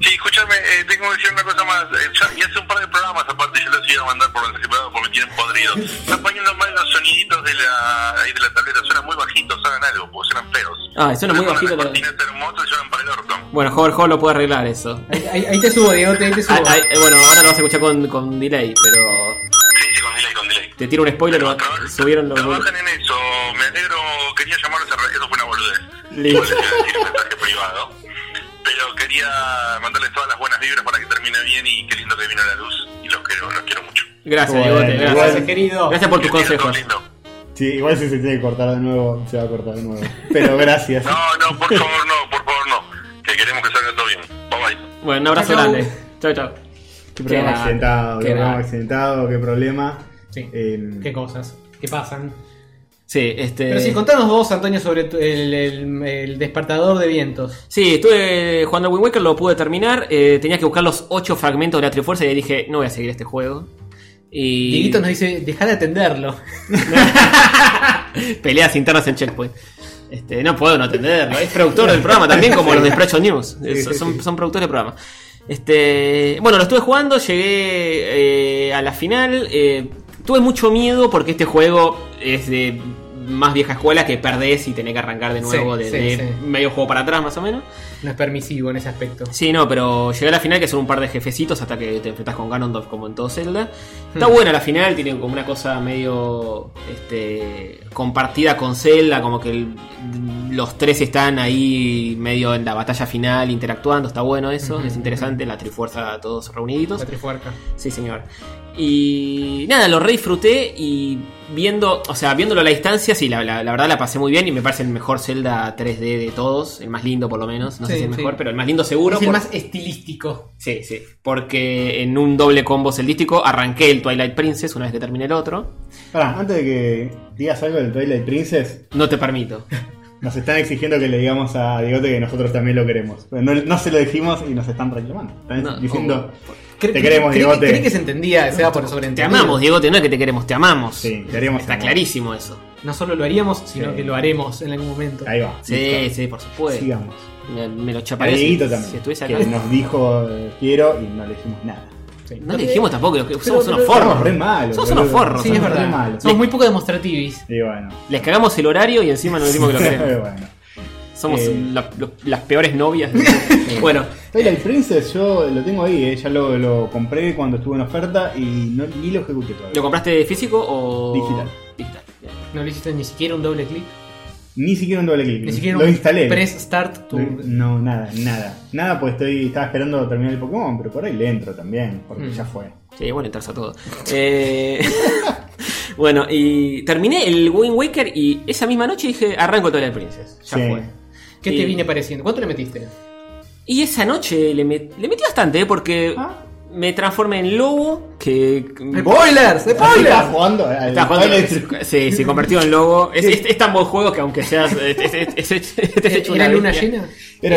G: Sí, escúchame, eh, tengo que decir una cosa más. Eh, ya, y hace un par de programas aparte, yo los iba a mandar por anticipado porque me tienen podrido. Están poniendo mal los soniditos de la, ahí de la tableta, suenan muy bajitos, hagan algo, porque suenan feos.
A: Ah, suena muy bajito.
G: Las
A: pero-
G: cortinas hermosas suenan para el orto.
A: Bueno, Hover Hover lo puede arreglar eso.
C: Ahí, ahí- ahí te subo, Diego, ahí te subo.
A: Ah, ah, eh, bueno, ahora lo vas a escuchar con, con delay, pero
G: Sí, sí, con delay, con delay.
A: te tiro un spoiler, va-
G: Traba-
A: subieron los...
G: Trabajan en eso, me alegro, quería llamarlos a re- eso fue una boludez.
A: Listo.
G: No les iba a decir un mensaje privado, pero quería mandarles todas las buenas vibras para que termine bien y qué lindo que vino la luz y los quiero, los quiero mucho.
A: Gracias,
B: Bueno,
A: Diegote, gracias.
B: igual-
C: Gracias, querido.
A: Gracias por
G: Que
A: tus
G: tengan todo
A: consejos.
G: lindo.
B: Sí, igual si se tiene que cortar de nuevo, se va a cortar de nuevo. Pero gracias.
G: No, no, por favor no, por favor no, que queremos que salga todo bien. Bye bye.
A: Bueno, un abrazo
C: Chau, chau.
A: grande. Chao, chao.
B: qué programa
A: qué
B: accidentado, qué
A: qué
B: programa
A: nada.
B: accidentado, qué problema.
C: Sí.
B: Eh,
C: Qué cosas, qué pasan.
A: Sí, este.
C: Pero sí, contanos vos, Antonio, sobre tu- el, el- el despertador de vientos.
A: Sí, estuve jugando al Wind Waker, lo pude terminar. eh, tenía que buscar los 8 fragmentos de la Trifuerza y ahí dije, no voy a seguir este juego. Y.
C: Dieguito nos dice, deja de atenderlo.
A: Peleas internas en Checkpoint. Este, no puedo no atenderlo. Es productor del programa también, como los de Spreadshot News.
B: Sí,
A: Son-
B: sí,
A: son, son productores del programa. Este, bueno, lo estuve jugando, llegué eh, a la final. eh, tuve mucho miedo porque este juego es de más vieja escuela que perdés y tenés que arrancar de nuevo
C: Sí,
A: de,
C: sí,
A: de
C: sí.
A: medio juego para atrás más o menos.
C: No es permisivo en ese aspecto.
A: Sí, no, pero llegué a la final que son un par de jefecitos hasta que te enfrentas con Ganondorf como en todo Zelda. Está
C: Hmm.
A: buena la final, tiene como una cosa medio este, compartida con Zelda, como que el- los tres están ahí medio en la batalla final interactuando, está bueno eso,
C: Ujú,
A: es interesante, la Trifuerza todos reuniditos.
C: La trifuerca.
A: Sí, señor. Y nada, lo re disfruté y viendo, o sea, viéndolo a la distancia, sí, la, la- la verdad la pasé muy bien y me parece el mejor Zelda 3D de todos, el más lindo por lo menos, no sé
C: Sí,
A: si el
C: sí.
A: mejor, pero el más lindo seguro.
C: es el
A: por-
C: más estilístico.
A: Sí, sí, porque en un doble combo celdístico arranqué el Twilight Princess una vez que terminé el otro.
B: pará, antes de que digas algo del Twilight Princess,
A: No te permito.
B: nos están exigiendo que le digamos a Diegote que nosotros también lo queremos. Pero no, no se lo dijimos y nos están reclamando. Están
A: No,
B: diciendo.
C: Cre-
B: Te queremos,
C: cre-
B: Diegote.
C: Creí que se entendía, se va por
A: Te
C: sobreentendido.
A: amamos, Diego, no es que te queremos, te amamos.
B: Sí, te haríamos
A: Está
B: amar.
A: clarísimo eso.
C: No solo lo haríamos, sino
B: Sí.
C: que lo haremos en algún momento.
B: Ahí va.
A: Sí,
B: listo.
A: sí, por supuesto.
B: Sigamos.
A: Me, me lo
B: A
A: chaparé. si-
B: Dieguito
A: si
B: también.
A: estuviese acá.
B: que nos dijo eh, quiero y no le dijimos nada.
C: Sí.
A: No le dijimos tampoco, que
C: Pero-
A: somos unos
C: pero-
A: forros.
B: Somos re malos.
A: Somos unos
B: boludo.
A: forros.
C: Sí, es
B: Somos re
C: verdad.
B: malos.
C: Somos muy poco demostrativis.
B: Y bueno.
A: Les cagamos el horario y encima nos decimos que lo queremos.
B: bueno.
A: Somos
B: Eh.
A: la- lo- las peores novias. de- bueno,
B: Twilight Princess yo lo tengo ahí, eh, ya lo, lo compré cuando estuvo en oferta y no- ni lo ejecuté todavía.
A: ¿lo compraste físico o
B: Digital.
A: Digital. bien.
C: No le hiciste ni siquiera un doble clic.
B: Ni siquiera un doble clic.
C: Ni siquiera
B: lo
C: un
B: instalé.
C: press start to-
B: Lo- No, nada, nada. Nada, pues estoy, estaba esperando terminar el Pokémon, pero por ahí le entro también, porque
C: Mm.
B: ya fue.
A: Sí, bueno, entras a todo. Eh, bueno, y terminé el Wind Waker y esa misma noche dije, arranco el Twilight Princess. Ya
B: Sí.
A: fue.
C: ¿Qué
A: Y-
C: te viene pareciendo? ¿Cuánto le metiste?
A: Y esa noche le, met- le metí bastante, ¿eh? porque
B: Ah.
A: me transformé en lobo. Que,
C: ¡Spoilers! ¡Spoilers!
A: Estaba jugando.
B: al
A: Estaba jugando
B: Twilight.
A: sí, se convirtió en lobo. Es, es- es tan buen juego que aunque seas. es- es- es- es- Este es hecho
C: Eh, ¿Era
A: una
C: luna
A: bestia.
C: llena?
B: Era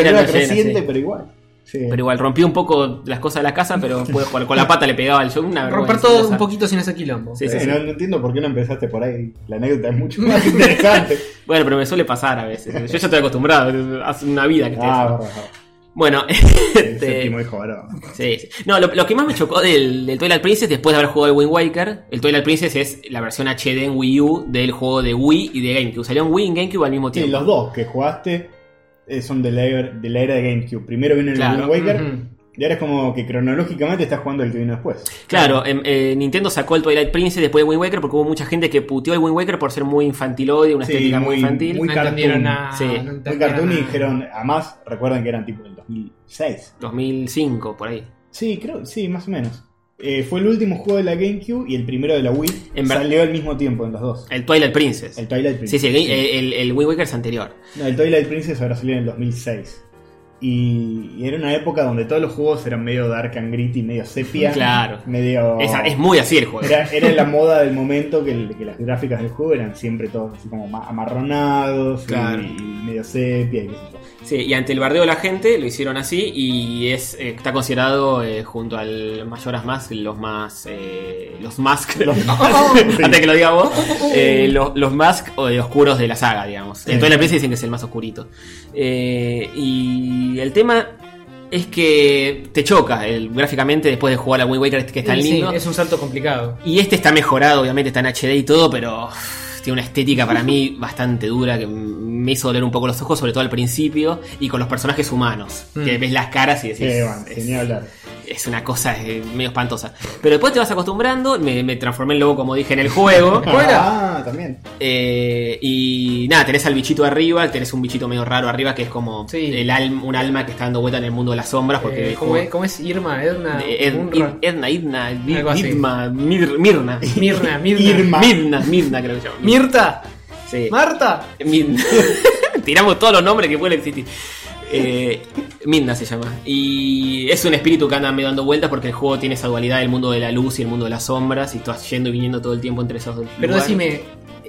A: Era
B: una
A: luna llena,
B: creciente,
A: sí.
B: pero igual. Sí.
A: Pero igual, rompí un poco las cosas de la casa, pero pude jugar. Con la pata le pegaba al yo. Una
C: Romper
A: vergüenza.
C: todo un poquito sin ese quilombo.
A: Sí, sí,
B: Eh,
A: sí.
B: No, no entiendo por qué no empezaste por ahí. La anécdota es mucho más interesante.
A: Bueno, pero me suele pasar a veces. Yo ya estoy acostumbrado. Hace una vida que estoy
B: ah,
A: haciendo.
B: verdad, verdad.
A: Bueno,
B: El
A: este,
B: séptimo hijo varón.
A: Sí, sí. No, lo, lo que más me chocó del, del Twilight Princess después de haber jugado el Wind Waker, el Twilight Princess es la versión HD en Wii U del juego de Wii y de GameCube. Salió en Wii y en GameCube al mismo
B: Sí,
A: tiempo.
B: los dos que jugaste eh, son de la, era, de la era de GameCube. Primero vino el
A: Claro.
B: Wind Waker.
C: Ujú.
B: Y ahora es como que cronológicamente estás jugando el que vino después.
A: Claro, em, eh, Nintendo sacó el Twilight Princess después de Wind Waker porque hubo mucha gente que puteó el Wind Waker por ser muy infantiloide, una
B: Sí,
A: estética muy,
B: muy-
A: infantil.
B: muy
C: no
B: cartoon.
C: entendieron nada.
A: Sí.
C: no
A: Muy
B: Muy
C: entendieron
B: cartoon y
C: nada.
B: dijeron, además, recuerden que eran tipo del 2006.
A: 2005, por ahí.
B: Sí, creo, sí, más o menos. Eh, fue el último juego de la GameCube y el primero de la Wii.
A: En ver-
B: salió al mismo tiempo en los dos.
A: El Twilight Princess.
B: El Twilight
A: sí,
B: Princess.
A: sí, el, eh, el- el Wind Waker es anterior.
B: No, el Twilight Princess habrá salido en el 2006. Y, y era una época donde todos los juegos eran medio dark and gritty, medio sepia.
A: Claro.
B: Medio...
A: Esa- es muy así el juego.
B: Era, era la moda del momento que, el- que las gráficas del juego eran siempre todos así como ma- amarronados y-
A: Claro.
B: y, medio sepia y qué sé yo.
A: Sí, y ante el bardeo de la gente lo hicieron así y es eh, está considerado eh, junto al Mayoras Mask los más eh, los Mask antes que lo diga vos eh, los, los Mask o de oscuros de la saga digamos
B: Sí.
A: en toda la prensa dicen que es el más oscurito Eh, y el tema es que te choca el- gráficamente después de jugar a Wind Waker que es tan
C: Sí,
A: lindo
C: es un salto complicado.
A: y este está mejorado, obviamente está en HD y todo, pero uff, tiene una estética para mí bastante dura que m- me hizo doler un poco los ojos, sobre todo al principio, y con los personajes humanos,
C: Mm. Eh,
A: que ves las caras y
B: Sí,
A: decís,
B: bueno,
A: es,
B: sin ni hablar.
A: es una cosa eh, medio espantosa. Pero después te vas acostumbrando, me, me transformé en lobo como dije en el juego,
B: Ah, también.
A: eh, y nada, tenés al bichito arriba, tenés un bichito medio raro arriba que es como
C: Sí.
A: el alm- un alma que está dando vuelta en el mundo de las sombras, porque...
C: Eh,
A: el
C: ¿cómo,
A: juego-
C: es, cómo es Irma? Edna.
A: Eh, Ed-
C: Munra.
A: Id- Edna, Idna, Id-
C: Algo así.
A: Idma, Mir- Mirna.
C: Mirna, Mirna.
B: Irma.
A: Mirna, Mirna creo que se llama.
C: Mirta.
A: Sí.
C: Marta.
A: Mirna. Tiramos todos los nombres que pueden existir. Eh, Mirna se llama. Y es un espíritu que anda medio dando vueltas porque el juego tiene esa dualidad del mundo de la luz y el mundo de las sombras. Y tú vas yendo y viniendo todo el tiempo entre esos dos.
C: Pero
A: lugares.
C: decime,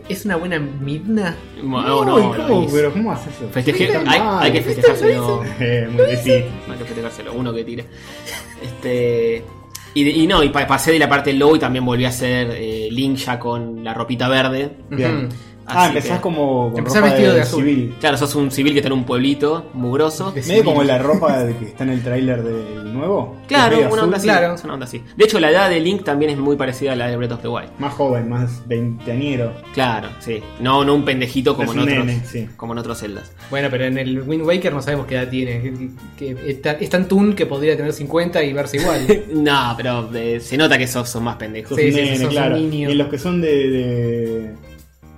C: ¿es una buena Midna?
A: No, no,
B: Uy,
A: no.
B: ¿cómo,
A: es-
B: pero ¿cómo haces eso?
A: festeje-
B: Está
A: hay,
B: mal.
A: hay que festejárselo.
B: Eh, muy difícil.
A: No hay que festejárselo, uno que tire. Este. Y, de- y no, y pa- pasé de la parte low y también volví a ser eh, Link ya con la ropita verde.
B: Bien.
C: Ujú.
B: Ah,
A: Así
B: empezás
A: que-
B: como con
C: Empezás
B: ropa
C: vestido
B: de,
C: de azul.
B: civil.
A: Claro, sos un civil que está en un pueblito mugroso.
C: De
B: Medio
C: civil.
B: como la ropa de que está en el tráiler del nuevo. que es
A: Claro,
B: medio
A: una onda así.
B: azul.
C: claro.
A: es una onda así. De hecho, la edad de Link también es muy parecida a la de Breath of the Wild.
B: Más joven, más veinteañero.
A: Claro, sí. No, no un pendejito como
B: Es
A: en
B: un
A: otros.
B: nene, sí.
A: Como en otros celdas.
C: Bueno, pero en el Wind Waker no sabemos qué edad tiene. Que, que- está- es tan tun que podría tener 50 y verse igual.
A: no, pero eh, se nota que sos, sos más
B: Sos
A: pendejos.
C: Sí,
B: un
C: sí,
B: nene,
C: sos un
B: claro.
C: niño.
B: Y en los que son de, de-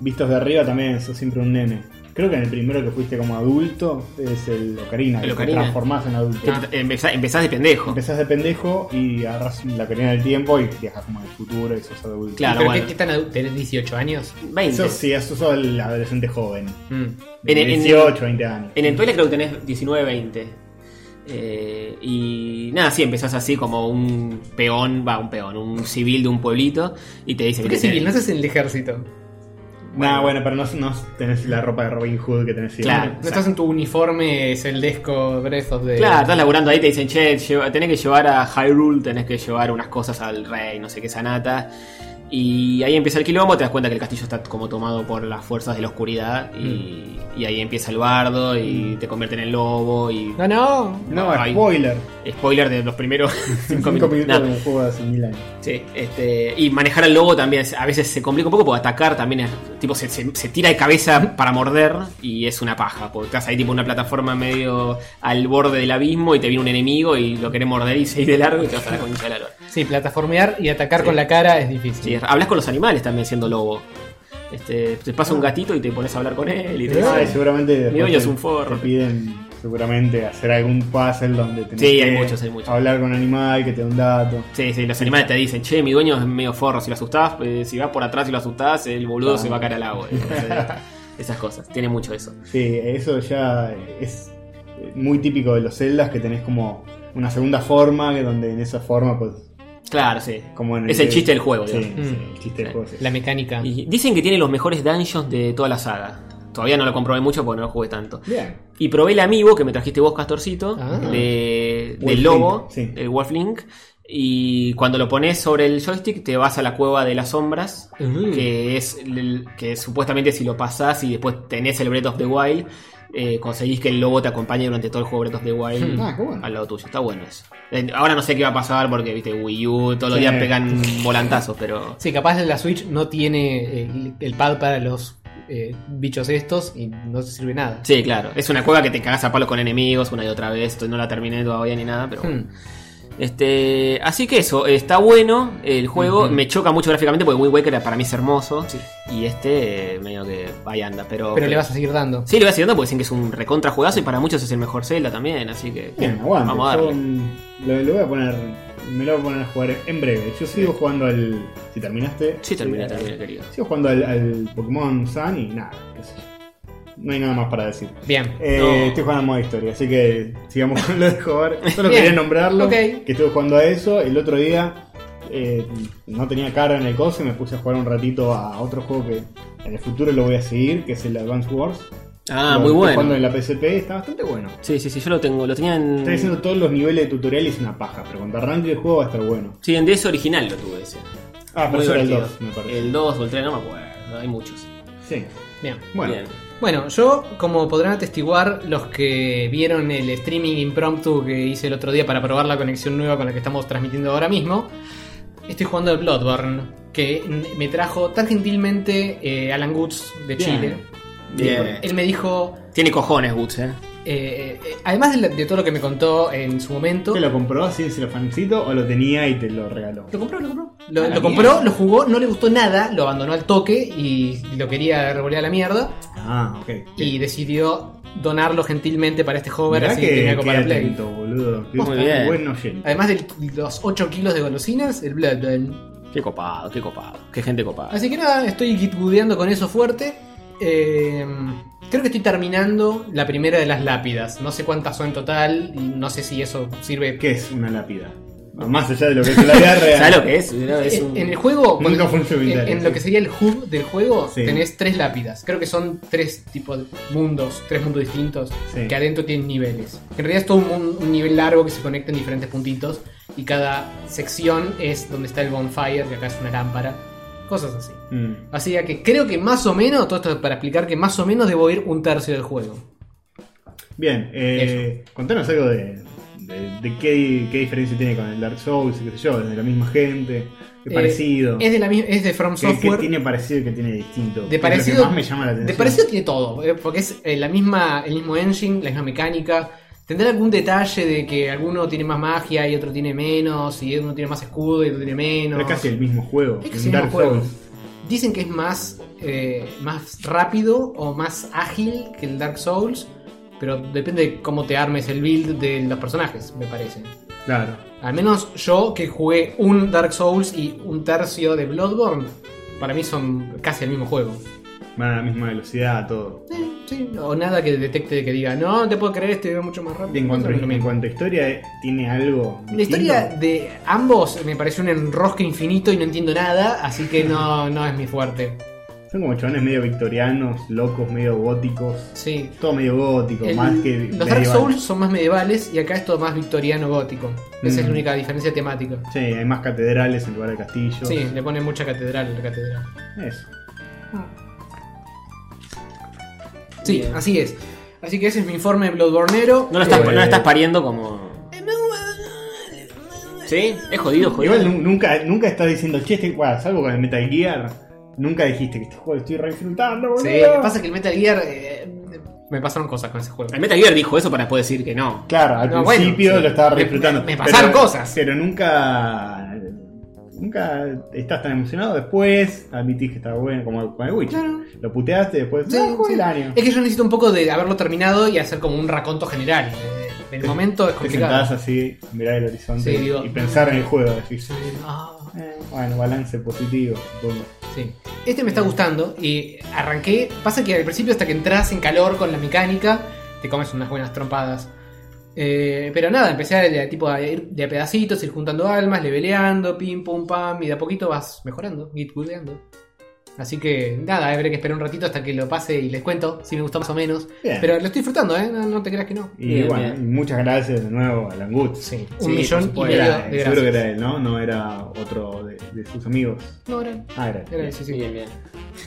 B: vistos de arriba también sos siempre un nene. Creo que en el primero que fuiste como adulto es el Ocarina,
A: El
B: que te
A: Ocarina.
B: transformás en adulto.
A: Te- te- Empezás, empezás de pendejo.
B: Empezás de pendejo y agarras la Ocarina del tiempo y viajas como al futuro y sos adulto.
A: Claro,
C: ¿Pero
A: bueno.
C: qué, qué tan adulto? ¿Tenés 18 años?
A: 20.
B: Eso sí, eso sos el adolescente joven.
C: Mm.
B: De
A: En el- en el-
B: 18, 20 años.
A: En el Twilight creo que tenés 19, 20. Eh, y nada, sí, empezás así como un peón, va, un peón, un civil de un pueblito. Y te dice
C: ¿Por qué
A: tenés-
C: civil? No estás en el ejército.
B: Nah, bueno, pero no, no tenés la ropa de Robin Hood que tenés siempre.
A: Claro.
C: No estás en tu uniforme celdesco brezos de.
A: Claro, estás laburando ahí, te dicen, che, lleva- tenés que llevar a Hyrule, tenés que llevar unas cosas al rey, no sé qué, Sanata. Y ahí empieza el quilombo, te das cuenta que el castillo está como tomado por las fuerzas de la oscuridad. Y, y ahí empieza el bardo y te convierten en lobo. Y
C: No, no.
B: No,
A: Ay.
B: spoiler.
A: spoiler de los primeros 5
B: Cinco
A: minutos.
B: minutos
A: Nah,
B: de un juego de hace mil años.
A: sí, este, y manejar al lobo también es- a veces se complica un poco porque atacar también es. Tipo, se, se- se tira de cabeza para morder y es una paja. Porque estás ahí, tipo, en una plataforma medio al borde del abismo y te viene un enemigo y lo querés morder y se ir de largo y te vas a la concha de la lora.
C: Sí, plataformear y atacar
A: Sí.
C: con la cara es difícil.
A: Sí, hablas con los animales también siendo lobo. Este, te pasa un gatito y te pones a hablar con él y te
B: Ah, y
A: dice-
B: seguramente después
A: dueño
B: te-
A: es un forro.
B: Te piden seguramente hacer algún puzzle donde tenés
A: Sí, hay
B: que
A: muchos, hay muchos.
B: hablar con un animal que te da un dato.
A: Sí, sí, los animales te dicen, che, mi dueño es medio forro, si lo asustás, eh, si vas por atrás y lo asustás, el boludo
B: Ah.
A: se va a caer al agua. Esas cosas, tiene mucho eso.
B: Sí, eso ya es muy típico de los celdas que tenés como una segunda forma, que donde en esa forma pues...
A: Claro, sí.
B: Como en
A: Es el chiste del juego,
B: Sí,
A: digamos.
B: sí,
A: Mm.
B: el chiste del juego. sí.
C: La mecánica.
A: Y dicen que tiene los mejores dungeons de toda la saga. Todavía no lo comprobé mucho porque no lo jugué tanto.
B: Bien.
A: Y probé el amigo que me trajiste vos, Castorcito,
C: Ah.
A: de,
B: Wolf
A: del lobo,
B: Link, sí.
A: el Wolf Link. Y cuando lo pones sobre el joystick, te vas a la cueva de las sombras,
C: Mm.
A: que es el- que supuestamente si lo pasás y después tenés el Breath of the Wild, eh, conseguís que el lobo te acompañe durante todo el juego Breath of the Wild
B: Ah, qué bueno.
A: al lado tuyo. Está bueno eso. Eh, Ahora no sé qué va a pasar porque, viste, Wii U, todos los
B: Sí.
A: días pegan volantazos, pero...
C: Sí, capaz la Switch no tiene el, el pad para los eh, bichos estos y no se sirve nada.
A: Sí, claro. Es una cueva que te cagás a palos con enemigos una y otra vez. No la terminé todavía ni nada, pero bueno.
C: Hmm.
A: Este, así que eso, está bueno el juego. Me choca mucho gráficamente porque Wind Waker para mí es hermoso. Y este, eh, medio que ahí anda. Pero,
C: Pero le vas a seguir dando.
A: Sí, le vas a seguir dando porque dicen que es un recontra juegazo y para muchos es el mejor Zelda también. Así que
B: Bien, aguante.
A: vamos a darle.
B: Yo, mm, lo, lo voy a poner. Me lo voy a poner a jugar en breve. Yo sigo jugando al. Si terminaste.
A: Sí, termina,
B: al-
A: termina, querido.
B: Sigo jugando al, al Pokémon Sun y nada. qué sé yo. No hay nada más para decir.
C: Bien.
B: Eh,
A: No.
B: Estoy jugando a modo historia, así que sigamos con lo de jugar. Solo
C: Bien.
B: quería nombrarlo.
C: Ok.
B: Que estuve jugando a eso. El otro día eh, no tenía cara en el coso y me puse a jugar un ratito a otro juego que en el futuro lo voy a seguir, que es el Advance Wars.
A: Ah,
B: Lo
A: muy
B: estoy Jugando
A: bueno.
B: en la PSP, está bastante bueno.
A: Sí, sí, sí, yo lo tengo. Lo tenía en.
B: Está haciendo todos los niveles de tutorial y es una paja, pero cuando arranque el juego va a estar bueno.
A: Sí, en DS original lo tuve ese.
B: Ah, pero
A: Muy
B: eso era el
A: divertido.
B: 2, me parece.
A: El 2 o el 3, no me acuerdo. Hay muchos.
B: Sí.
C: Bien.
B: Bueno,
A: Bien.
C: Bueno, yo, como podrán atestiguar los que vieron el streaming impromptu que hice el otro día para probar la conexión nueva con la que estamos transmitiendo ahora mismo, estoy jugando al Bloodborne, que me trajo tan gentilmente eh, Alan Goods de
B: Bien.
C: Chile.
A: Bien.
C: Él me dijo,
A: Tiene cojones, Guts, eh.
C: eh, eh, además de, la- de todo lo que me contó en su momento,
B: ¿te lo compró así el celofancito o lo tenía y te lo regaló?
C: Lo compró, lo compró. Ah, Lo,
A: A la
C: lo compró, lo jugó, no le gustó nada, lo abandonó al toque y lo quería revolver a la mierda.
B: Ah, ok.
C: Y decidió donarlo gentilmente para este hover,
B: Mirá
C: así que tenía algo
B: qué
C: para Play.
B: atento, boludo. Qué
A: Muy bien.
B: bueno, Jay.
C: Además de los 8 kilos de golosinas, el Bloodborne.
A: Qué copado, qué copado. Qué gente copada.
C: Así que nada, estoy gitbudeando con eso fuerte. Eh, creo que estoy terminando la primera de las lápidas. No sé cuántas son en total y no sé si eso sirve.
B: ¿Qué es una lápida? Más allá de lo que es la vida real.
A: ¿Sabes lo que es? Es
C: En-
A: un-
C: Eh, En el juego,
B: Nunca
C: cuando-
B: fue un
C: en,
B: cementerio,
C: en
B: sí.
C: lo que sería el hub del juego,
B: Sí.
C: tenés tres lápidas. Creo que son tres tipos de mundos, tres mundos distintos,
B: Sí.
C: que adentro tienen niveles. En realidad es todo un, un nivel largo que se conecta en diferentes puntitos y cada sección es donde está el bonfire, que acá es una lámpara, cosas así.
B: Mm.
C: Así que creo que más o menos, todo esto es para explicar que más o menos debo ir un tercio del juego.
B: Bien, eh, contanos algo de, de- de qué, qué diferencia tiene con el Dark Souls, qué sé yo, de la misma gente, qué
C: Eh,
B: parecido.
C: Es de, la, mi- es de From
B: ¿Qué, qué
C: Software.
B: tiene parecido y qué tiene distinto?
C: De
B: Es lo que
C: parecido-
B: más me llama la atención.
C: De parecido tiene todo, eh, porque es eh, la misma, el mismo engine, la misma mecánica. Tendrá algún detalle de que alguno tiene más magia y otro tiene menos, y uno tiene más escudo y otro tiene menos.
B: Pero es casi el mismo juego.
C: Es
B: que
C: casi
B: un
C: el mismo
B: Dark
C: juego.
B: Souls.
C: Dicen que es más, eh, más rápido o más ágil que el Dark Souls, pero depende de cómo te armes el build de los personajes, me parece.
B: Claro.
C: Al menos yo que jugué un Dark Souls y un tercio de Bloodborne, para mí son casi el mismo juego.
B: Van a la misma velocidad, todo.
C: Sí, sí, o nada que detecte que diga, no, no te puedo creer, este veo mucho más rápido.
B: Y en cuanto,
C: Eso es lo
B: en
C: mismo.
B: cuanto a historia, eh, ¿tiene algo?
C: La historia de ambos me parece un enrosque infinito y no entiendo nada, así que no, no es mi fuerte.
B: Son como chavales medio victorianos, locos, medio góticos.
C: Sí.
B: Todo medio gótico,
C: El-
B: más que.
C: los
B: medieval.
C: Dark Souls son más medievales y acá es todo más victoriano gótico. Esa es
B: Mm.
C: la única diferencia temática.
B: Sí, hay más catedrales en lugar de castillos.
C: Sí, le pone mucha catedral a la catedral.
B: Eso.
C: Sí,
A: Bien.
C: así es. Así que ese es mi informe bloodbornero.
A: No lo estás,
C: Eh,
A: no la estás pariendo como. ¿Sí? Es jodido, jodido.
B: Igual nu- nunca, nunca estás diciendo, che, este, bueno, salvo con el Metal Gear. Nunca dijiste que este juego lo estoy reinfrutando, boludo.
C: Sí, lo que pasa es que el Metal Gear... eh, me pasaron cosas con ese juego.
A: El Metal Gear dijo eso para después decir que no.
B: Claro, al
C: No, bueno,
B: principio
C: sí.
B: lo estaba
C: Me-
B: reinfrutando.
C: me- me pasaron
B: pero-
C: cosas.
B: Pero nunca. Nunca estás tan emocionado. Después admitís que está bueno, como con el Witch.
C: Claro.
B: Lo puteaste después.
C: Sí,
B: "No, jugué
C: sí.
B: el año.
C: Es que yo necesito un poco de haberlo terminado y hacer como un raconto general. El momento es
B: Te sentás
C: complicado.
B: así, mirás el horizonte
C: Sí, digo,
B: y pensar en el juego. Decís,
C: Sí, ah,
B: "Eh, bueno, balance positivo, supongo.
C: sí. Este me está gustando y arranqué. Pasa que al principio hasta que entras en calor con la mecánica te comes unas buenas trompadas. Eh, pero nada, empecé a, de a tipo, a ir de a pedacitos, ir juntando almas, leveleando, pim, pum, pam, y de a poquito vas mejorando, git buildeando. Así que nada, habré que esperar un ratito hasta que lo pase y les cuento si me gustó más o menos.
B: Bien.
C: Pero lo estoy disfrutando, ¿eh? No, no te creas que no.
B: Y bueno, muchas gracias de nuevo a Langut. Sí,
C: un millón
B: por
C: y
B: supuesto.
C: medio
B: Era- eh,
C: de
B: Seguro que
C: gracias.
B: era él, ¿no? No era otro de, de sus amigos.
C: No, era.
B: Ah, era. él.
C: era sí, sí.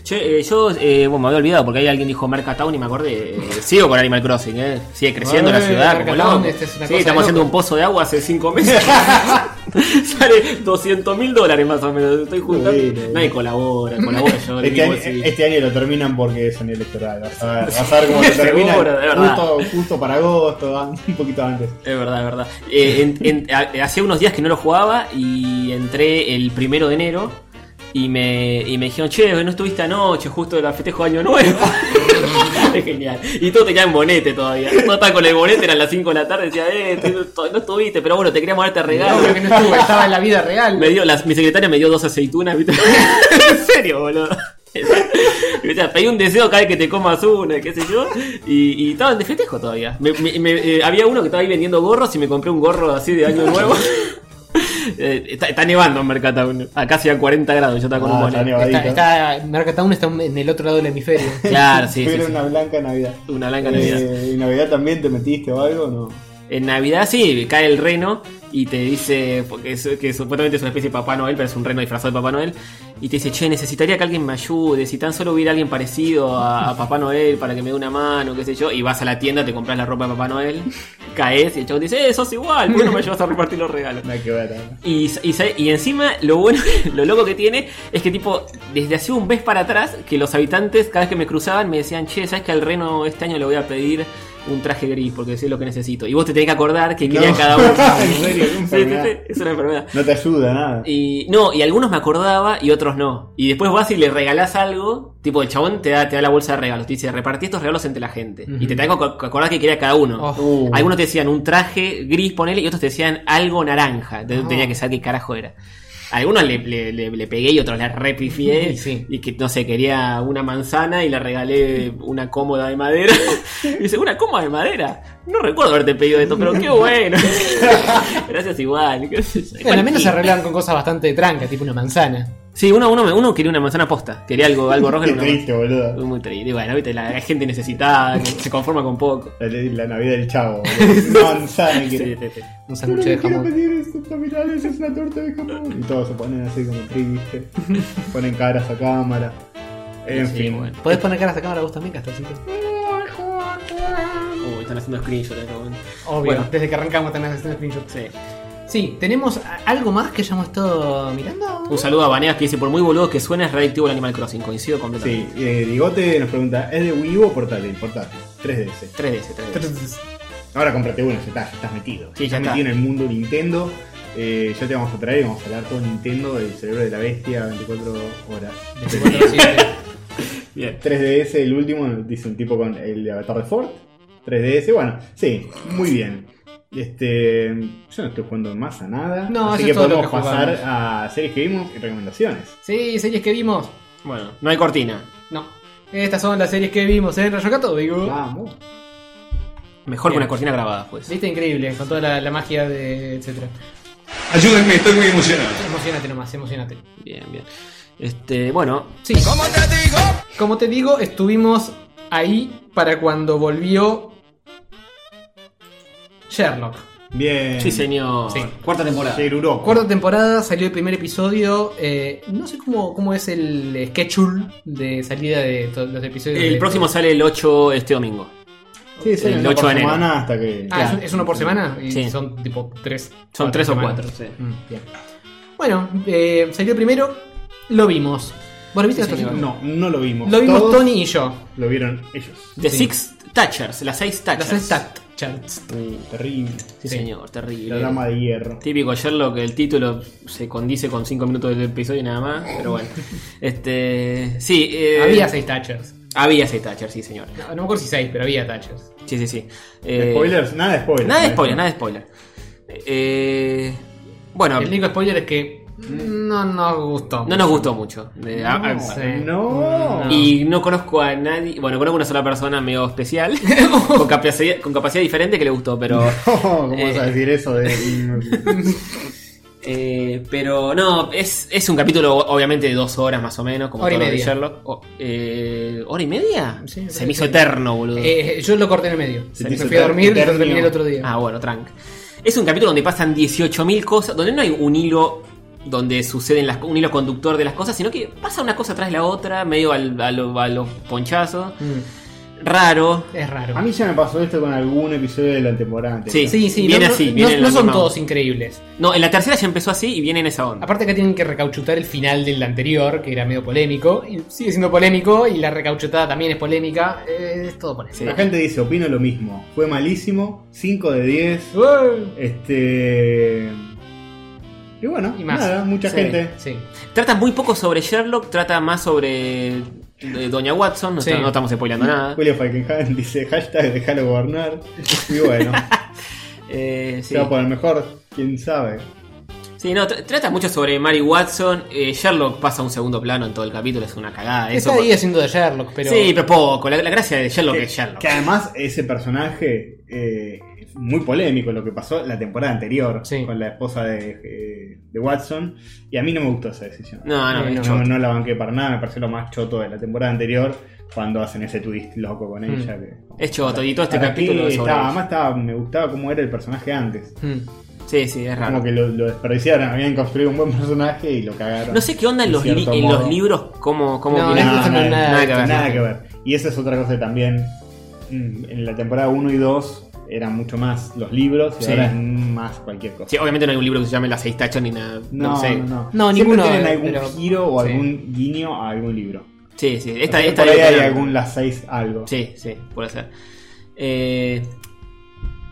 A: Che, eh, yo eh, bueno, me había olvidado porque ahí alguien dijo Merca Town y me acordé. eh, sigo con Animal Crossing, eh. sigue creciendo
C: Eh,
A: la ciudad.
C: Merca
A: Como
C: Town,
A: loco.
C: esta es una
A: sí,
C: cosa de
A: estamos haciendo
C: loco.
A: un pozo de agua hace 5 meses. Sale 200 mil dólares más o menos. Estoy juntando. Nadie colabora, colabora yo.
B: Este
A: digo,
B: año,
A: sí.
B: este año lo terminan porque es año electoral. Vas a ver, vas a ver cómo lo terminan.
A: Seguro, de verdad.
B: Justo, justo para agosto, an- un poquito antes.
A: Es verdad, es verdad. Eh, en- en- a- hacía unos días que no lo jugaba y entré el primero de enero y me, y me dijeron, che, no estuviste anoche, justo la festejo de año nuevo. es genial. Y todo tenía en bonete todavía. Todo estaba con el bonete, eran las 5 de la tarde, decía, eh, tú- no estuviste, pero bueno, te queríamos darte regalo.
C: Obvio que no estuve, estaba en la vida real.
A: Me dio, las- mi secretaria me dio dos aceitunas, ¿viste? en serio, boludo. O sea, pedí un deseo cada vez que te comas una, qué sé yo. Y, y estaban de festejo todavía. Me- me- me- eh, había uno que estaba ahí vendiendo gorros y me compré un gorro así de año nuevo. Eh, está, está nevando en Mercatown. Acá hacía 40 grados, yo estaba con
B: Ah,
A: un
B: está
A: bonete.
B: nevadito.
C: Está, está, Mercatown está en el otro lado del hemisferio.
A: Claro, Ah, sí, sí,
B: Pero
A: sí.
B: una blanca Navidad.
A: Una blanca
B: Eh,
A: Navidad.
B: ¿Y Navidad también te metiste o algo? No.
A: En Navidad sí, cae el reno y te dice, porque es- que supuestamente es una especie de Papá Noel, pero es un reno disfrazado de Papá Noel, y te dice, che, necesitaría que alguien me ayude, si tan solo hubiera alguien parecido a, a Papá Noel para que me dé una mano, qué sé yo, y vas a la tienda, te compras la ropa de Papá Noel, caes y el chavo te dice, eh, sos igual, ¿por qué no me ayudas a repartir los regalos?
B: Nada que ver. ¿eh?
A: Y, y, sabe- y encima lo bueno, lo loco que tiene es que tipo, desde hace un mes para atrás, que los habitantes cada vez que me cruzaban me decían, che, ¿sabes que al reno este año le voy a pedir un traje gris porque es lo que necesito? Y vos te tenés que acordar que querían
B: No.
A: cada uno.
B: En serio,
A: Sí, sí,
B: qué enfermedad.
A: sí, es una enfermedad.
B: No te ayuda nada.
A: Y no, y algunos me acordaba y otros no. Y después vas y le regalás algo, tipo el chabón te da, te da la bolsa de regalos, te dice, repartí estos regalos entre la gente. Y te tengo que acordar que quería cada uno.
B: Uh,
A: Algunos te decían un traje gris, ponele, y otros te decían algo naranja.
C: Ah.
A: Entonces tenía que saber qué carajo era. A Algunos le, le- le- le pegué y otros le repifié.
C: Y sí.
A: Y que no sé, quería una manzana y le regalé una cómoda de madera. Y dice, ¿una cómoda de madera? No recuerdo haberte pedido esto, pero qué bueno. Gracias igual. qué sé yo.
C: Bueno, al menos se arreglan con cosas bastante tranca, tipo una manzana.
A: Sí, uno, uno, uno quería una manzana posta. Quería algo, algo rojo.
B: qué
A: era una
B: triste, boludo.
A: manzana. Muy triste. Y bueno, viste, la, la gente necesitada, que se conforma con poco.
B: La, la Navidad del chavo. boludo. Manzana
A: Sí,
B: que
A: sí, sí.
C: Un
B: Pero
C: sándwich de
B: le quiero
C: jamón.
B: pedir estos abdominales, es una torta de jamón. Y todos se ponen así como tristes. Ponen caras a cámara. En
A: Sí,
B: fin.
A: bueno.
C: ¿Podés poner caras a cámara vos también, Castorcito?
A: Uy, están haciendo screenshot en este momento.
C: Obvio,
A: Bueno.
C: desde que arrancamos están haciendo screenshots.
A: Sí.
C: Sí, ¿tenemos a- algo más que hayamos estado mirando?
A: Un saludo a Baneas que dice, por muy boludo que suene, es readictivo el Animal Crossing. Coincido
B: Sí,
A: completamente.
B: eh, Digote nos pregunta, ¿es de Wii U o portátil? Portátil, 3DS.
A: 3DS, 3DS.
B: Ahora comprate uno, ya estás, ya estás metido.
A: Sí, ya
B: estás
A: está.
B: metido en el mundo Nintendo. Eh, ya te vamos a traer y vamos a hablar todo Nintendo del cerebro de la bestia 24 horas.
C: 24/7.
A: Bien.
B: 3DS, el último, dice un tipo con el avatar de Ford. 3DS, bueno, sí, muy bien. Este, yo no estoy jugando más a nada.
C: No,
B: así
C: eso
B: que
C: es todo lo
B: podemos
C: que
B: pasar
C: jugamos.
B: a series que vimos y recomendaciones.
C: sí, series que vimos.
A: Bueno, no hay cortina.
C: No. Estas son las series que vimos, ¿eh? Rayo Gato, digo.
B: Vamos.
A: Mejor
C: Bien.
A: que una cortina grabada, pues.
C: Viste increíble, con toda la, la magia de. etcétera.
F: Ayúdenme, estoy muy emocionado.
C: Emocionate nomás, emocionate.
A: Bien, bien. Este, bueno,
C: Sí. ¿Cómo te digo? Como te digo, estuvimos ahí para cuando volvió. Sherlock.
B: Bien.
A: sí señor.
C: Sí.
A: Cuarta temporada.
B: Yeruroko.
C: Cuarta temporada, salió el primer episodio. eh, no sé cómo, cómo es el schedule de salida de todos los episodios.
A: El
C: de-
A: próximo sale el 8 este domingo.
B: Sí, sí,
A: El
B: una
A: 8
B: por
A: de enero.
B: semana hasta que.
C: Ah, es, un- es uno por semana y
A: Sí.
C: son tipo tres.
A: Son tres o
C: semanas.
A: cuatro, sí.
C: Mm, bien. Bueno, eh, salió primero, lo vimos. ¿Vos lo viste?
A: Sí,
C: Gastón?
A: señor.
B: No, no lo vimos.
C: Lo vimos
B: Todos
C: Tony y yo.
B: Lo vieron ellos.
A: The
C: Sí.
A: Six Touchers, las seis Touchers.
C: Las Stat Charts.
B: Terrible.
A: Sí,
C: Sí.
A: señor, terrible.
B: La dama de hierro.
A: Típico Sherlock, el título se condice con 5 minutos del episodio y nada más, pero bueno. Este, sí, eh,
C: Había seis Thatchers.
A: había seis Thatcher, sí, señor.
C: No, no me acuerdo si seis, pero había Thatchers.
A: Sí, sí, sí. Eh,
B: Spoilers, nada de spoilers.
A: Nada de spoiler, nada de spoiler. Eh, bueno,
C: El único spoiler es que No nos gustó.
A: No nos gustó mucho. De- a- a-
B: No.
A: Y no conozco a nadie. Bueno, conozco una sola persona medio especial. con, capacidad, con capacidad diferente que le gustó, pero.
B: ¿Cómo vas a decir eso? De...
A: Eh, pero no, es, es un capítulo obviamente de dos horas más o menos, como
C: Hora y
A: todo lo de
C: media.
A: Sherlock. O- eh, ¿Hora y media?
C: Sí,
A: Se me hizo
C: sí.
A: eterno, boludo.
C: Eh, yo lo corté en el medio.
A: Se
C: me
A: hizo
C: fui a
A: eterno.
C: dormir y lo
A: Eterno.
C: terminé el otro día.
A: Ah, bueno, trank. Es un capítulo donde pasan 18.000 cosas, donde no hay un hilo donde suceden las, un hilo conductor de las cosas, sino que pasa una cosa tras la otra, medio al, a lo- a los ponchazos. Raro.
C: Mm. Es raro.
B: A mí ya me pasó esto con algún episodio de la temporada. anterior.
C: Sí, sí,
A: viene
C: no, no-
A: así,
C: no-
A: viene en
C: no
A: la
C: son
A: misma
C: todos
A: onda.
C: increíbles.
A: No, en la tercera ya empezó así y viene en esa onda.
C: Aparte que tienen que recauchutar el final del anterior, que era medio polémico. Y sigue siendo polémico y la recauchutada también es polémica. eh, es todo polémico.
B: La gente dice, opino lo mismo. Fue malísimo, 5 de 10. Este. Y bueno,
C: Y más.
B: nada, mucha
A: Sí.
B: gente.
C: Sí.
A: Trata muy poco sobre Sherlock, trata más sobre eh, Doña Watson, no,
C: Sí.
A: está- no estamos spoileando nada.
B: Julio Falkenhagen dice, hashtag déjalo gobernar. Y bueno,
A: Eh, sí.
B: se va por el mejor, quién sabe.
A: Sí, no, tr- trata mucho sobre Mary Watson. eh, Sherlock pasa a un segundo plano en todo el capítulo, es una cagada. Eso
C: Está ahí
A: por-
C: haciendo de Sherlock, pero.
A: Sí, pero poco. La, la gracia de Sherlock
B: Que,
A: es Sherlock.
B: que además ese personaje eh, es muy polémico lo que pasó la temporada anterior con la esposa de, eh, de Watson. Y a mí no me gustó esa decisión.
A: No, no, es
B: no,
A: choto.
B: no la banqué para nada, me pareció lo más choto de la temporada anterior cuando hacen ese twist loco con ella. que-
A: Mm. Es choto, y todo este
B: Para mí
A: capítulo es sobre
B: estaba-
A: eso.
B: además estaba- me gustaba cómo era el personaje antes.
C: Mm.
A: Sí, sí, es raro.
B: Como que lo, lo desperdiciaron, habían construido un buen personaje y lo cagaron.
A: No sé qué onda en
B: de
A: los, li-
B: cierto
A: en
B: modo.
A: los libros, cómo. cómo
B: No,
A: viene-
B: no, no, no,
A: nada que ver.
B: nada que ver. Y esa es otra cosa que también. mm, En la temporada 1 y 2 eran mucho más los libros y
A: Sí.
B: ahora es más cualquier cosa.
A: Sí, obviamente no hay un libro que se llame Las seis tachas ni nada.
B: no,
A: No, sé.
B: no, no.
C: No,
B: Siempre
C: ninguno,
B: tienen
C: eh,
B: algún
C: pero-
B: giro o
C: sí.
B: algún guiño a algún libro.
A: Sí, sí. Esta,
B: Así que
A: esta
B: por ahí
A: debe
B: hay
A: tener-
B: algún las 6 algo.
A: Sí, sí, puede ser. Eh,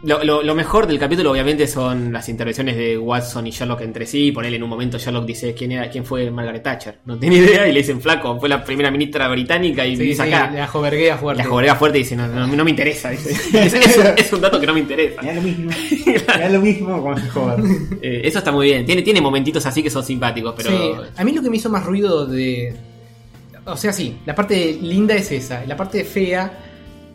A: lo, lo- lo mejor del capítulo, obviamente, son las intervenciones de Watson y Sherlock entre sí. Ponele en un momento Sherlock dice quién era, quién fue Margaret Thatcher. No tiene idea, y le dicen flaco, fue la primera ministra británica y
C: Sí,
A: dice
C: sí,
A: acá.
C: la joverguea fuerte.
A: La jobrega fuerte y dice, no, no, no me interesa. dice. Es, es- es un dato que no me interesa.
B: Me da lo mismo. Me da lo mismo con el joven.
A: Eh, eso está muy bien. Tiene, tiene momentitos así que son simpáticos, pero...
C: Sí, a mí lo que me hizo más ruido de. O sea, sí, la parte linda es esa. La parte fea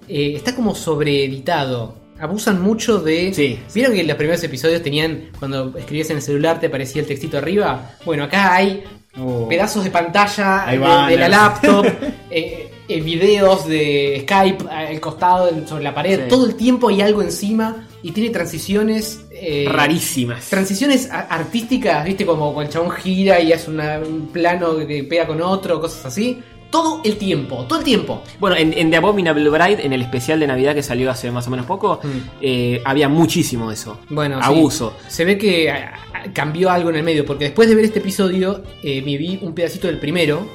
C: eh, está como sobreeditado. Abusan mucho de. ¿Vieron que en los primeros episodios tenían. Cuando escribías en el celular te aparecía el textito arriba? Bueno, acá hay
B: Oh.
C: pedazos de pantalla
B: Hay
C: de, de
B: banners.
C: la laptop, eh, eh, videos de Skype eh, al costado, en- sobre la pared.
A: Sí.
C: Todo el tiempo hay algo encima y tiene transiciones. eh,
A: Rarísimas.
C: Transiciones a- artísticas, viste, como cuando el chabón gira y hace una- un plano que pega con otro, cosas así. Todo el tiempo, todo el tiempo.
A: Bueno, en, en The Abominable Bride, en el especial de Navidad que salió hace más o menos poco, eh, había muchísimo eso.
C: Mm. Bueno, sí.
A: Abuso.
C: Se ve que a- a- cambió algo en el medio, porque después de ver este episodio eh, me vi un pedacito del primero.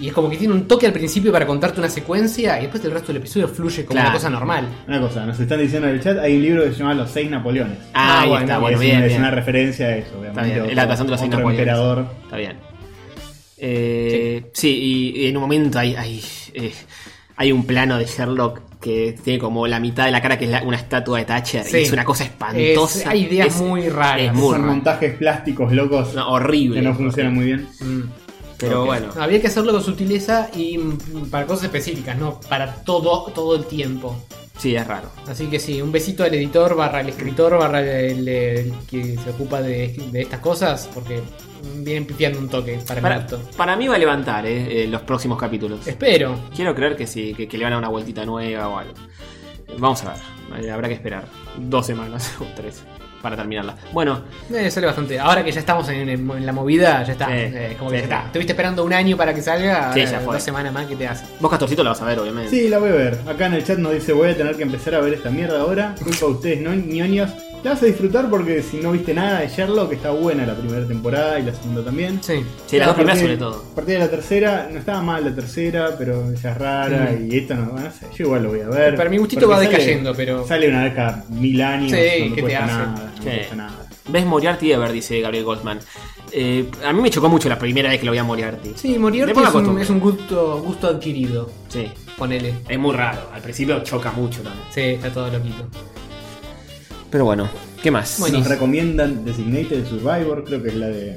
C: Y es como que tiene un toque al principio para contarte una secuencia y después el resto del episodio fluye como una
B: Claro.
C: cosa normal.
B: Una cosa, nos están diciendo en el chat, hay un libro que se llama Los seis Napoleones.
A: Ah, ahí
B: bueno,
A: está, bueno,
B: es
A: bien,
B: una, es
A: bien.
B: una referencia a eso, obviamente.
A: Está bien,
B: Otro-
A: la adaptación de los seis
B: otro
A: Napoleones.
B: emperador.
A: Está bien. Eh, sí, y, y en un momento hay, hay, eh, hay un plano de Sherlock que tiene como la mitad de la cara que es la- una estatua de Thatcher. y
C: Sí.
A: es una cosa espantosa.
C: Es- hay ideas
A: Es-
C: muy raras.
A: es muy
B: Son
A: raro.
B: montajes plásticos locos.
A: No, horrible.
B: Que no funcionan muy bien.
A: Pero
B: Ok.
A: bueno.
C: Habría Mm. que hacerlo con sutileza y mm, para cosas específicas, no para todo, todo el tiempo.
A: Sí, es raro.
C: Así que sí, un besito al editor, barra al escritor, barra el, el que se ocupa de, de estas cosas, porque vienen pifiando un toque para, mi
A: Para,
C: gusto.
A: para mí va a levantar eh, eh, los próximos capítulos.
C: Espero.
A: Quiero creer que sí, que, que le van a dar una vueltita nueva o algo. Eh, Vamos a ver. eh, Habrá que esperar dos semanas o tres para terminarla. Bueno,
C: Eh, sale bastante. Ahora que ya estamos en, en la movida, ya está.
A: Sí,
C: Eh, como
A: sí,
C: que ya
A: está.
C: está. Estuviste esperando un año para que salga.
A: Sí,
C: ahora
A: ya fue.
C: Dos semanas más que te hace.
A: vos Castorcito la vas a ver, obviamente.
B: Sí, la voy a ver. Acá en el chat nos dice, voy a tener que empezar a ver esta mierda ahora. Culpa de ustedes, no ñoños. La vas a disfrutar porque si no viste nada de Sherlock, está buena la primera temporada y la segunda también.
C: Sí.
A: Sí, las
B: A
A: dos primeras sobre
B: partir-
A: todo.
B: A partir de la tercera, no estaba mal la tercera, pero ya es rara
C: Mm.
B: y esta no, no sé, yo igual lo voy a ver.
C: Para mi gustito
B: Porque
C: va
B: sale-
C: decayendo, pero-
B: Sale una vez cada mil años, no
C: Sí,
B: me
C: ¿qué te
B: cuesta
C: hace?
B: nada, no me
A: Sí.
B: cuesta nada.
A: Ves Moriarty Ever, dice Gabriel Goldman. Eh, a mí me chocó mucho la primera vez que lo vi a Moriarty.
C: Sí, Moriarty
A: Después me
C: es un,
A: acostumbré.
C: es un gusto, gusto adquirido.
A: Sí,
C: Ponele.
A: es muy raro. Al principio choca mucho también.
C: Sí, está todo loquito.
A: Pero bueno, ¿qué más?
C: Bueno.
B: Nos
C: Buenísimo.
B: recomiendan Designated Survivor, creo que es la de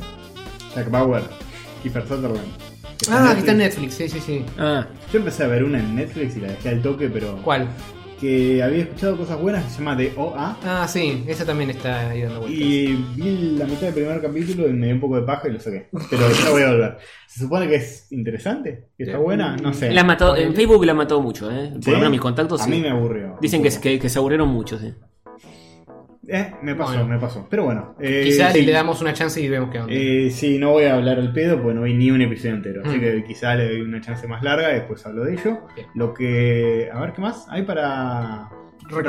B: Jack Bauer, Kiefer Sutherland.
C: Ah, que está en Netflix, sí, sí, sí.
B: Ah. Yo empecé a ver una en Netflix y la dejé al toque, pero.
C: ¿Cuál?
B: Que había escuchado cosas buenas, que se llama The OA.
C: Ah, sí, esa también está ahí dando vueltas.
B: Y vi la mitad del primer capítulo y me dio un poco de paja y lo saqué. Pero ya voy a volver. Se supone que es interesante, que está buena, no sé.
A: La mató, en Facebook la mató mucho, ¿eh? Por
B: ¿Sí?
A: lo menos mis contactos.
B: A
A: sí.
B: mí me aburrió.
A: Dicen que, que, que se aburrieron mucho, sí.
B: Eh, me pasó, me pasó. Pero bueno. eh,
C: Quizás
B: sí.
C: le damos una chance y vemos qué onda.
B: Eh, sí, no voy a hablar al pedo porque no vi ni un episodio entero. Así
C: Mm.
B: que quizá le doy una chance más larga y después hablo de ello. Lo que. A ver qué más hay para.
C: Recomendaciones.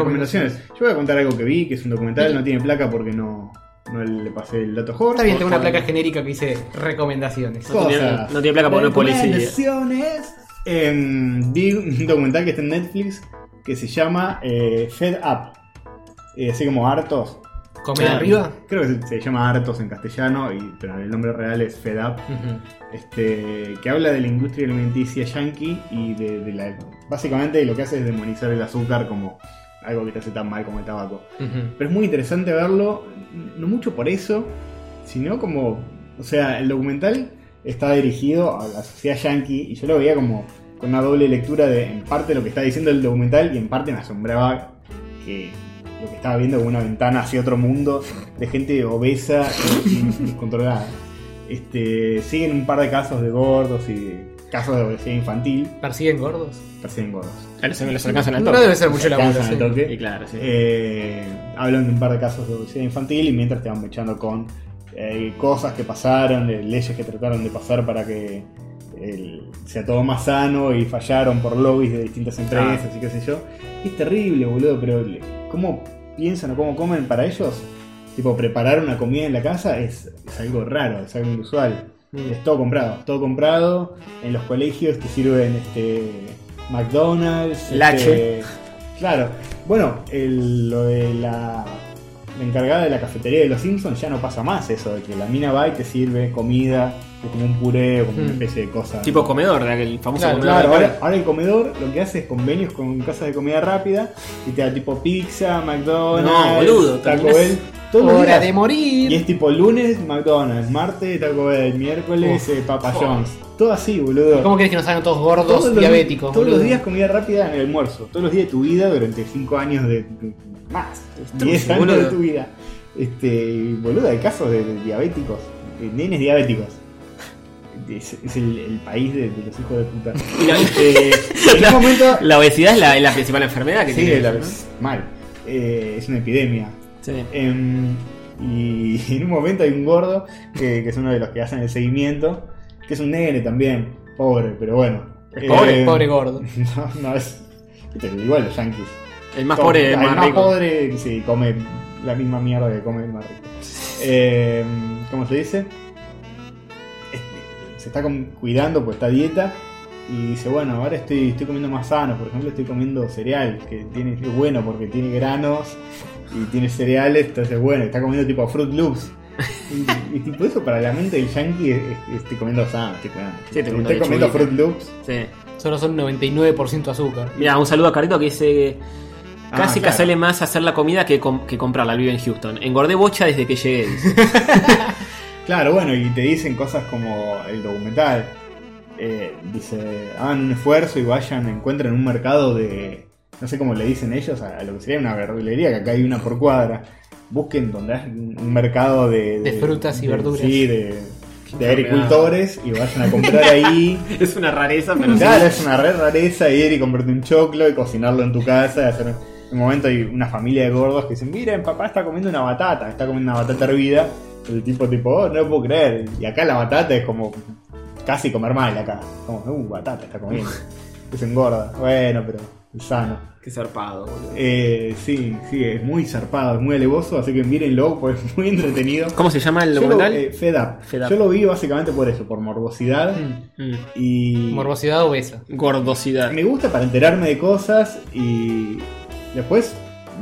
B: Recomendaciones. Yo voy a contar algo que vi, que es un documental, no tiene placa porque no, no le pasé el dato a Jorge.
C: Está bien, tengo una
B: Jorge.
C: placa genérica que dice recomendaciones.
B: No tiene- Cosas. no tiene placa porque no es policía. Em, vi un documental que está en Netflix que se llama eh, Fed Up. Eh, así como hartos. Em,
C: ¿Comer arriba?
B: Creo que se, se llama hartos en castellano, y, pero el nombre real es Fed Up. este, que habla de la industria alimenticia yankee y de, de la. Básicamente lo que hace es demonizar el azúcar como algo que te hace tan mal como el tabaco.
C: Ujú.
B: Pero es muy interesante verlo, no mucho por eso, sino como. O sea, el documental está dirigido a la sociedad yankee y yo lo veía como con una doble lectura de en parte lo que está diciendo el documental y en parte me asombraba que lo que estaba viendo como una ventana hacia otro mundo de gente obesa y descontrolada. Este, siguen un par de casos de gordos y de casos de obesidad infantil.
C: ¿Persiguen gordos?
B: Persiguen gordos.
A: Claro, se me los alcanzan al
B: No
A: toque.
B: debe ser mucho
A: Se
B: laburo,
A: alcanzan al
B: sí.
A: toque. Y claro, sí.
B: Eh, hablan de un par de casos de obesidad infantil y mientras te van mechando con eh, cosas que pasaron, eh, leyes que trataron de pasar para que el- sea todo más sano y fallaron por lobbies de distintas empresas y qué sé yo. Es terrible, boludo, pero le- ¿cómo piensan o cómo comen para ellos? Tipo, preparar una comida en la casa es, es algo raro, es algo inusual. Es todo comprado, todo comprado. En los colegios te sirven este McDonald's, este,
A: Lache.
B: Claro. Bueno, el- lo de la, la encargada de la cafetería de los Simpsons ya no pasa más eso, de que la mina va y te sirve comida, que es como un puré o como una
C: Hmm.
A: Mm.
B: especie de cosa.
A: Tipo comedor, ¿verdad? el famoso
B: Claro,
A: comedor.
B: claro,
A: de
B: ahora, ahora el comedor lo que hace es convenios con casas de comida rápida y te da tipo pizza, McDonald's,
A: No, boludo,
B: Taco
A: terminás
B: Bell. todos los
C: hora
B: días.
C: de morir.
B: Y es tipo lunes, McDonald's, martes, Taco Bell, miércoles,
C: Uf,
B: eh, Papa
C: joder.
B: Jones. Todo así, boludo.
C: ¿Cómo querés que nos hagan todos gordos,
B: Todos los-
C: diabéticos?
B: Todos
C: boludo?
B: los días comida rápida en el almuerzo. Todos los días de tu vida durante 5 años de. de- más.
A: Estamos
B: 10 años
A: boludo.
B: de tu vida. Este, y, boludo, hay casos de, de diabéticos. De nenes diabéticos. Es, es el, el país de, de los hijos de puta. Este, en un momento.
A: La obesidad es la, es la principal enfermedad que
B: Sí,
A: tiene.
B: la-
A: ¿no?
B: es mal. Eh, es una epidemia. Em, y en un momento hay un gordo, que, que es uno de los que hacen el seguimiento, que es un nene también, pobre, pero bueno. Eh,
C: Es pobre, pobre gordo.
B: No, no, es. viste, Igual los yankees.
A: El más
B: Como-
A: pobre es
B: el
A: más rico.
B: pobre, sí, come la misma mierda que come el más rico. Em, ¿Cómo se dice? se está com- cuidando pues está a dieta y dice bueno ahora estoy, estoy comiendo más sano por ejemplo estoy comiendo cereal que tiene es bueno porque tiene granos y tiene cereales entonces bueno está comiendo tipo Fruit Loops y, y tipo eso para la mente del yankee es- es- estoy comiendo sano estoy comiendo,
A: Sí, te
B: estoy
A: comiendo
B: comiendo
A: lechuguita.
B: Fruit Loops
A: Sí.
C: Solo son 99% azúcar.
A: Mira, un saludo a Carito que dice.
C: Ah,
A: Casi que
C: claro.
A: sale más hacer la comida que, com- que comprarla. Vive en Houston. Engordé bocha desde que llegué. dice.
B: Claro, bueno, y te dicen cosas como el documental. Eh, dice, hagan un esfuerzo y vayan, encuentren un mercado de, no sé cómo le dicen ellos, a, a lo que sería una verdulería, que acá hay una por cuadra. Busquen donde hay un un mercado de...
C: De frutas y verduras.
B: Sí, de, de agricultores y vayan a comprar ahí.
A: es una rareza, pero sí.
B: Claro, es una re rareza ir y comprarte un choclo y cocinarlo en tu casa. y hacer... En un momento hay una familia de gordos que dicen, miren, papá está comiendo una batata, está comiendo una batata hervida. El tipo tipo, oh, no lo puedo creer. Y acá la batata es como casi comer mal acá. Como, uh, batata está comiendo. es engorda. Bueno, pero es sano.
A: Qué zarpado, boludo.
B: Eh, sí, sí, es muy zarpado, es muy alevoso, así que mírenlo, pues es muy entretenido.
A: ¿Cómo se llama el
B: Yo lo-
A: documental?
B: eh, Fed Up.
A: Fed Up.
B: Yo lo vi básicamente por eso, por morbosidad
A: Mm.
B: y...
C: Morbosidad obesa.
A: Gordosidad.
B: Me gusta para enterarme de cosas y después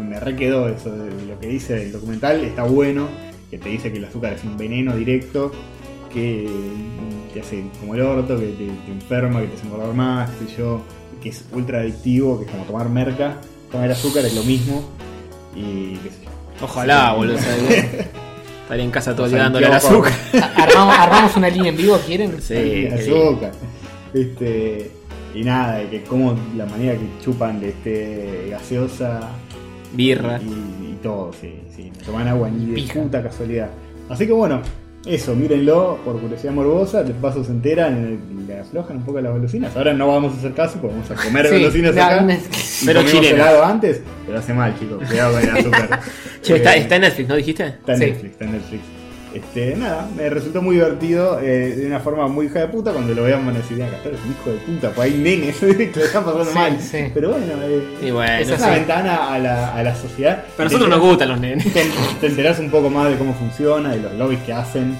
B: me re quedó eso de lo que dice el documental, está bueno, que te dice que el azúcar es un veneno directo, que te hace como el orto, que te, te enferma, que te hace engordar más, qué sé yo, que es ultra adictivo, que es como tomar merca, comer azúcar es lo mismo y qué sé yo.
A: Ojalá, boludo. ¿sabes? Estaría en casa todo el
B: Nos
A: día dándole al
B: salteamos
A: azúcar.
C: Armamos, armamos una línea en vivo, ¿quieren?
A: Sí,
B: azúcar. Este, y nada, y que como la manera que chupan de este gaseosa
A: Birra.
B: y, y todo, sí, sí. No toman agua ni de puta casualidad. Así que bueno, eso, mírenlo por curiosidad morbosa, de paso se enteran, en el- le aflojan un poco las golosinas. Ahora no vamos a hacer caso porque vamos a comer
C: Sí,
B: golosinas
C: no,
B: acá.
C: no es-
B: y
A: Pero
B: comimos
A: chilenas.
B: helado antes, pero hace mal, chicos, cuidado con el azúcar.
A: Che, está,
B: Eh,
A: está en Netflix, ¿no dijiste?
B: Está en
C: Sí.
B: Netflix, está en Netflix. Este, nada, me resultó muy divertido, eh, de una forma muy hija de puta, cuando lo vean van a decir, "Ah, Castor es un hijo de puta, pues hay nenes que lo están pasando
C: Sí,
B: mal.
C: sí.
B: Pero bueno, eh,
A: Y bueno,
B: es una
A: sí.
B: ventana a la, a la sociedad.
A: Pero a nosotros nos
B: Te enteras-
A: gustan los nenes.
B: Te, te enterás un poco más de cómo funciona, de los lobbies que hacen,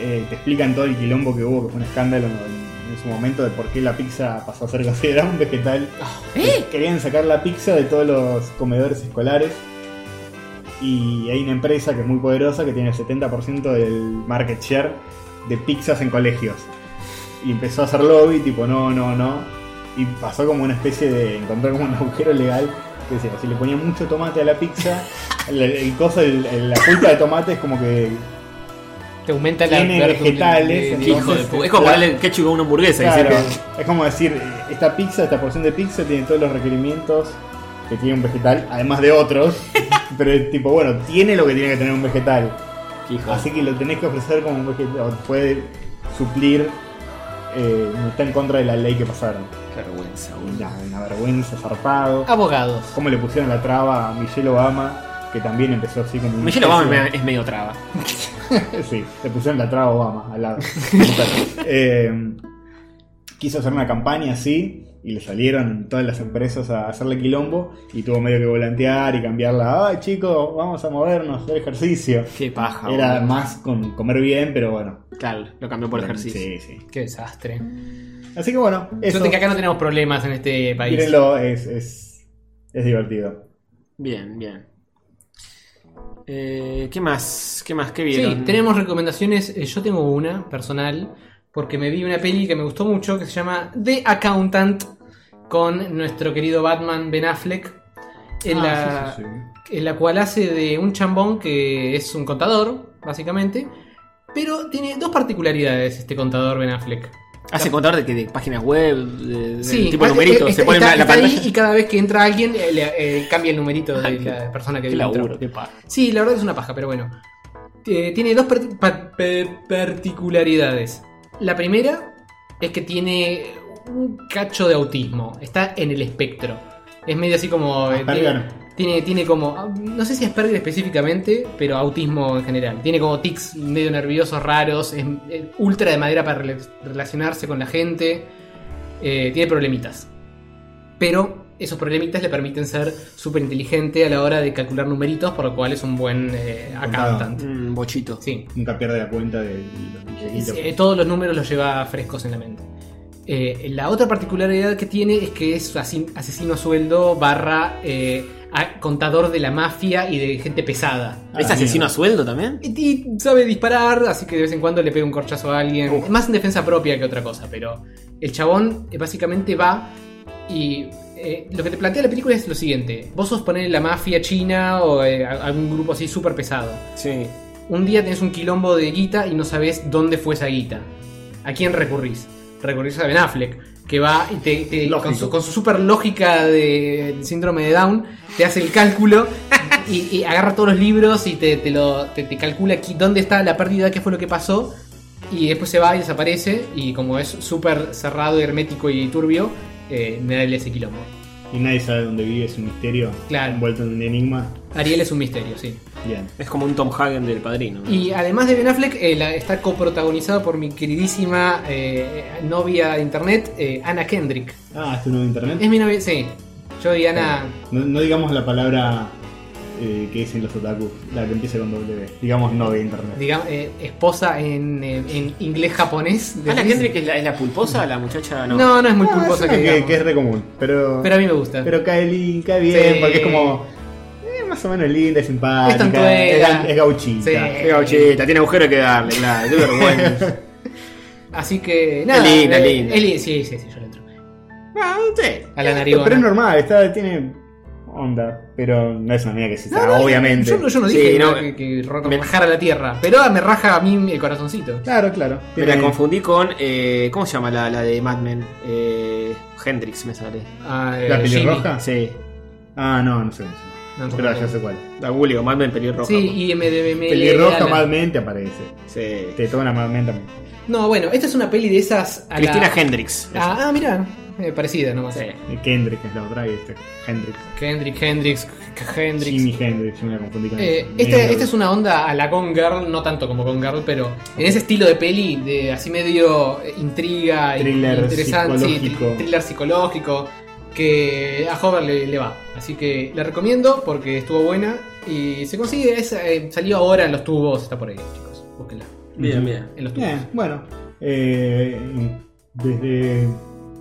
B: eh, te explican todo el quilombo que hubo, que fue un escándalo en, en su momento de por qué la pizza pasó a ser considerada un vegetal.
C: ¿Eh?
B: Querían sacar la pizza de todos los comedores escolares. Y hay una empresa que es muy poderosa que tiene el 70% del market share de pizzas en colegios. Y empezó a hacer lobby, tipo, no, no, no. Y pasó como una especie de encontrar como un agujero legal. Que decía, si le ponía mucho tomate a la pizza, el, el coso, el- el- la culpa de tomate es como que
C: Te aumenta la
B: tiene
C: la-
B: vegetales.
C: de-
A: Qué hijo de
B: entonces,
A: pu- Es como
B: la-
A: ponerle ketchup a una hamburguesa.
B: Claro,
A: decir que-
B: Es como decir, esta pizza, esta porción de pizza tiene todos los requerimientos que tiene un vegetal, además de otros. pero es tipo, bueno, tiene lo que tiene que tener un vegetal.
A: qué hijo de-
B: Así que lo tenés que ofrecer como un vegetal. Puede suplir. eh, no está en contra de la ley que pasaron.
A: Qué vergüenza, boludo.
B: Una, una vergüenza, zarpado.
A: Ah.
C: Abogados.
B: Cómo le pusieron la traba a Michelle Obama, que también empezó así como un.
A: Michelle Obama me- es medio traba.
B: Eh, Sí, le pusieron la traba a Obama al lado. Eh, quiso hacer una campaña así y le salieron todas las empresas a hacerle quilombo y tuvo medio que volantear y cambiarla. Ay, chicos, vamos a movernos, hacer ejercicio.
A: Qué paja.
B: Era
A: boludo.
B: más con comer bien, pero bueno.
A: Claro, lo cambió por ejercicio.
B: Sí, sí.
C: Qué desastre.
B: Así que bueno, eso.
C: Suerte que acá no tenemos problemas en este país.
B: Mírenlo, es, es, es divertido.
A: Bien, bien. Eh, ¿Qué más? ¿Qué más? ¿Qué vieron?
C: Sí, tenemos recomendaciones. Eh, Yo tengo una personal, porque me vi una peli que me gustó mucho que se llama The Accountant con nuestro querido Batman Ben Affleck. En,
A: Ah,
C: la, en la cual hace de un chambón que es un contador, básicamente. Pero tiene dos particularidades este contador Ben Affleck.
A: Hace contador de que de páginas web, de, de
C: Sí,
A: tipo de
C: eh,
A: numeritos,
C: eh,
A: se pone
C: está-
A: la
C: está
A: pantalla.
C: ahí y cada vez que entra alguien eh, le- eh, cambia el numerito de
A: Ay, qué-
C: la persona que
A: Qué
C: entró.
A: laburo, qué paja.
C: Sí, la verdad es una paja, pero bueno. Eh, tiene dos parti- pa- pe- particularidades. La primera es que tiene un cacho de autismo. Está en el espectro. Es medio así como. eh,
B: Asperger.
C: tiene- Tiene, tiene como. ah, No sé si Asperger específicamente, pero autismo en general. Tiene como tics medio nerviosos raros. Es, es ultra de madera para rela- relacionarse con la gente. eh, tiene problemitas. Pero esos problemitas le permiten ser súper inteligente a la hora de calcular numeritos, por lo cual es un buen eh, accountant.
A: Mm, bochito.
C: Sí.
B: Nunca pierde la cuenta de los billetitos.
C: Eh, todos los números los lleva frescos en la mente. Eh, la otra particularidad que tiene es que es asin- asesino a sueldo barra eh, a- contador de la mafia y de gente pesada.
A: ¿Es
B: Ah,
A: asesino
B: mierda.
A: a sueldo también?
C: Y- Y sabe disparar, así que de vez en cuando le pega un corchazo a alguien.
A: Uf.
C: Es Más en defensa propia que otra cosa, pero el chabón eh, básicamente va y eh, lo que te plantea la película es lo siguiente. Vos sos poner la mafia china o eh, a- algún grupo así súper pesado.
A: Sí.
C: Un día tenés un quilombo de guita y no sabés dónde fue esa guita. ¿A quién recurrís? Recurrís a Ben Affleck, que va y te, te-
B: Lógico.
C: con, su, con su super lógica de síndrome de Down, te hace el cálculo y, y agarra todos los libros y te, te lo, te, te calcula aquí dónde está la pérdida, qué fue lo que pasó. Y después se va y desaparece. Y como es súper cerrado, hermético y turbio, eh, me da ese quilombo.
B: Y nadie sabe dónde vive, es un misterio.
C: Claro.
B: Envuelto en un enigma.
C: Ariel es un misterio, sí.
B: Bien.
A: Es como un Tom Hagen del padrino.
C: Y además de Ben Affleck, eh, la- está coprotagonizado por mi queridísima eh, novia de internet, eh, Ana Kendrick.
B: Ah, este nuevo internet.
C: Es mi novia, sí. Yo y Ana.
B: Eh, No, no digamos la palabra eh, que dicen los otakus, la que empieza con W. Digamos no de internet.
C: Digamos, eh, esposa en, eh, en inglés-japonés. de-
A: ¿Ana Kendrick es Ah, la, es la pulposa? ¿La muchacha no?
C: No, no, es muy
B: Ah,
C: culposa
B: es una
C: que,
B: que,
C: digamos.
B: que es re común, pero,
C: Pero
B: pero,
C: a mí me gusta.
B: cae, li- cae bien,
C: Sí.
B: porque es como eh, más o menos linda, es
C: Es
B: simpática,
C: tontuela.
B: es, ga- es gauchita.
C: Sí.
A: Qué gauchita, tiene agujero que darle, claro. Qué vergüenza.
C: Así que, nada.
A: linda,
C: eh,
A: linda.
C: Eli- sí, sí, sí, yo le entro.
A: Ah, sí.
C: A la
B: Pero es
C: narigona.
B: normal, está, tiene onda, pero no es una mina que se está,
C: No, no,
B: obviamente.
C: Yo, no- yo no
B: Sí,
C: dije
B: no,
C: que, que Rocco me rajara la tierra, pero me raja a mí el corazoncito.
B: Claro, claro.
A: Me la confundí con. eh, ¿Cómo se llama la, la de Mad Men? Eh, Hendrix me sale.
C: Ah,
B: ¿La pelirroja?
A: Sí.
B: Ah, no, no sé.
C: No,
B: No,
C: no,
B: sé. pero
C: no.
B: ya sé cuál.
A: La Google, Mad Men pelirroja.
C: Sí, y MDM.
B: Pelirroja malmente aparece.
A: Sí.
B: Te toma malmente también.
C: No, bueno, esta es una peli de esas. a la-
A: Cristina Hendrix.
C: Ah, ah, mirá, eh, parecida nomás.
B: Eh, Kendrick es la otra y este. Hendrix.
C: Kendrick, Hendrix, Hendrix.
B: Jimi Hendrix, yo me la confundí con
C: Eh,
B: eso.
C: este-
B: Negro.
C: Esta es una onda a la Gone Girl, no tanto como Gone Girl, pero en ese estilo de peli, de así medio eh, intriga, y
B: Thriller
C: interesante, sí,
B: psicológico.
C: tri- thriller psicológico, que a Hover le, le va. Así que la recomiendo porque estuvo buena y se consigue, es, eh, salió ahora en los tubos, está por ahí, chicos, búsquenla.
A: Bien, bien.
C: En los tubos.
B: Bien, bueno. Eh, desde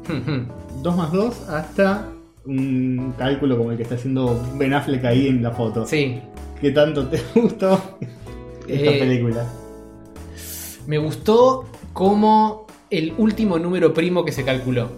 C: Hmm,
B: 2 más 2 hasta un cálculo como el que está haciendo Ben Affleck ahí en la foto.
C: hmm. Sí,
B: ¿Qué tanto te gustó esta
C: Eh,
B: película?
C: me gustó como el último número primo que se calculó.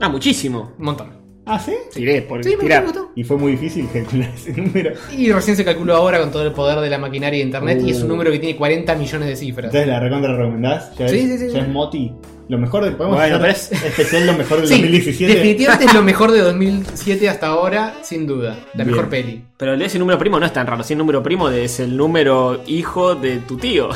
A: Ah, muchísimo.
C: Un montón.
B: ¿Ah, sí?
A: Tiré, por
C: Sí, me
B: Mirá,
C: me gustó.
B: y fue muy difícil calcular ese número.
C: Y recién se calculó ahora con todo el poder de la maquinaria de internet y es un
B: Uh.
C: número que tiene 40 millones de cifras.
B: Entonces la recontra recomendás. Ya
C: Sí,
B: es,
C: sí, sí,
B: ya
C: sí.
B: es Moti. Lo mejor de podemos
A: Bueno,
B: hacer
A: pero es-
B: especial lo mejor del
C: Sí,
B: 2017.
C: definitivamente es lo mejor de 2007 hasta ahora, sin duda. La
B: Bien.
C: mejor peli.
A: Pero el de ese número primo no es tan raro. Si el número primo de- es el número hijo de tu tío.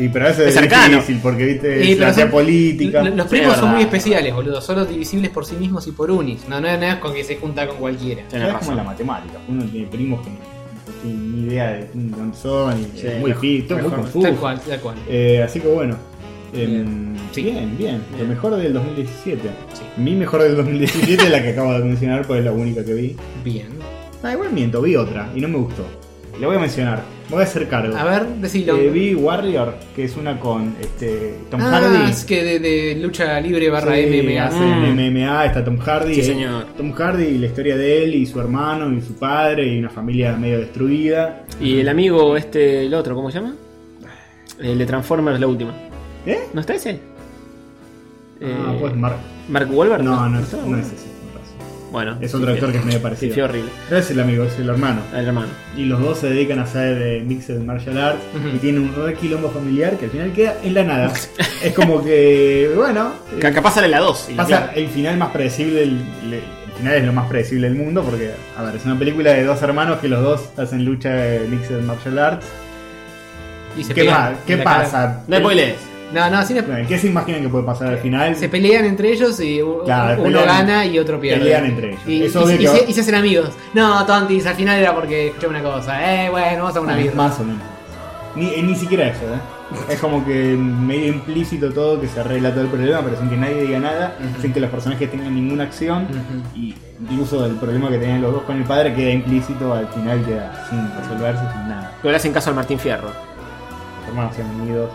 B: Y pero eso
A: Es
B: es,
A: cercano.
B: difícil porque viste
C: Sí,
B: es la
C: pero son-
B: política.
C: L- Los
A: Sí,
C: primos
A: es
C: son
A: verdad.
C: muy especiales, boludo. Solo divisibles por sí mismos y por unis. No, no es nada con que se junta con cualquiera.
B: Ya
A: Tenés
B: es como
A: razón.
B: la matemática. Uno tiene primos que no no tienen ni idea de dónde son. Y
A: Sí,
B: es muy
A: mejor-
B: difícil, todo muy
A: mejor.
B: confuso.
C: Tal cual, tal cual.
B: Eh, así que bueno. em,
C: Sí.
B: Bien, bien, Lo
A: Bien.
B: mejor del 2017.
C: Sí.
B: Mi mejor del 2017 es la que acabo de mencionar, porque es la única que vi.
C: Bien.
B: Ah, igual miento, vi otra y no me gustó. Le voy a mencionar. Me voy a hacer cargo.
C: A ver, decilo.
B: Eh, vi Warrior, que es una con este, Tom
C: ah,
B: Hardy.
C: es que de, de lucha libre barra
B: Sí,
C: MMA.
B: hace MMA, está Tom Hardy.
A: Sí,
B: eh.
A: señor.
B: Tom Hardy y la historia de él y su hermano y su padre y una familia medio destruida.
A: Y el amigo, este, el otro, ¿cómo se llama? El de Transformers, la última.
B: ¿Eh?
A: ¿No está ese?
B: Ah,
A: Eh,
B: pues Mark.
A: Mark Wahlberg.
B: No, no, es,
A: está?
B: no es ese. con razón.
A: Bueno.
B: Es otro actor que es medio parecido.
A: fue horrible.
B: No es el amigo, es el hermano.
A: El hermano.
B: Y los dos se dedican a hacer eh, mixes de martial arts
C: Ujú.
B: y tienen un re quilombo familiar que al final queda en la nada. es como que, bueno, eh,
A: Que Capaz sale la 2.
B: pasa el final más predecible, del- el, el final es lo más predecible del mundo porque, a ver, es una película de dos hermanos que los dos hacen lucha eh, de mixed martial arts.
C: Y se
B: ¿Qué,
C: pegan
B: pa-
C: en
B: ¿Qué
C: la cara.
B: pasa?
A: No spoilees.
C: No, no, así no-
B: Bueno, ¿Qué se imaginan que puede pasar al final?
C: Se pelean entre ellos y u-
B: Claro,
C: uno
B: pelean-
C: gana y otro pierde.
B: pelean entre ellos.
C: Y,
B: Eso
C: y-
B: de
C: y
B: que-
C: se, y se hacen amigos. No, Tontis, al final era porque escuché una cosa. Eh, bueno, vamos a una
B: Ah,
C: birra.
B: Más o menos. Ni, eh, ni siquiera eso, ¿eh? Es como que medio implícito todo, que se arregla todo el problema, pero sin que nadie diga nada,
C: Ujú.
B: sin que los personajes tengan ninguna acción.
C: Ujú.
B: Y incluso el problema que tenían los dos con el padre queda implícito, al final queda sin resolverse, sin nada.
A: Pero le hacen caso al Martín Fierro.
B: Los hermanos se han unido,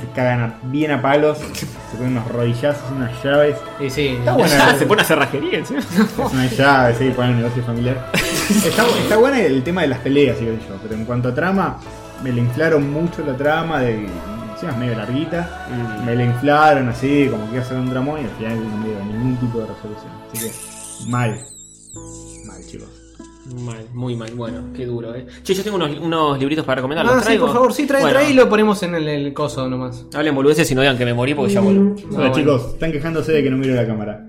B: se cagan a- bien a palos, se ponen unos rodillazos, unas llaves.
C: Y sí,
B: Está buena.
A: Se pone a cerrajería encima.
B: Es una llave, sí, poner un negocio familiar. Está, está bueno el tema de las peleas, digo yo, pero en cuanto a trama, me le inflaron mucho la trama, de, encima es medio larguita,
C: Mm.
B: me la inflaron así, como que iba a ser un dramón y al final no me dio ningún tipo de resolución. Así que, mal. Mal, chicos.
C: Ah,
A: Mal, muy mal. Bueno, qué duro, eh. Che, yo tengo unos, unos libritos para recomendar.
C: Ah,
A: ¿Los
C: sí,
A: traigo?
C: por favor, sí, trae,
A: Bueno,
C: trae y lo ponemos en el, el coso nomás.
A: Hablen boludeces y no digan que me morí porque ya vuelvo.
C: Ah,
B: Hola,
C: bueno.
B: chicos, están quejándose de que no miro la cámara.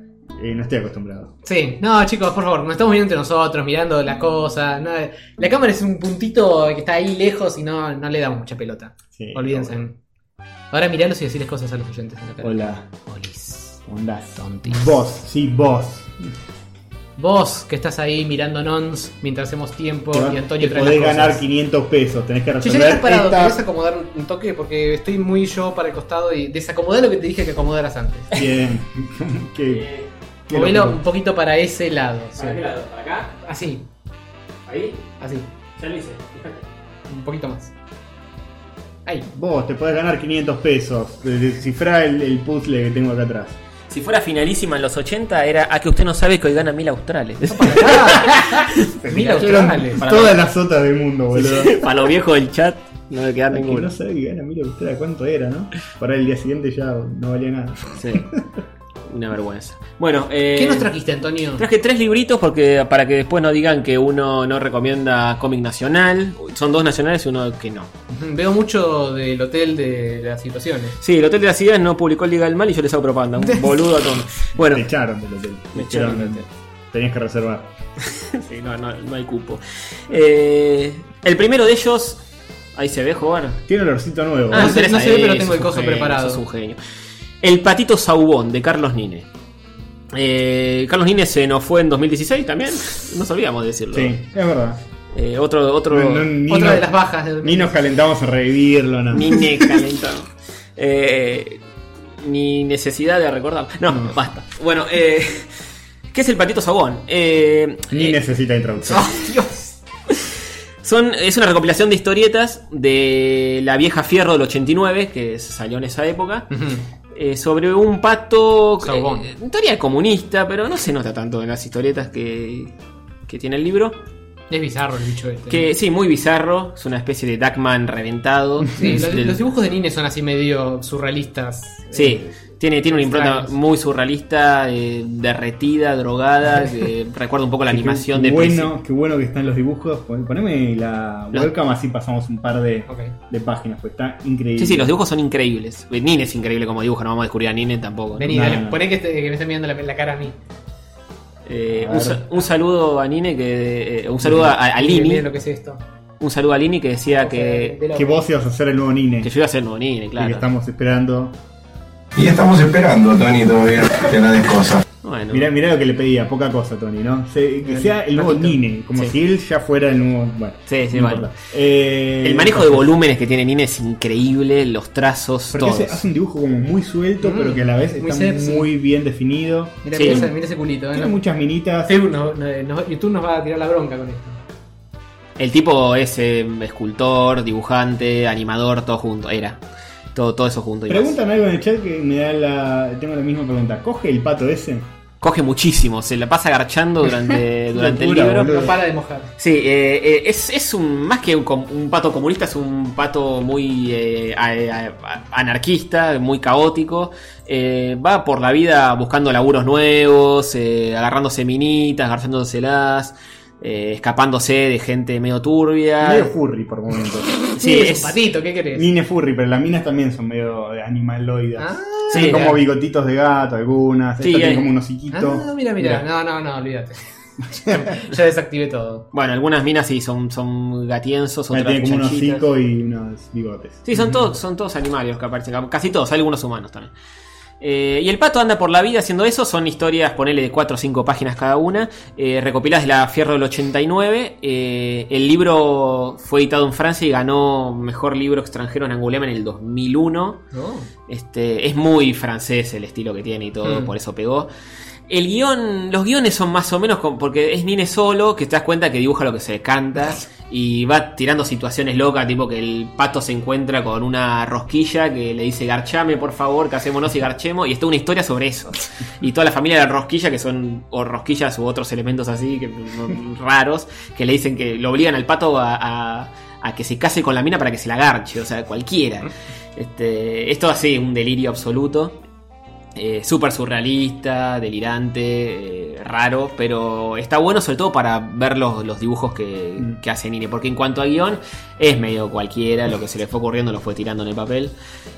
B: Eh, no estoy acostumbrado.
C: Sí, no, chicos, por favor, no estamos viendo entre nosotros, mirando las cosas. nada. La cámara es un puntito que está ahí lejos y no, no le damos mucha pelota.
B: Sí,
C: Olvídense. Ahora miralos y decirles cosas a los oyentes en la cara.
B: Hola,
C: Olis.
B: ¿cómo andás?
C: Tontis.
B: Vos, sí, vos.
C: Vos que estás ahí mirando Nons mientras hacemos tiempo
B: Te va-
C: y Antonio
B: te
C: trae
B: podés
C: las
B: ganar
C: cosas.
B: 500 pesos, tenés que
C: Che,
B: resolver
C: ya que estás parado,
B: esta-
C: ¿querés acomodar un toque? Porque estoy muy yo para el costado y desacomodá lo que te dije que acomodaras antes.
B: Bien. Qué- qué
C: Movelo un
B: locura.
C: poquito para ese lado. sí.
A: ¿Para acá?
C: Así,
A: ¿Ahí?
C: así,
A: Ya lo hice.
C: un poquito más. Ahí.
B: Vos te podés ganar 500 pesos. Descifrá el, el puzzle que tengo acá atrás.
A: Si fuera finalísima en los 80, era a que usted no sabe que hoy gana mil australes.
C: Mil australes.
A: Para
B: Todas las sotas del mundo, boludo.
A: Para los viejos del chat, no debe quedar
B: Es que
A: ninguno.
B: no sabía que era, mira usted cuánto era, ¿no? Para el día siguiente ya no valía nada.
A: Sí. Una vergüenza. Bueno, eh,
C: ¿Qué nos trajiste, Antonio?
A: Traje tres libritos porque para que después no digan que uno no recomienda cómic nacional. Son dos nacionales y uno que no.
C: Ujú, Veo mucho del hotel de las situaciones.
A: Sí, el Hotel de las Ideas no publicó el Liga del Mal y yo les hago propaganda. Un boludo tonto. Bueno. Me
B: echaron del hotel.
A: Me echaron del
B: Hicieron- Tenías que reservar.
A: sí, no, no, no hay cupo. Eh, el primero de ellos. Ahí se ve jugar.
B: Tiene olorcito nuevo.
A: Ah,
B: ¿eh?
A: no sé, no sé, pero tengo el
C: coso preparado.
A: Es un genio. El patito Saubón de Carlos Nine. Eh, Carlos Nine se nos fue en 2016 también. Nos olvidamos de decirlo.
B: Sí, es verdad.
A: Eh, otro, otro,
B: No, no, ni
C: Otra
B: nos-
C: de las bajas de
B: Ni nos calentamos a revivirlo, nada.
A: Ni me calentado. Eh, ni necesidad de recordar. No, basta. Bueno, eh, ¿qué es el patito sabón? Eh,
B: Ni necesita introducción.
A: oh, Dios. Son, es una recopilación de historietas de la vieja Fierro del 89, que salió en esa época, eh, sobre un pato...
C: Sabón.
A: eh, en teoría comunista, pero no se nota tanto en las historietas que, que tiene el libro.
C: Es bizarro el bicho este.
A: Que sí, muy bizarro, es una especie de Duckman reventado.
C: Sí,
A: Es
C: los,
A: del-
C: los dibujos de Nine son así medio surrealistas.
A: Sí,
B: Eh,
A: tiene, tiene una impronta
C: extraños.
A: muy surrealista, eh, derretida, drogada. eh, recuerda un poco la
B: Qué
A: animación de
B: bueno, Qué bueno que están los dibujos. Pon- Poneme la
A: Los-
B: webcam así pasamos un par de,
C: Ok.
B: de páginas, pues está
A: Prince.
B: increíble.
A: Sí, sí, los dibujos son increíbles. Eh, Nine es increíble como dibujo, no vamos a descubrir a Nine tampoco. ¿no?
C: Vení,
B: No,
C: dale,
B: no.
C: poné que, te- que me están mirando la, la cara a mí.
A: Eh,
B: A
A: un,
B: ver.
A: sa- un saludo a Nine que. eh, un saludo a, a
C: Miren,
A: Lini.
C: miren lo que es esto.
A: Un saludo a Lini que decía
C: De- de
A: que.
C: la-
B: Que vos ibas a hacer el nuevo Nine.
A: Que yo iba a ser el nuevo Nine,
B: Y que
A: claro.
B: estamos esperando.
L: Y estamos esperando, Tony, todavía que la descosa.
A: Bueno.
B: Mirá, mirá lo que le pedía, poca cosa, Tony, ¿no? Se- que
C: Dale,
B: sea el nuevo
C: ratito.
B: Nine, como
A: Sí.
B: si él ya fuera el nuevo. Bueno,
A: Sí, sí,
B: no
A: bueno.
B: importa. Eh,
A: El manejo de
B: entonces,
A: volúmenes que tiene Nine es increíble, los trazos,
B: Porque
A: todos.
B: hace, hace un dibujo como muy suelto,
C: Mm,
B: pero que a la vez
C: muy
B: está
C: sexy.
B: muy bien definido.
C: Mira,
A: Sí.
C: mira ese, mira ese culito. eh.
B: Tiene muchas minitas.
C: Facebook nos- nos- nos- YouTube nos va a tirar la bronca con esto.
A: El tipo es eh, escultor, dibujante, animador, todo junto. Era. Todo, todo eso junto. y más.
B: Preguntan algo en el chat que me da la. Tengo la misma pregunta. ¿Coge el pato ese?
A: coge muchísimo, se la pasa garchando durante, durante el
B: Locura,
A: libro.
B: boludo.
C: No para de mojar.
A: Sí, eh, eh, es, es un más que un, com- un pato comunista, es un pato muy eh, a- a- anarquista, muy caótico. Eh, va por la vida buscando laburos nuevos, eh, agarrándose minitas, agarrándoselas, eh, escapándose de gente medio
C: Ah,
A: turbia.
B: Medio furry por momentos.
A: Sí,
C: es,
A: es-
C: un patito, ¿qué querés?
B: Nine furry, pero las minas también son medio animaloidas.
C: Ah,
A: Sí,
B: Tienen como
A: eh,
B: bigotitos de gato algunas.
A: Sí,
B: Esta
A: eh.
B: tiene como un hociquito.
C: ah, mira, mira. No, no, no, olvídate. ya desactivé todo.
A: Bueno, algunas minas sí son, son gatienzos,
B: Ahí
A: otras
B: tiene como un
A: chanchitas.
B: hocico y unos bigotes.
A: Sí, son todos, son todos animales que aparecen, ca- casi todos, hay algunos humanos también. Eh, y el pato anda por la vida haciendo eso, son historias, ponele de 4 o 5 páginas cada una, eh, recopiladas de la Fierro del 89. eh, el libro fue editado en Francia y ganó Mejor Libro Extranjero en Angulema en el 2001.
C: No.
A: Este, es muy francés el estilo que tiene y todo,
C: Mm.
A: por eso pegó. El guión, los guiones son más o menos con- porque es Nine solo, que te das cuenta que dibuja lo que se le canta y va tirando situaciones locas, tipo que el pato se encuentra con una rosquilla que le dice garchame por favor, casémonos y garchemos, y está una historia sobre eso. Y toda la familia de la rosquilla, que son o rosquillas u otros elementos así, que son raros, que le dicen que lo obligan al pato a, a- a que se case con la mina para que se la garche, o sea, cualquiera. Este, esto así, un delirio absoluto. Eh, Súper surrealista, delirante, eh, raro, pero está bueno sobre todo para ver los, los dibujos que,
B: Mm.
A: que hace Nine, porque en cuanto a guión es medio cualquiera, lo que se le fue ocurriendo lo fue tirando en el papel.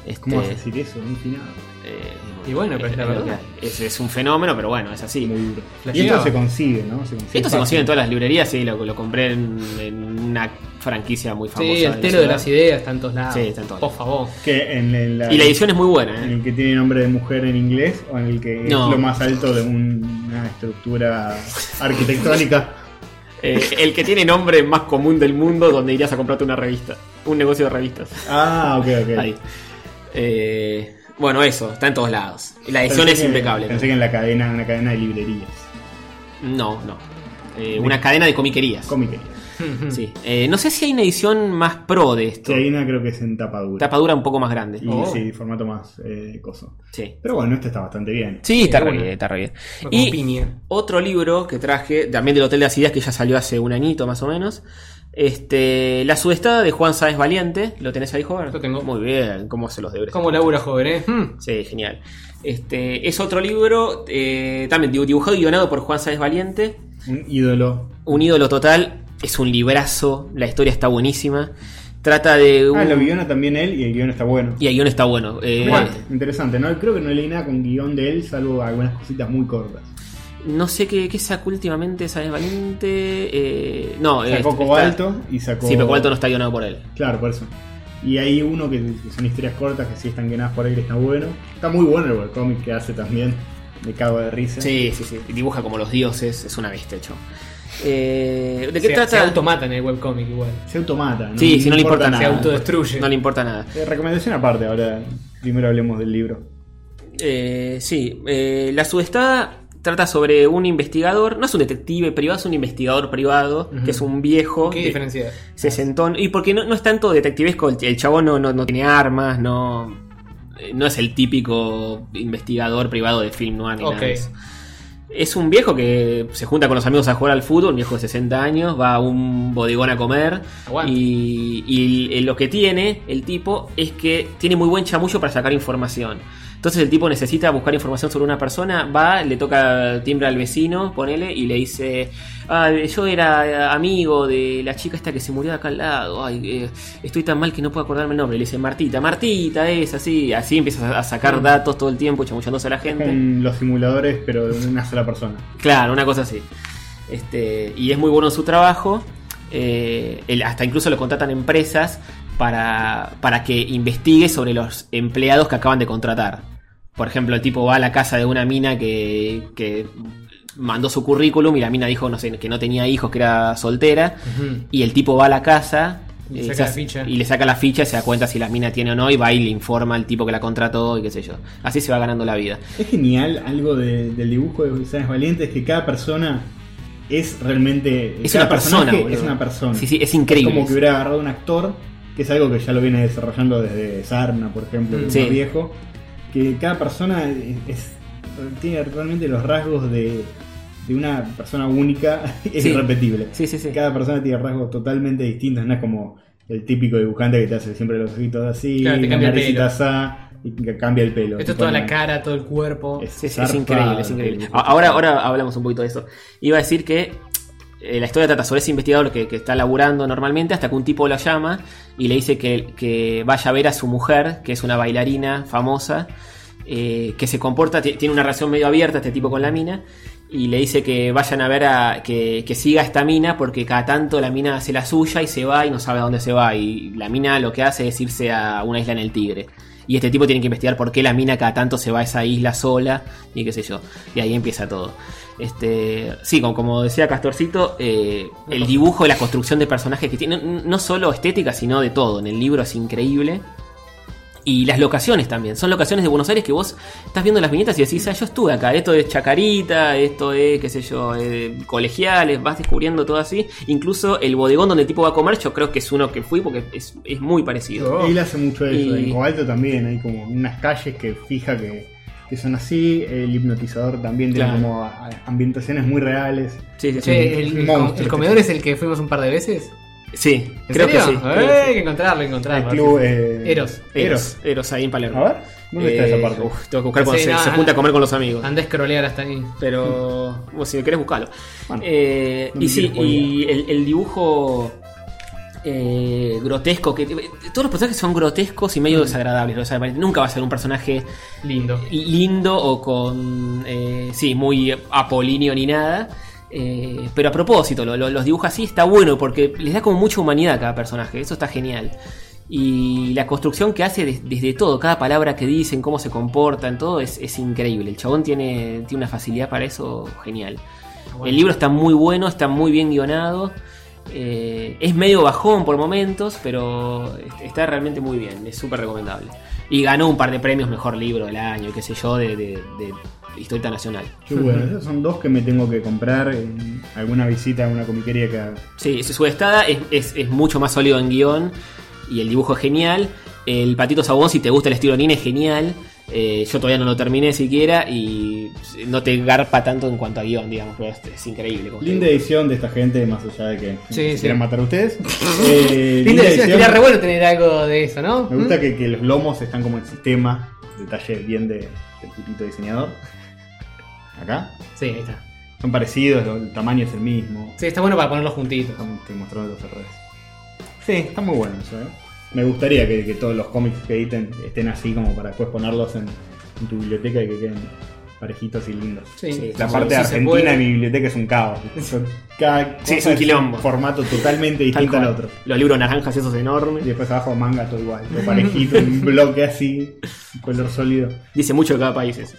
A: Este,
B: ¿Cómo vas a decir eso? Un final.
A: eh,
C: Y bueno, pero es la
A: lo que
C: verdad.
A: hay. Es, es un fenómeno, pero bueno, es así.
B: Muy duro. Y
C: Flasheaba.
B: esto se consigue, ¿no? Se consigue
A: Esto se
B: fácil.
A: consigue en todas las librerías, sí, lo, lo compré en, en una franquicia muy famosa.
C: Sí,
A: de
C: el
A: la
C: telo de
A: ciudad.
C: las ideas está en todos lados.
A: Sí, está en todos
C: Por favor.
B: Que en, en la,
A: Y la edición es muy
C: Mm.
A: buena,
B: en
A: ¿eh?
B: el que tiene nombre de mujer en inglés o en el que
A: No.
B: es lo más alto de un- una estructura arquitectónica.
A: Eh, el que tiene nombre más común del mundo donde irías a comprarte una revista. Un negocio de revistas.
B: Ah, ok, ok.
A: Ahí. Eh, bueno, eso, está en todos lados. La edición
B: Pensé
A: es
B: que-
A: impecable.
B: Pensé que en la cadena, una cadena de librerías.
A: No, no. Eh, una cadena de comiquerías.
B: Comiquerías.
A: Sí. Eh, no sé si hay una edición más pro de esto.
B: Sí, hay una creo que es en tapadura.
A: Tapadura un poco más grande.
B: Y
A: Oh.
B: sí, formato más eh, coso.
A: Sí.
B: Pero bueno, este está bastante bien.
A: Sí, está re bien, está re bien. Y otro libro que traje, también del Hotel de las Ideas, que ya salió hace un añito más o menos. Este, La sudestada de Juan Sáez Valiente. ¿Lo tenés ahí, joven? Lo tengo. Muy bien, cómo se los deberes.
C: Como labura joven, ¿eh?
A: Sí, genial. Este, es otro libro, eh, también dibu- dibujado y guionado por Juan Sáez Valiente.
B: Un ídolo.
A: Un ídolo total. Es un librazo, la historia está buenísima. Trata de un...
B: Ah, lo guiona también él y el guión está bueno.
A: Uh. Y el guión está bueno. Eh,
B: Mirá, Interesante, ¿no? Creo que no leí nada con guión de él, salvo algunas cositas muy cortas.
A: No sé qué, qué sacó últimamente Sáez Valiente. eh, no, eh,
B: Sacó
A: está-
B: Cobalto y sacó-
A: Sí, pero Cobalto no está guionado por él.
B: Claro, por eso. Y hay uno que, que son historias cortas que sí están llenadas por él, está bueno. Está muy bueno el webcomic que hace también. Me cago de risa.
A: Sí, sí, sí. Dibuja como los dioses, es una bestia, hecho. Eh, ¿De qué
C: se,
A: trata?
C: Se automata en el webcomic igual.
B: Se automata,
A: Sí, sí, no le importa nada.
C: Se autodestruye.
A: No le importa nada.
B: Eh, recomendación aparte, ahora primero hablemos del libro.
A: Eh, sí, eh, la sudestada trata sobre un investigador, no es un detective privado, es un investigador privado,
C: Ujú.
A: que es un viejo.
C: ¿Qué
A: de-
C: diferencia?
A: sesentón. Y porque no, no es tanto detectivesco, el, el chabón no, no, no tiene armas, no, eh, no es el típico investigador privado de film noir ni nada
C: Ok.
A: de eso. Es un viejo que se junta con los amigos a jugar al fútbol, un viejo de 60 años, va a un bodegón a comer.
C: Aguante.
A: Y, y el- lo que tiene el tipo es que tiene muy buen chamullo para sacar información. Entonces el tipo necesita buscar información sobre una persona, va, le toca timbre al vecino, ponele, y le dice, ah, yo era amigo de la chica esta que se murió de acá al lado, Ay, eh, estoy tan mal que no puedo acordarme el nombre. Le dice, Martita, Martita es así, así empieza a sacar datos todo el tiempo, chamullándose a la gente.
B: Con los simuladores, pero de una sola persona.
A: Claro, una cosa así. Este, y es muy bueno en su trabajo. Eh, él- hasta incluso lo contratan empresas para, para que investigue sobre los empleados que acaban de contratar. Por ejemplo, el tipo va a la casa de una mina que, que mandó su currículum y la mina dijo no sé, que no tenía hijos, que era soltera. Y el tipo va a la casa
C: Y
A: eh,
C: saca
A: se
C: la
A: hace-
C: ficha.
A: y le saca la ficha, se da cuenta si la mina tiene o no y va y le informa al tipo que la contrató y qué sé yo. Así se va ganando la vida.
B: Es genial algo de- del dibujo de Sáenz Valiente, es que cada persona es realmente.
A: Es
B: cada
A: una persona,
B: personaje
A: boludo.
B: Es una persona.
A: Sí, sí, es increíble.
B: como que hubiera agarrado un actor, que es algo que ya lo viene desarrollando desde Sarna, por ejemplo,
A: Mm.
B: el
A: Sí.
B: más viejo. Que cada persona es- tiene realmente los rasgos de, de una persona única, es
A: Sí.
B: irrepetible.
A: Sí, sí, sí.
B: Cada persona tiene rasgos totalmente distintos, no es como el típico dibujante que te hace siempre los ojitos así,
C: Claro, te
B: la
C: cambia el
B: naricita
C: pelo.
B: asá, y que cambia el pelo.
C: Esto
B: Tipo,
C: es toda
B: no.
C: la cara, todo el cuerpo.
B: Es-
A: Sí, sí, es
B: Zarpado,
A: increíble, es increíble.
B: increíble.
A: A- Ahora, ahora hablamos un poquito de eso. Iba a decir que eh, la historia trata sobre ese investigador que, que está laburando normalmente hasta que un tipo lo llama y le dice que, que vaya a ver a su mujer, que es una bailarina famosa, eh, que se comporta, ti- tiene una relación medio abierta este tipo con la mina. Y le dice que vayan a ver a. Que, que siga esta mina, porque cada tanto la mina hace la suya y se va y no sabe a dónde se va. Y la mina lo que hace es irse a una isla en el Tigre. Y este tipo tiene que investigar por qué la mina cada tanto se va a esa isla sola y qué sé yo. Y ahí empieza todo. Este, sí, como, como decía Castorcito, eh, el dibujo y la construcción de personajes que tiene, no- no solo estética, sino de todo. En el libro es increíble. Y las locaciones también. Son locaciones de Buenos Aires que vos estás viendo las viñetas y decís, ah, yo estuve acá. Esto es Chacarita, esto es, qué sé yo, eh, colegiales. Vas descubriendo todo así. Incluso el bodegón donde el tipo va a comer, yo creo que es uno que fui porque es, es muy parecido.
B: Él hace mucho eso.
A: Y-
B: En Cobalto también hay como unas calles que fija que, que son así. El hipnotizador también
A: Claro.
B: tiene como a- a- ambientaciones muy reales.
A: Sí, sí, sí.
B: Es
C: Che,
B: un-
C: el,
B: un
C: el com-
B: monstruo
C: el
B: este
C: comedor es el que fuimos un par de veces.
A: Sí,
C: ¿En
A: creo que
C: serio?
A: sí.
C: Eh,
A: creo que sí.
C: Hay que encontrarlo, encontrarlo.
A: El club,
C: Sí, sí.
A: eh,
C: Eros.
A: Eros. Eros ahí en Palermo. Eh,
C: A ver, ¿dónde está esa parte?
A: uf, tengo que buscar cuando
C: Sí,
A: se,
C: no,
A: se
C: ah,
A: junta a comer con los amigos.
C: Andá a scrollear hasta ahí.
A: Pero bueno, si me querés buscarlo. Eh,
C: Ah. no
A: y
C: me
A: sí,
C: quiero
A: y el, el dibujo eh, grotesco, que todos los personajes son grotescos y
C: Mm.
A: medio desagradables. o sea, nunca va a ser un personaje
C: lindo,
A: lindo o con, eh, sí, muy apolíneo ni nada. Eh, pero a propósito, lo- lo- los dibuja así, está bueno porque les da como mucha humanidad a cada personaje, eso está genial. Y la construcción que hace des- desde todo, cada palabra que dicen, cómo se comportan, todo es, es increíble. El chabón tiene, tiene una facilidad para eso genial. El libro está muy bueno, está muy bien guionado. eh, es medio bajón por momentos, pero est- está realmente muy bien, es súper recomendable. Y ganó un par de premios, mejor libro del año, qué sé yo, de, de- de historieta nacional.
B: Yo, bueno, esos son dos que me tengo que comprar en alguna visita a una comiquería que haga.
A: Sí, su su estada es, es- es mucho más sólido en guión y el dibujo es genial. El patito sabón, si te gusta el estilo Nin, es genial. Eh, yo todavía no lo terminé siquiera y no te garpa tanto en cuanto a guión, digamos, pero es, es increíble. como
B: Linda edición de esta gente, más allá de que
A: Sí,
B: se
A: sí.
B: quieran matar a ustedes. Eh,
C: Linda edición, estaría re bueno tener algo de eso, ¿no?
B: Me gusta
C: ¿Mm?
B: que, que los lomos están como en sistema. Detalle bien de, del putito diseñador. Acá.
C: Sí, ahí está.
B: Son parecidos, lo- el tamaño es el mismo.
C: Sí, está bueno para ponerlos juntitos.
B: Estoy mostrando los errores. Sí, está muy bueno eso, ¿eh? Me gustaría que, que todos los cómics que editen estén así como para después ponerlos en, en tu biblioteca y que queden parejitos y lindos.
C: Sí. Sí,
B: la
C: sí,
B: parte
C: sí se
B: argentina
C: puede.
B: de mi biblioteca es un caos. Son- Cada
A: Sí, es
B: cosa
A: un quilombo.
B: formato totalmente distinto
A: cual.
B: al otro.
A: Los libros naranjas esos enormes.
B: Y después abajo manga todo igual, todo parejito, un bloque así, un color sólido.
A: Dice mucho de cada país eso.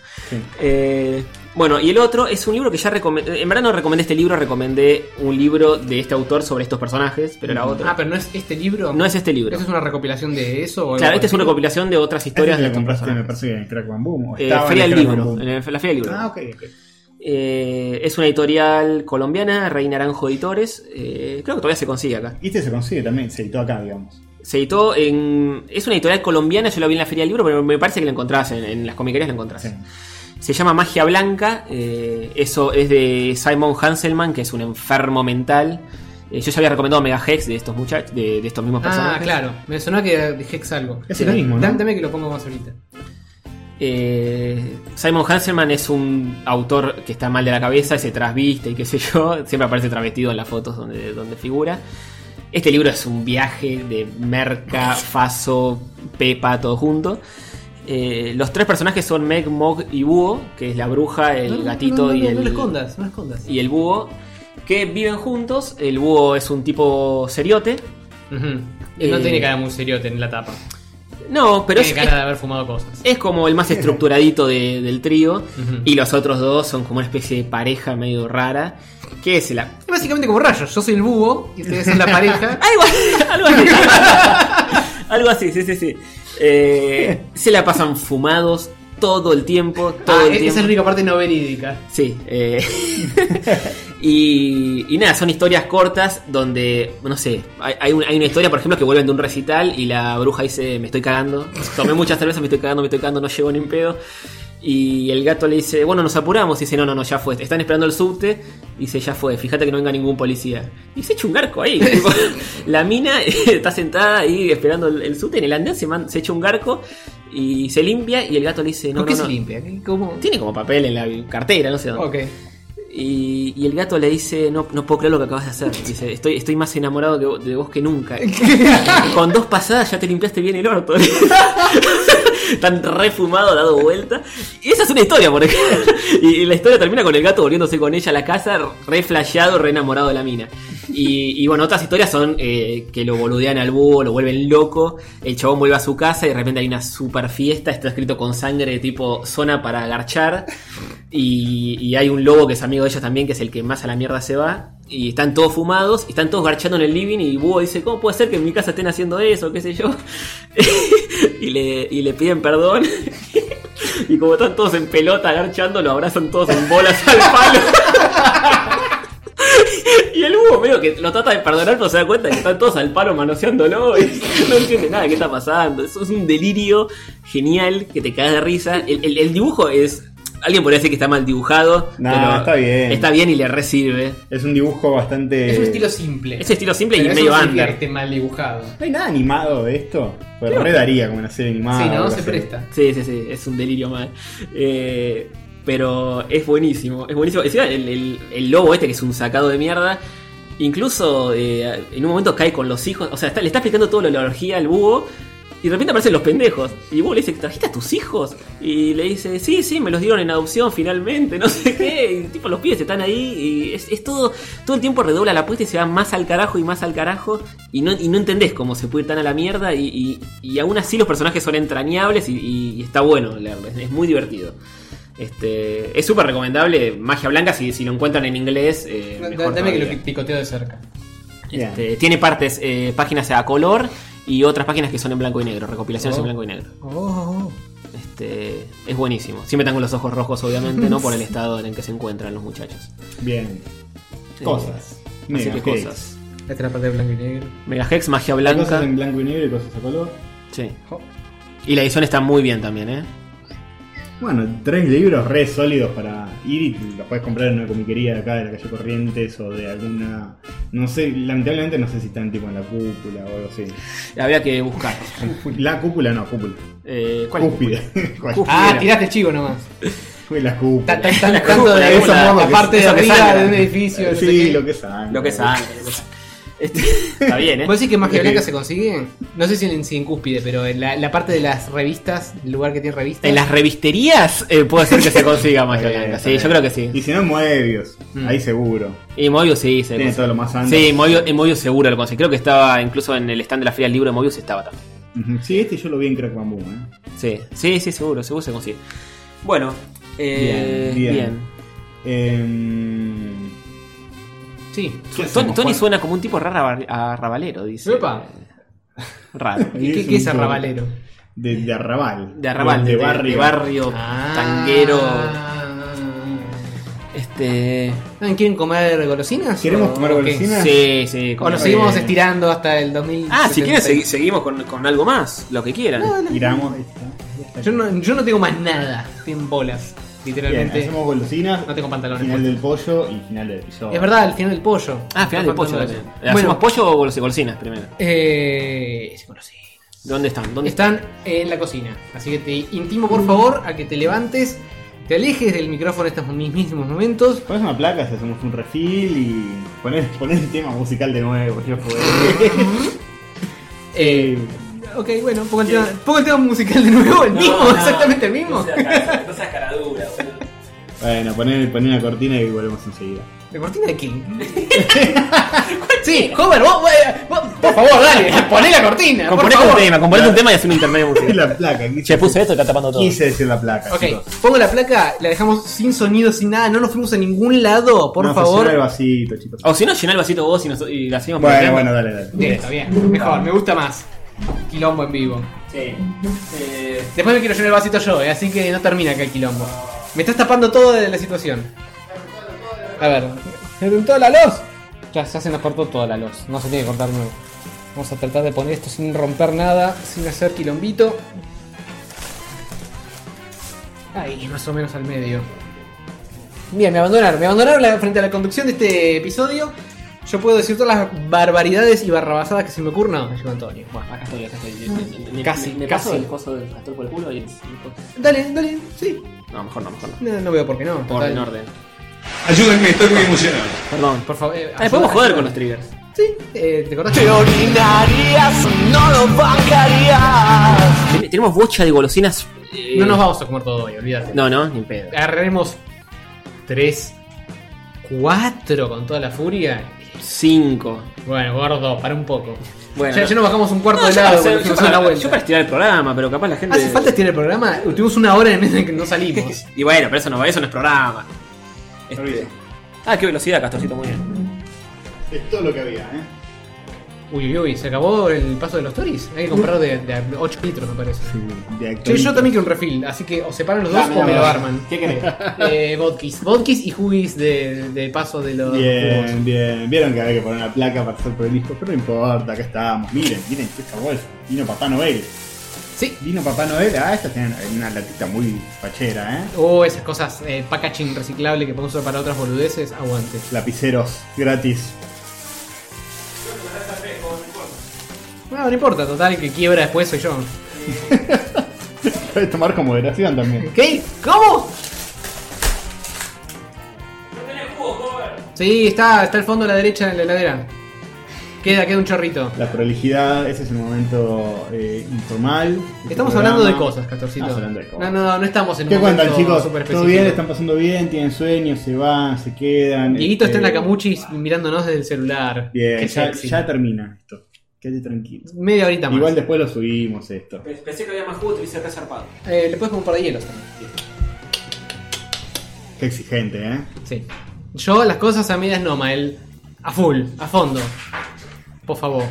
A: Eh, bueno, y el otro es un libro que ya recomendé. En verdad no recomendé este libro, recomendé un libro de este autor sobre estos personajes, pero era otro.
C: Ah, pero no es este libro.
A: No es este libro.
C: ¿Eso es una recopilación de eso? o algo
A: Claro, esta es
C: así?
A: una recopilación de otras historias
B: Ese
A: de
B: te lo
A: estos
B: compraste, me
A: personajes.
B: parece que en el Crack Bam Boom. o
A: Eh,
B: estaba en
A: Feria
B: el
A: del
B: Crack Bam
A: Libro.
B: Boom.
A: en el- la Feria del Libro.
B: Ah, ok, ok.
A: Eh, es una editorial colombiana, Rey Naranjo Editores. Eh, creo que todavía se consigue acá.
B: Y este se consigue también, se editó acá, digamos.
A: Se editó en. Es una editorial colombiana, yo la vi en la Feria del Libro, pero me parece que la encontrás, en, en las comiquerías la encontrás. Se llama Magia Blanca, eh, eso es de Simon Hanselman, que es un enfermo mental. Eh, yo ya había recomendado Mega Hex de estos muchachos, de, de estos mismos
C: Ah,
A: personajes.
C: claro. Me sonó que dije algo.
A: Es el mismo, ¿no?
C: Dame dame que lo pongo más ahorita.
A: Eh, Simon Hanselman es un autor que está mal de la cabeza y se trasviste y qué sé yo. Siempre aparece travestido en las fotos donde, donde figura. Este libro es un viaje de Merca, Faso, Pepa, todo junto. Eh, los tres personajes son Meg, Mog y Búho, que es la bruja, el
C: No, no,
A: gatito
C: no, no,
A: y
C: no,
A: el.
C: No lo escondas, no lo escondas.
A: y el búho, que viven juntos. El búho es un tipo seriote.
C: Ujú. No
A: Eh,
C: tiene cara muy seriote en la tapa.
A: No, pero
C: tiene
A: es,
C: cara de haber fumado cosas.
A: es como el más estructuradito de- del trío. Y los otros dos son como una especie de pareja medio rara. Que es la.
C: Es básicamente como rayos. Yo soy el búho y ustedes son la pareja. Ah,
A: algo, algo así. algo así, sí, sí, sí. Eh, se la pasan fumados todo el tiempo. Todo
C: Ah,
A: el
C: esa es
A: tiempo.
C: la única parte no verídica.
A: Sí. eh, y, y nada, son historias cortas donde, no sé, hay, hay un- hay una historia, por ejemplo, que vuelven de un recital y la bruja dice, me estoy cagando. Tomé muchas cervezas, me estoy cagando, me estoy cagando, no llego ni en pedo. Y el gato le dice, bueno, nos apuramos. Y dice, no, no, no, ya fue. Están esperando el subte. Y dice, ya fue. Fíjate que no venga ningún policía. Y se echa un garco ahí. tipo, la mina está sentada ahí esperando el, el subte. En el andén se, man- se echa un garco y se limpia. Y el gato le dice, no,
C: ¿Por qué
A: no,
C: se
A: no.
C: limpia? ¿Qué- ¿Cómo?
A: Tiene como papel en la cartera, no sé dónde.
C: Ok.
A: Y, y el gato le dice, no, no puedo creer lo que acabas de hacer. Dice, estoy, estoy más enamorado que vos- de vos que nunca. Con dos pasadas ya te limpiaste bien el orto. Tan refumado, dado vuelta. Y esa es una historia, por ejemplo. Y, y la historia termina con el gato volviéndose con ella a la casa, re flasheado, re enamorado de la mina. Y, y bueno, otras historias son eh, que lo boludean al búho, lo vuelven loco, el chabón vuelve a su casa y de repente hay una super fiesta, está escrito con sangre tipo zona para agarchar. Y, y hay un lobo que es amigo de ellos también, que es el que más a la mierda se va. Y están todos fumados, y están todos garchando en el living. Y Búho dice: ¿Cómo puede ser que en mi casa estén haciendo eso? ¿Qué sé yo? y, le, y le piden perdón. y como están todos en pelota garchando, lo abrazan todos en bolas al palo. y el Búho medio que lo trata de perdonar, pero se da cuenta que están todos al palo manoseándolo. Y no entiende nada de qué está pasando. Eso es un delirio genial que te cagas de risa. El, el- el dibujo es. Alguien podría decir que está mal dibujado.
B: No,
A: pero
B: está bien.
A: Está bien y le recibe.
B: Es un dibujo bastante.
C: Es un estilo simple.
A: Es un estilo simple
C: Pero
A: y
C: eso
A: medio
C: no significa
A: under.
C: que esté mal dibujado.
B: ¿No hay nada animado de esto? Pues
A: Creo
B: re
A: que-
B: daría como una serie animada. o Ah, algo así.
A: Sí, sí, sí, es un delirio mal. Eh, pero es buenísimo, es buenísimo. Encima, el, el- el lobo este que es un sacado de mierda. Incluso eh, en un momento cae con los hijos. O sea, está- le está explicando todo lo de la orgía al búho. Y de repente aparecen los pendejos. Y el búho le dice, ¿trajiste a tus hijos? Y le dice, sí, sí, me los dieron en adopción finalmente, no sé qué. Y tipo, los pibes están ahí. Y es, es todo. Todo el tiempo redobla la apuesta y se va más al carajo y más al carajo. Y no, y no entendés cómo se puede ir tan a la mierda. Y, y- y aún así los personajes son entrañables y, y- y está bueno leerlo. Es, es muy divertido. Este, es súper recomendable. Magia Blanca, si, si lo encuentran en inglés. eh,
C: Da-
A: mejor
C: Dame que
A: todavía.
C: lo picoteo de cerca.
A: Este, tiene partes, eh, páginas a color y otras páginas que son en blanco y negro, recopilaciones
C: Oh.
A: en blanco y negro.
C: Oh, oh, oh.
A: Este, es buenísimo. Siempre están con los ojos rojos, obviamente, ¿no? Por el estado en el que se encuentran los muchachos.
B: Bien.
A: Eh,
B: Cosas.
A: así que
B: Mega Hex.
A: cosas.
C: La trampa de blanco y negro.
A: Mega Hex, magia
B: Hay Cosas
A: blanca.
B: en blanco y negro y cosas a color.
A: Sí. Y la edición está muy bien también, ¿eh?
B: Bueno, tres libros re sólidos para ir y los puedes comprar en una comiquería de acá de la calle Corrientes o de alguna. No sé, lamentablemente no sé si están tipo en la cúpula o algo así.
A: Habría que buscar.
B: La cúpula no, cúpula.
A: Eh, ¿Cuál es?
B: Cúspide.
C: Ah, tiraste chivo nomás.
B: Ah, Fue la cúpula.
C: Ta- ta- están buscando
B: cúpula,
C: de
B: esa
C: la-
B: moda
C: la
B: que-
C: parte de
B: eso que
C: arriba
B: sangra.
C: de un edificio, no sé
B: Sí,
C: qué.
B: lo que sangra.
A: Lo que sangra, lo que sangra. Este, está bien, ¿eh?
B: Pues,
C: ¿Vos decís que magia
A: Eh,
C: blanca se consigue? No sé si en, si en cúspide, pero en la, la parte de las revistas, el lugar que tiene revistas.
A: En las revisterías eh, puede ser que se consiga magia
B: Está bien,
A: blanca.
B: Eh, está
A: Sí,
B: bien.
A: yo creo que sí.
B: Y si no, Moebius.
A: Mm.
B: Ahí seguro.
A: Y Mobius sí, se
B: Tiene
A: consigue.
B: todo lo más sano.
A: Sí, eh. Mobius, en Mobius seguro lo consigue. Creo que estaba incluso en el stand de la Feria del Libro de Mobius estaba también.
B: Ujú. Sí, este yo lo vi en Crack Bamboo, ¿eh?
A: Sí, sí, sí, seguro, seguro se consigue. Bueno, eh, bien.
B: Bien, bien. Em,
C: Sí.
B: ¿qué
A: Ton-
B: hacemos,
A: Tony
B: Juan?
A: suena como un tipo rara- arrabalero, dice.
C: Opa.
A: Raro.
C: ¿Qué, qué- qué es arrabalero?
B: De, de Arrabal.
A: De arrabal,
B: de,
A: de, de barrio,
B: barrio. Ah.
A: Ah. tanguero. Este.
C: Ah, ¿Quieren comer golosinas?
B: ¿Queremos
C: ¿O
B: comer
C: qué?
B: golosinas?
A: Sí, sí.
C: O
A: como-
C: nos seguimos
B: Eh.
C: estirando hasta el 2000.
A: Ah, si quieren segui- seguimos con, con algo más, lo que quieran.
B: Tiramos.
C: Yo no, yo no tengo más nada. Tengo bolas,
B: Bien,
C: literalmente.
B: hacemos golosinas.
C: no tengo pantalones.
B: Final del pollo y final del episodio.
C: Es verdad, el final del pollo.
A: Ah, final de pollo.
C: Bueno,
A: también. ¿Hacemos pollo o golos- golosinas primero?
C: eh, es golosina.
A: ¿Dónde están? ¿Dónde están?
C: Están en la cocina. Así que te intimo, por favor, a que te levantes, te alejes del micrófono en estos mismísimos momentos.
B: Pones una placa, si hacemos un refill y ponés, ponés el tema musical de nuevo. yo joder.
C: Eh, ok, bueno, pongo el, tema, pongo el tema musical de nuevo, el mismo, exactamente el mismo.
A: No seas caradura,
B: bueno, poné, poné una cortina y volvemos enseguida.
C: ¿La cortina de quién? sí, Homer, vos, vos, vos, por favor, dale, poné la cortina. por
A: Componete un
C: favor.
A: tema, componete un tema y hacer un intermedio
B: Y
A: musical.
B: la placa.
A: Che,
B: Quise,
A: puse esto y está tapando todo.
B: quise decir la placa.
C: Ok,
B: chicos.
C: pongo la placa, la dejamos sin sonido, sin nada, no nos fuimos a ningún lado, por
B: No, pues
C: favor.
B: funciona el vasito, chicos.
A: O si no, llená el vasito vos y, nos, y la hacemos por
B: Bueno,
A: acá.
B: bueno, dale, dale.
C: Bien, está bien, mejor, me gusta más. Quilombo en vivo.
A: Sí. Eh,
C: Después me quiero llenar el vasito yo, eh, así que no termina acá el quilombo. Me estás tapando todo de la situación. A ver, ¿se cortó la luz? Ya, ya se nos cortó toda la luz, no se tiene que cortar nuevo. Vamos a tratar de poner esto sin romper nada, sin hacer quilombito. Ahí, más o menos al medio. Bien, me abandonaron, me abandonaron la- frente a la conducción de este episodio. Yo puedo decir todas las barbaridades y barrabasadas que se me ocurran. No, me llevo Antonio. Bueno,
A: acá estoy, acá estoy. Me-
C: Casi,
A: me, me
C: casi.
A: paso el coso del pastor por el culo y el-
C: dale, dale, sí.
A: No, mejor no, mejor no.
C: No, no veo por qué no.
A: Por
C: total.
A: en orden.
F: Ayúdenme, estoy muy emocionado.
A: Perdón.
C: Por favor, eh,
A: Ah, podemos joder con los triggers.
C: Sí, eh, ¿te acordás?
A: Ten- Tenemos bocha de golosinas. eh,
C: No nos vamos a comer todo hoy, olvídate.
A: No, no, ni pedo.
C: Agarraremos tres, cuatro con toda la furia.
A: Cinco.
C: Bueno, gordo, para un poco.
A: Bueno,
C: ya,
A: no.
C: ya nos bajamos un cuarto
A: No,
C: de
A: yo,
C: lado
A: para,
C: cuando
A: yo,
C: fuimos a
A: para-
C: la vuelta.
A: yo para estirar el programa, pero capaz la gente.
C: ¿Hace falta estirar el programa? Tuvimos una hora en el mes en que no salimos.
A: Y bueno, pero eso no, eso no es programa. Este- Ah, qué velocidad, Castorcito, muy bien.
B: Es todo lo que había, ¿eh?
C: Uy, uy, uy, ¿se acabó el paso de los Tories? Hay que comprar de, de 8 litros, me parece.
B: De
C: Che, yo también quiero un refill, así que o separan los dos
A: Dame,
C: o me
A: dame,
C: lo
A: dame.
C: arman.
A: ¿Qué querés?
C: Eh, vodkis. Vodkis y jugis de, de paso de los jugos.
B: Bien, bien. Vieron que había que poner una placa para pasar por el hijo, pero no importa, acá estábamos. Miren, miren, esta bolsa. Vino Papá Noel.
C: Sí.
B: Vino Papá Noel. Ah, esta tiene una latita muy fachera, ¿eh?
C: O esas cosas, eh, packaging reciclable que podemos usar para otras boludeces, aguante.
B: Lapiceros gratis.
C: No, no importa, total, el que quiebra después soy yo.
B: Puedes tomar con moderación también.
C: ¿Qué? ¿Cómo? Sí, está, está al fondo a la derecha en la heladera. Queda, queda un chorrito.
B: La prolijidad, ese es el momento eh, informal. Este
C: Estamos
B: programa.
C: hablando de cosas, Castorcito.
B: Estamos hablando de cosas.
C: No, no, no estamos en
B: ¿Qué
C: un
B: cuentan,
C: momento
B: chicos?
C: súper
B: ¿Todo bien?
C: específico.
B: ¿Están pasando bien? ¿Tienen sueños? ¿Se van? ¿Se quedan?
C: Dieguito está en la
B: Este,
C: camuchis mirándonos desde el celular.
B: Bien,
C: Qué
B: ya,
C: sexy.
B: ya termina esto. Quédate tranquilo.
C: Media horita más.
B: Igual después lo subimos esto.
A: Pensé que había más jugo, te hubiese acá zarpado.
C: Eh, le puedes comprar hielos también.
B: Qué exigente, ¿eh?
C: Sí. Yo las cosas a medias no, Mael. A full, a fondo. Por favor.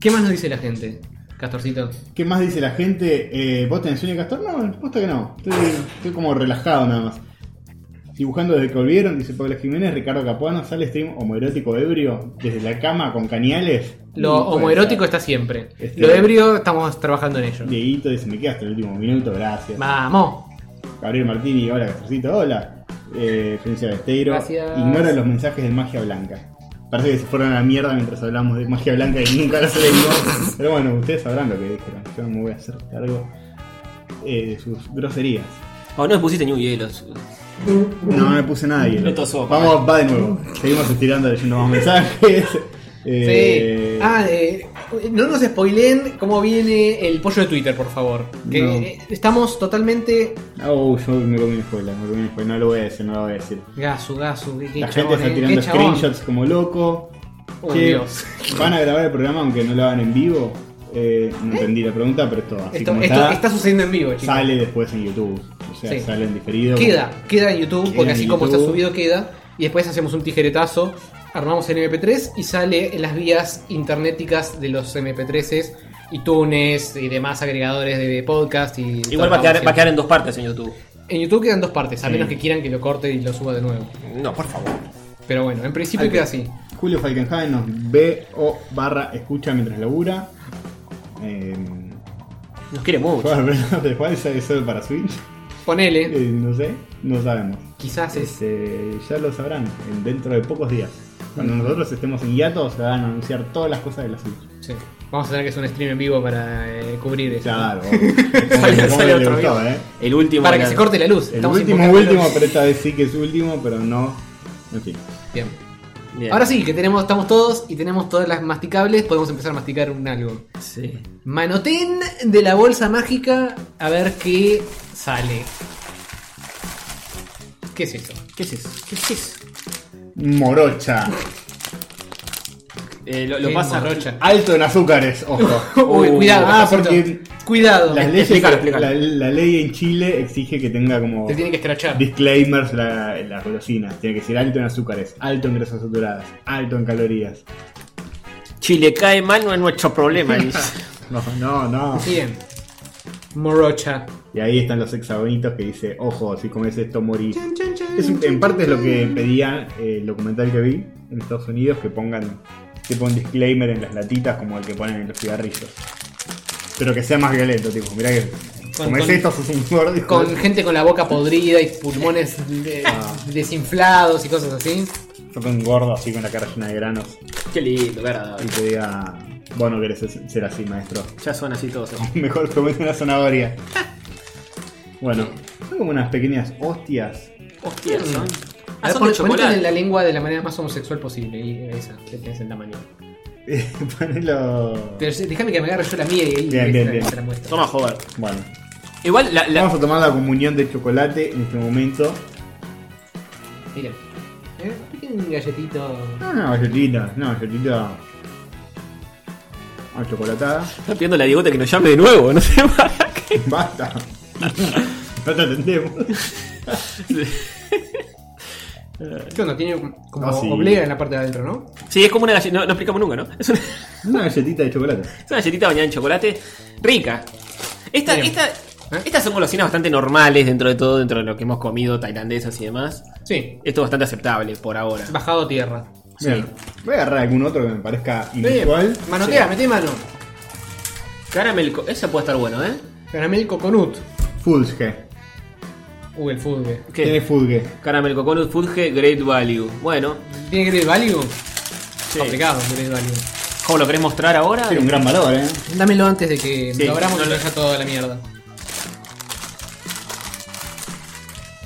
C: ¿Qué más nos dice la gente? Castorcito.
B: ¿Qué más dice la gente? Eh, ¿Vos tenés sueño, Castor? No, posta que no. Estoy, estoy como relajado nada más. Dibujando desde que volvieron, dice Pablo Jiménez, Ricardo Capuano, sale stream homoerótico ebrio desde la cama con cañales.
C: Lo
B: Mm, puede
C: homoerótico está siempre.
B: Este-
C: Lo ebrio estamos trabajando en ello.
B: ser. Dieguito dice, me queda hasta el último minuto, gracias.
C: Vamos.
B: Gabriel Martini, hola Castorcito, hola. Eh, Florencia Besteiro,
C: Gracias.
B: ignora los mensajes de magia blanca. Parece que se fueron a la mierda mientras hablamos de magia blanca y nunca las leímos. Pero bueno, ustedes sabrán lo que dijeron. Yo no me voy a hacer cargo eh, de sus groserías.
A: Oh, no me pusiste New Hielos.
B: No, no le puse nada de hielo.
A: Me tosó,
B: Vamos, va de nuevo. Seguimos estirando leyendo más mensajes. Eh,
C: Sí. Ah, eh, no nos spoileen cómo viene el pollo de Twitter, por favor. Que
B: No.
C: eh, estamos totalmente
B: Oh, yo me comí una escuela, me comí una escuela. No lo voy a decir, no lo voy a decir.
C: gasu, gasu. qué- qué
B: La gente
C: chabón, eh,
B: está
C: qué
B: tirando
C: chabón.
B: screenshots como loco.
C: Oh,
B: Che,
C: Dios.
B: ¿Van a grabar el programa aunque no lo hagan en vivo? Eh, no entendí la pregunta, pero esto, así
C: Esto-
B: como
C: esto
B: está,
C: está sucediendo en vivo, chicos.
B: Sale después en YouTube. O sea,
C: Sí.
B: sale en diferido.
C: Queda, queda en YouTube,
B: Queda
C: porque
B: en
C: así como está
B: YouTube.
C: subido queda. Y después hacemos un tijeretazo, armamos el MP3 y sale en las vías interneticas de los MP3s, iTunes y demás agregadores de podcast. Y
A: Igual va a, quedar, va a quedar en dos partes en YouTube.
C: En YouTube quedan dos partes, a
A: Sí.
C: menos que quieran que lo corte y lo suba de nuevo.
A: No, por favor.
C: Pero bueno, en principio
B: Al-
C: queda así.
B: Julio Falkenhagen nos ve o barra escucha mientras labura. Eh,
A: Nos quiere mucho.
B: Bueno, pero de cuál es solo para Switch. Eh,
C: Ponele.
B: no sé, no sabemos.
C: Quizás
B: es. ya lo sabrán en- dentro de pocos días. Cuando nosotros estemos en hiato, se van a anunciar todas las cosas de la Switch.
C: Sí. Vamos a tener que hacer un stream en vivo para eh, cubrir eso.
B: Claro.
C: Sale-
B: Como
C: sale
B: le
C: otro
B: gustó,
C: video.
B: ¿eh?
A: El último
C: Para que se corte la luz.
B: El
C: Estamos
B: último,
C: invocando la
B: último,
C: luz.
B: pero esta vez sí que es último, pero no. En fin.
C: Bien. Ahora sí, que tenemos, estamos todos y tenemos todas las masticables, podemos empezar a masticar un algo.
A: Sí.
C: Manoten de la bolsa mágica a ver qué sale. ¿Qué es eso?
A: ¿Qué es eso? ¿Qué es eso?
B: Morocha.
A: Eh, lo, lo
C: Sí,
A: pasa.
C: morocha.
B: Alto en azúcares, ojo.
C: Uy, cuidado,
B: Ah,
C: Castorcito.
B: porque
C: Cuidado.
B: las leyes,
C: Explícalo, explícalo.
B: la, la ley en Chile exige que tenga como.
C: Te tiene que escrachar.
B: disclaimers la, la golosina. Tiene que ser alto en azúcares, alto en grasas saturadas, alto en calorías.
A: Chile cae mal, no es nuestro problema. dice.
B: No, no, no.
C: Bien. Morocha.
B: Y ahí están los hexagonitos que dice, ojo, si comes esto morís. Es un- en parte es lo que pedía eh, el documental que vi en Estados Unidos, que pongan tipo un disclaimer en las latitas como el que ponen en los cigarrillos. Pero que sea más violento, tipo, mirá que
C: Con-
B: comes
C: con-
B: esto, sos un gordo. hijo
C: Con
B: de-
C: gente con la boca podrida y pulmones de-
B: Ah.
C: desinflados y cosas así.
B: sos un gordo así con la cara llena de granos.
A: Qué lindo,
B: Y
A: verdad.
B: te diga, vos no querés ser ser así, maestro.
A: Ya son así todos.
B: Mejor comete una zanahoria. Bueno, son como unas pequeñas hostias.
A: Hostias, son.
C: A
A: Ah, son de
C: ver, pon- ponete
A: chocolate.
C: en la lengua de la manera más homosexual posible. Y esa, que tenés en tamaño.
B: Ponelo.
C: Déjame que me agarre yo la mía y ahí
B: Bien,
C: te-
B: bien,
C: te-
B: bien.
C: te la muestro.
A: Toma, joder.
B: Bueno,
A: Igual la. la-
B: vamos a tomar la comunión de chocolate en este momento.
C: Mira. Eh, piquen un galletito.
B: No, no, galletita, no, galletita. Ah, chocolatada.
A: Está pidiendo a la Diegota que nos llame de nuevo, no sé para qué.
B: Basta. no te atendemos.
C: ¿Qué onda? Tiene como
B: Ah, sí.
C: oblea en la parte de adentro, ¿no?
A: Sí, es como una galletita. No, no explicamos nunca, ¿no? Es una, es
B: Una galletita de chocolate.
A: una galletita bañada en chocolate. Rica. Esta,
C: Bien.
A: esta, estas son golosinas bastante normales dentro de todo, dentro de lo que hemos comido, tailandesas y demás.
C: Sí.
A: Esto es bastante aceptable por ahora.
C: Bajado a tierra.
B: Bien, voy a agarrar algún otro que me parezca inusual.
C: Manotea, metí mano.
A: Caramel, co- ese puede estar bueno, ¿eh?
C: Caramel coconut.
B: Fulge.
C: Uy, el fútbol.
B: Tiene
A: ¿Qué?
B: Fulge.
A: Caramel coconut Fudge Great Value. Bueno,
C: ¿Tiene Great Value?
A: Sí.
C: Complicado, Great Value.
A: ¿cómo lo querés mostrar ahora?
B: Tiene un gran valor, eh.
C: Dámelo antes de que
A: Sí,
C: lo abramos
A: no
C: y
A: lo-
C: lo haya toda la mierda.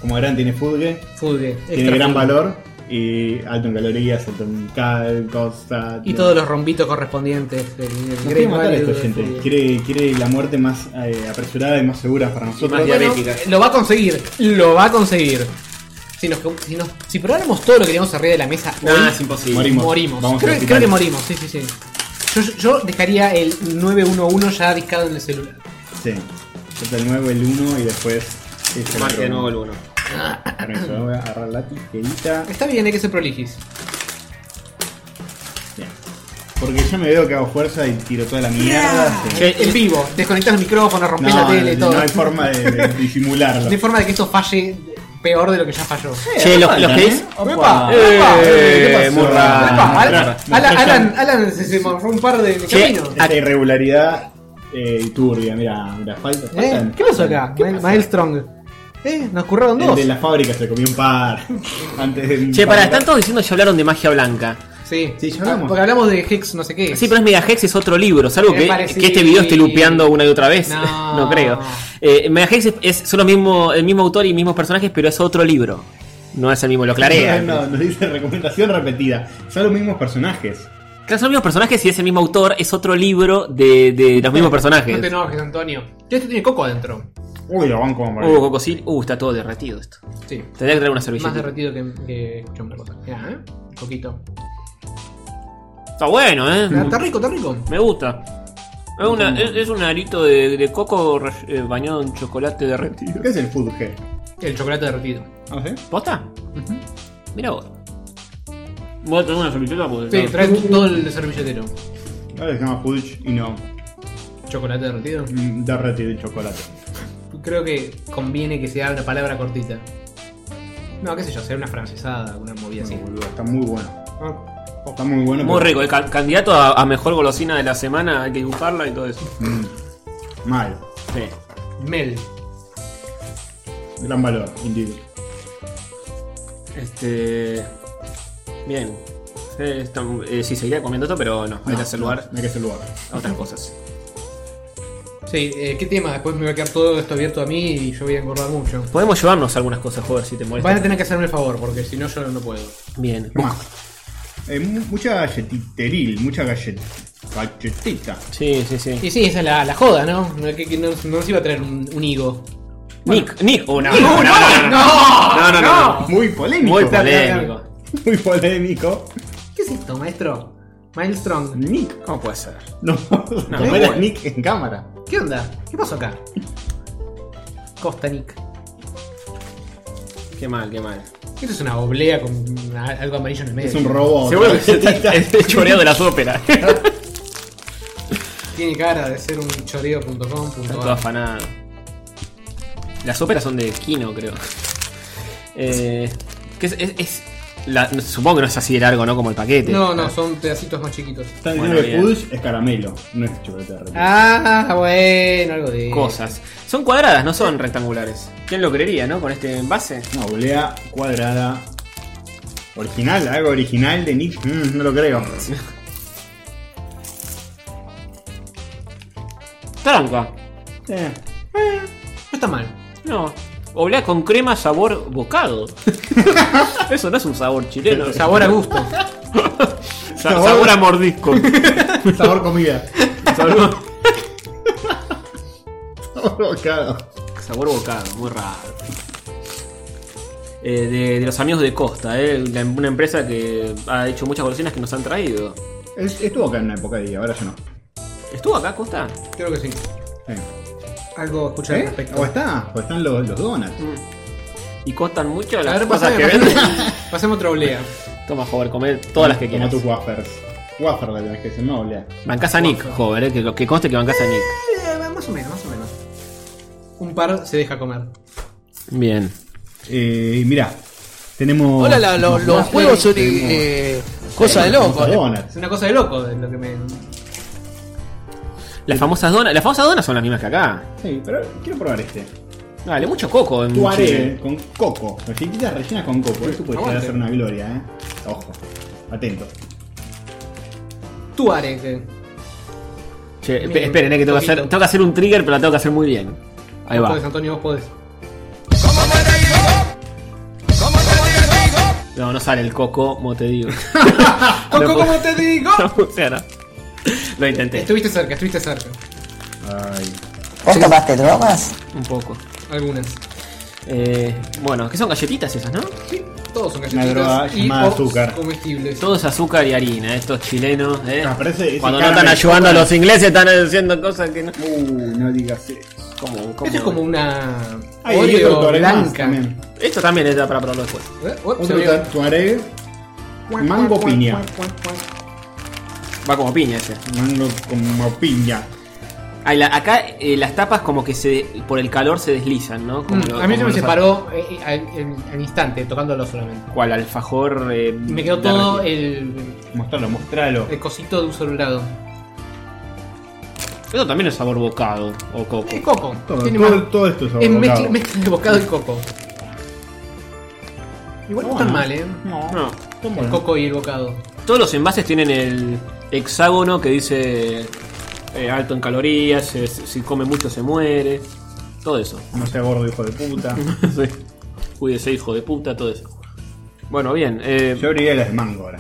B: Como gran tiene Fulge.
C: Fútbol.
B: Tiene gran valor y alto en calorías, alto en cal, cosa.
C: Y todos los rombitos correspondientes del del
B: Nos quiere matar
C: Value
B: esto,
C: del
B: gente.
C: fútbol.
B: Quiere, quiere la muerte más eh, apresurada y más segura para nosotros.
A: más
B: Bueno,
A: diabética.
C: Bueno, eh, lo va a conseguir, lo va a conseguir. Si, nos, si, nos- si probáramos todo lo que teníamos arriba de la mesa
A: Nada,
C: hoy,
A: es imposible.
B: Morimos.
C: morimos.
B: Vamos al
C: Creo,
B: hospital.
C: creo que morimos, sí, sí, sí. Yo, yo dejaría el 911 ya discado en el celular.
B: Sí. Falta el 9, el 1 y después. sí, se
A: Marca de
B: lo-
A: nuevo el uno.
C: Eh,
B: Permiso, voy a agarrar la tijerita.
C: Está bien, hay que ser prolijis.
B: Bien. Porque yo me veo que hago fuerza y tiro toda la mierda. sí.
C: Eh, En vivo, desconectás los micrófonos, rompés
B: No,
C: la tele,
B: no
C: todo.
B: hay forma de, de disimularlo.
C: No hay forma de que esto falle peor de lo que ya falló.
B: Che, los- los que
C: ¿eh?
B: dicen-
C: ¡Opa!
B: Opa.
C: ¡Opa!
B: Eh,
C: ¿Qué pasó?
B: muy raro.
C: ¡Opa! Alan-
B: Muy raro.
C: Alan- Alan- Alan se se morfó un par de caminos.
B: Esta irregularidad eh, turbia, mira, mira, falta.
C: ¿Eh?
B: falta.
C: ¿Qué pasó acá? Mael Strong. Eh, nos curraron
B: El
C: dos.
B: de la fábrica se comió un par. Antes de
A: Che, para, están todos diciendo que ya hablaron de magia blanca.
C: Sí,
B: ya hablamos.
C: Ah, Porque hablamos de Hex, no sé qué.
A: Sí, pero es Megahex es otro libro, salvo
C: Me
A: que,
C: parece-
A: que este video esté lupeando una y otra vez.
C: No.
A: No, creo. Eh, Megahex es, es- son los mismos, el mismo autor y mismos personajes, pero es otro libro. No es el mismo, lo clarea.
B: No, no, nos dice recomendación repetida. Son los mismos personajes.
A: Claro, son los mismos personajes y es el mismo autor, es otro libro de, de los mismos
C: No te
A: personajes.
C: enojes, Antonio. Ya este tiene coco adentro.
B: Uy, lo van como
A: Uh, Coco Sil- uh, está todo derretido esto.
C: Sí.
A: Tendría que traer una servilleta.
C: Más derretido que, que que otra cosa. Mirá, ¿eh? Un poquito.
A: Está bueno, eh.
C: Está está rico, está rico.
A: Me gusta. Es, una- es- es un arito de, de coco re- eh, bañado en chocolate derretido.
B: ¿Qué es el food gel?
C: El chocolate derretido.
A: ¿Posta? Mira vos. Voy a tener una servilleta porque.
C: Sí,
A: no.
C: trae t- todo el servilletero.
B: Ahora se llama fudge y no
C: ¿Chocolate derretido?
B: mm, derretido el chocolate.
C: Creo que conviene que sea una palabra cortita. No, qué sé yo, será una francesada, una movida así.
B: Boludo, está muy bueno. Está muy bueno.
A: Muy
B: pero-
A: rico, eh. el ca- candidato a, a mejor golosina de la semana, hay que dibujarla y todo eso.
B: Mm, mal.
A: Sí.
C: Mel.
B: Gran valor, indeed.
A: Este. Bien. Eh, está- eh, sí, seguiría comiendo esto, pero no, hay
B: No,
A: que hacer lugar
B: no, hay que hacer lugar.
A: a otras cosas.
C: Sí, eh, ¿qué tema? Después me va a quedar todo esto abierto a mí y yo voy a engordar mucho.
A: Podemos llevarnos algunas cosas, joder, si te molesta.
C: Van a tener que hacerme el favor, porque si no yo no puedo.
A: Bien.
B: ¿Qué más? Eh, mu- mucha galletiteril, mucha gallet galletita.
A: Sí, sí, sí.
C: Y sí, esa es la, la joda, ¿no? No, que- que no- no nos iba a traer un, un higo.
A: Nick, Nick. Oh, no,
C: Nick,
A: no, no,
C: no,
A: no,
C: no,
A: no, no, no, no.
B: Muy polémico.
A: Muy polémico.
B: Muy polémico.
C: ¿Qué es esto, maestro? Milestone.
B: Nick.
A: ¿Cómo puede ser?
B: No, no,
A: no
B: era
A: puede.
B: Nick en cámara.
C: ¿Qué onda? ¿Qué pasó acá? Costa Nick.
A: Qué mal, qué mal.
C: Esto es una oblea con una- algo amarillo en el medio.
B: Es un robot.
A: Seguro que es el choreo de las óperas.
C: Tiene cara de ser un choreo.com.
A: Está todo afanado. Las óperas son de Kino, creo. Eh, que es, es- es- la- supongo que no es así de largo, ¿no? Como el paquete.
C: No, no, son pedacitos más chiquitos.
B: Están
A: Bueno,
B: diciendo que
A: bien.
B: Fudge es caramelo, no es chocolate derretido.
C: Ah, bueno, algo de.
A: Cosas. Son cuadradas, no son rectangulares. ¿Quién lo creería, no? Con este envase.
B: Una volea cuadrada. Original, algo original de Nick. Mm, no lo creo.
A: Tranca.
B: Eh,
C: No está mal.
A: No. Oblea con crema sabor bocado. Eso no es un sabor chileno.
C: Sabor a gusto.
A: Sa- sabor, a mordisco.
B: sabor comida.
A: sabor,
B: Sabor bocado.
A: sabor bocado, muy raro. Eh, de, de los amigos de Costa, eh, la- una empresa que ha hecho muchas golosinas que nos han traído.
B: Es- estuvo acá en una época de día, ahora ya no.
A: ¿Estuvo acá Costa?
C: Creo que sí.
B: Eh.
C: Algo escuchar al
B: ¿Eh?
C: respecto.
B: O está, o están los, los donuts.
M: Mm,
A: ¿Y costan mucho
C: A
A: las
C: ver,
A: cosas
C: pasame,
A: que
C: pasame-
A: venden?
C: pasame otra oblea.
A: Toma, joven, comer todas las que
B: Toma
A: quieras.
B: tus wafers. Wafer la tenés que decir, no olea.
A: Bancás a Nick, joven, eh, que, lo- que conste que bancás a Nick.
C: Eh, más o menos, más o menos. Un par se deja comer.
A: Bien.
B: Eh, mirá, tenemos.
M: Hola, la- lo- los
B: waffles,
M: juegos son
B: tenemos-
M: eh, cosa de loco.
B: tenemos
M: eh.
B: donuts.
C: Es una cosa de loco de lo que me.
A: Las famosas donas, las famosas donas son las mismas que acá.
B: Sí, pero quiero probar este.
A: Dale, mucho coco en
B: Tu haré
A: Chile.
B: con coco. Galletitas rellenas con coco. Esto puede llegar a
C: aguante.
B: ser una gloria, eh. Ojo. Atento.
C: Tuare. que-
A: Che, esp-
C: Bien,
A: esperen, eh, que tengo que,
C: poquito.
A: hacer, tengo que hacer un trigger, pero la tengo que hacer muy bien. Ahí
C: Vos
A: va.
C: podés, Antonio, vos podés.
A: No, no sale el coco, como te digo.
C: Coco,
A: No
B: pues.
A: puedo-
C: como te digo.
A: No funciona. Lo intenté.
C: Estuviste cerca, estuviste cerca.
B: Ay.
I: ¿Vos tomaste drogas?
A: Un poco.
C: Algunas.
A: Eh, bueno, que son galletitas esas, ¿no?
C: Sí, todos son
B: Una droga
C: galletitas y
B: llamada
C: o-
B: azúcar.
C: comestibles.
A: Todo es azúcar y harina, estos chilenos. ¿eh?
B: Ah, pero ese- ese
A: Cuando no
B: caramel-
A: están ayudando a los ingleses, están haciendo cosas que no.
B: Uy, Uh, no digas eso.
A: Como, como...
C: Esto es como una
B: Ay, hay otro
C: Oreo
B: tuareg más
C: blanca.
B: también.
A: Esto también es para probarlo después.
C: Eh, ups, se
B: Otro
C: abrió. Mm,
B: tuareg. Mango piña.
A: Va como piña ese.
B: como piña.
A: acá eh, las tapas como que se por el calor se deslizan, ¿no? Como
C: Mm,
A: lo-
C: a mí se
A: como
C: me
A: los-
C: separó eh, eh, al, al- al instante, tocándolo solamente.
A: ¿Cuál? Alfajor. eh,
B: Mm,
C: Y me quedó todo
A: derretido.
C: el,
B: Mostralo, mostralo.
A: Eh,
C: el cosito de un solo lado.
A: Eso también es sabor bocado o coco.
C: Es coco.
B: Todo,
C: Tiene
B: todo-
C: más-
B: todo esto es
C: es
B: abocado.
C: mezcla, mezcla de bocado y coco. Igual no,
B: No,
C: tan
B: no.
C: mal, ¿eh?
B: No.
A: No.
C: El coco y el bocado.
A: Todos los envases tienen el hexágono que dice eh, alto en calorías, eh, si si come mucho se muere, todo eso.
B: No sea gordo, hijo de puta.
A: Sí. Cuídese, hijo de puta, todo eso. Bueno, bien. eh,
B: Yo abriría las de mango ahora.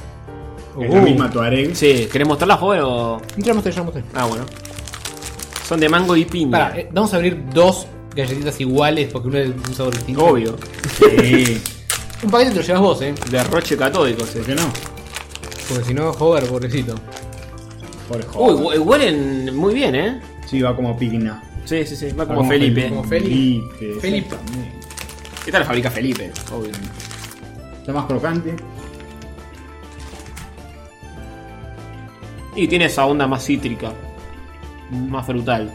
B: Es
A: Uh.
B: la misma tuareg.
A: Sí, ¿querés mostrarlas vos o.?
C: Ya mostré, ya mostré.
A: Ah, bueno. Son de mango y piña.
C: Pará, eh, vamos a abrir dos galletitas iguales porque una es de un sabor distinto.
A: Obvio.
B: Sí.
C: un paquete te lo llevas vos, ¿eh?
A: Derroche catódico, sí.
B: ¿Por qué no?
C: Porque si no, joder, pobrecito.
B: Pobre joven.
A: Uy, hu- huelen muy bien, ¿eh?
B: Sí, va como pigna.
A: Sí, sí, sí. Va
B: Va
A: como, Felipe.
C: Como Felipe. Felipe. mm,
B: exactamente.
A: Esta la fabrica Felipe, obvio.
B: Está más crocante.
A: Y tiene esa onda más cítrica, más frutal.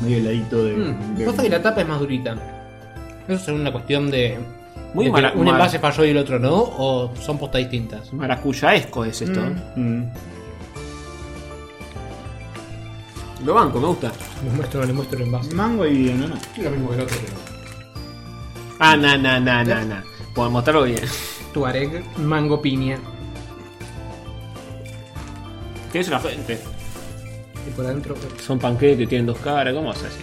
B: Medio heladito de.
C: Mm,
B: de-
C: Cosa que la tapa es más durita. Eso es una cuestión de.
A: Muy
C: de que
A: mala-
C: Un
A: mal.
C: envase falló y el otro no, o son postas distintas.
A: Maracuyaesco es esto.
B: Mm,
A: ¿eh?
B: mm.
A: Lo banco, me gusta.
C: Les muestro, les muestro el envase.
B: mm. Mango y no
C: Lo mismo que el otro, pero.
A: Ah, na, na, na, na, na. Por mostrarlo bien.
C: Tuareg, mango, piña.
A: ¿Qué es la gente?
C: Y por adentro.
A: Son panqueques que tienen dos caras, ¿cómo se hace?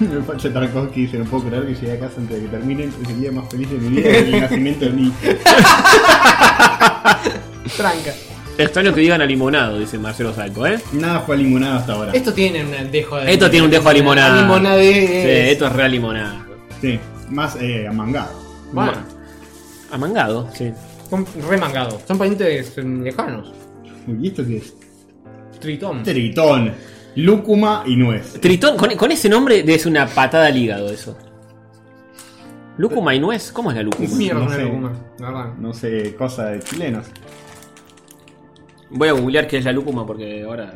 B: El Pacha Tarkovsky dice: No puedo creer que llegué a casa antes de que termine. Es el día más feliz de mi vida y el nacimiento de mi. hijo".
C: Tranca.
A: Extraño que digan a limonado, dice Marcelo Salco, ¿eh?
B: Nada fue a limonada hasta ahora.
C: Esto tiene un dejo de.
A: Esto tiene un dejo a limonada.
C: Limonada
A: Sí,
C: de.
A: esto es real limonada.
B: Sí, más eh, amangado.
C: Bueno.
A: Amangado, sí.
C: Son remangados. Son parientes mm, lejanos.
B: Uy, ¿Y esto qué es?
C: Tritón.
B: Tritón, lúcuma y nuez.
A: Tritón, con, con ese nombre es una patada al hígado eso. Lúcuma y nuez, ¿cómo es la lúcuma?
C: Mierda,
B: No
C: una
B: sé.
C: lúcuma, la verdad.
B: No sé, cosa de chilenos.
A: Voy a googlear qué es la lúcuma porque ahora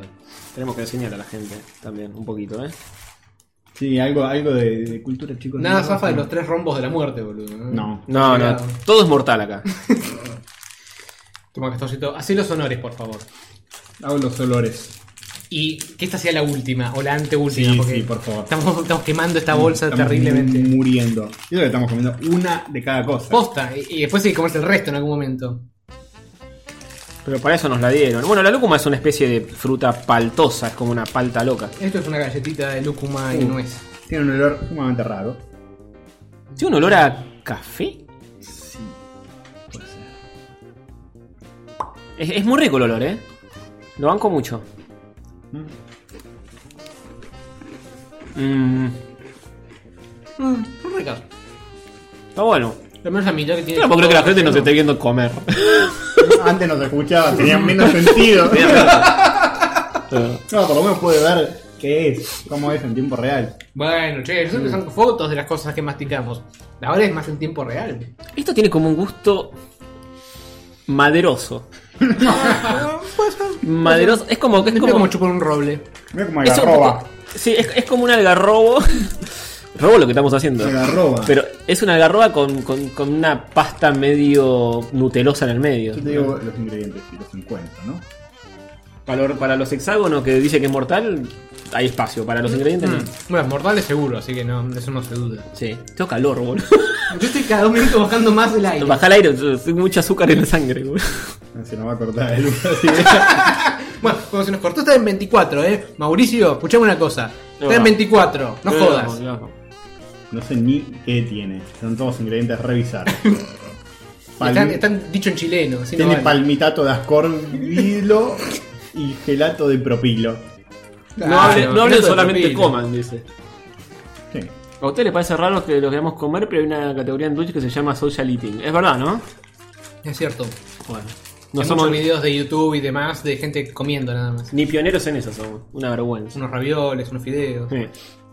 A: tenemos que enseñar a la gente también un poquito, ¿eh?
B: Sí, algo, algo de, de cultura, chicos.
C: Nada
B: No,
C: zafa de
B: no.
C: los tres rombos de la muerte, boludo.
B: No.
A: No, no,
C: Cuidado.
A: todo es mortal acá.
C: Toma, Castorcito. Hacé los honores, por favor.
B: Hago los olores.
C: Y que esta sea la última, o la anteúltima,
B: Sí,
C: porque
B: sí, por favor.
C: estamos, estamos quemando esta bolsa
B: Estamos
C: terriblemente.
B: Muriendo. Yo creo que estamos comiendo una de cada cosa.
C: Posta, y, y después hay que comerse el resto en algún momento.
A: Pero para eso nos la dieron. Bueno, la lúcuma es una especie de fruta paltosa, es como una palta loca.
C: Esto es una galletita de lúcuma y
B: Uh.
C: nuez.
B: Tiene un olor sumamente raro.
A: ¿Tiene un olor a café?
B: Sí. Puede ser.
A: Es, es muy rico el olor, ¿eh? Lo banco mucho.
B: Mm.
A: Mm,
C: Mm, son ricas.
A: está bueno.
C: Lo menos la mitad que tiene. este
A: Yo no puedo creer que la gente
C: no
A: nos esté viendo comer.
B: Antes no se escuchaba, tenía menos sentido. No, por lo menos puede ver qué es, cómo es en tiempo real.
C: Bueno, che, nosotros son fotos de las cosas que masticamos. Ahora es más en tiempo real.
A: Esto tiene como un gusto maderoso. maderoso. Es como que es
C: Es como,
A: como.
C: chupar un roble.
B: Mira como
A: es un
B: agarroba.
A: poco- sí, es, es como un algarrobo. Robo lo que estamos haciendo.
B: Algarroba.
A: Pero es una algarroba con, con- con una pasta medio nutelosa en el medio.
B: Yo te digo los ingredientes y los encuentro, ¿no?
A: Para, lo- para los hexágonos que dice que es mortal, hay espacio. Para los ingredientes, no.
C: Mm. Bueno, mortales seguro, así que no, de eso no se duda.
A: Sí, tengo calor, boludo.
C: Yo estoy cada dos minutos bajando más el aire.
A: Baja el aire, tengo mucho azúcar en la sangre, boludo.
B: Se nos va a cortar el así.
C: Bueno, como se nos cortó, está en 24, ¿eh? Mauricio, escuchame una cosa. Está en
A: No.
C: 24, no
A: Pero,
C: jodas.
A: loco.
B: No sé ni qué tiene. Son todos ingredientes a revisar.
C: Y
B: Palmi-
C: Están, están dicho en chileno. así no
B: tiene
C: vale.
B: palmitato de ascorbilo y gelato de propilo.
C: Claro,
A: No hablen, no hablen,
C: plato de
A: solamente
C: propina.
A: coman, dice.
B: Sí.
A: A usted le parece raro que lo queramos comer, pero hay una categoría en Twitch que se llama social eating. Es verdad, ¿no?
C: Es cierto.
A: Bueno,
C: No
A: no somos
C: videos de YouTube y demás de gente comiendo nada más.
A: ni pioneros en eso, somos. Una vergüenza.
C: Unos ravioles, unos fideos.
A: Sí.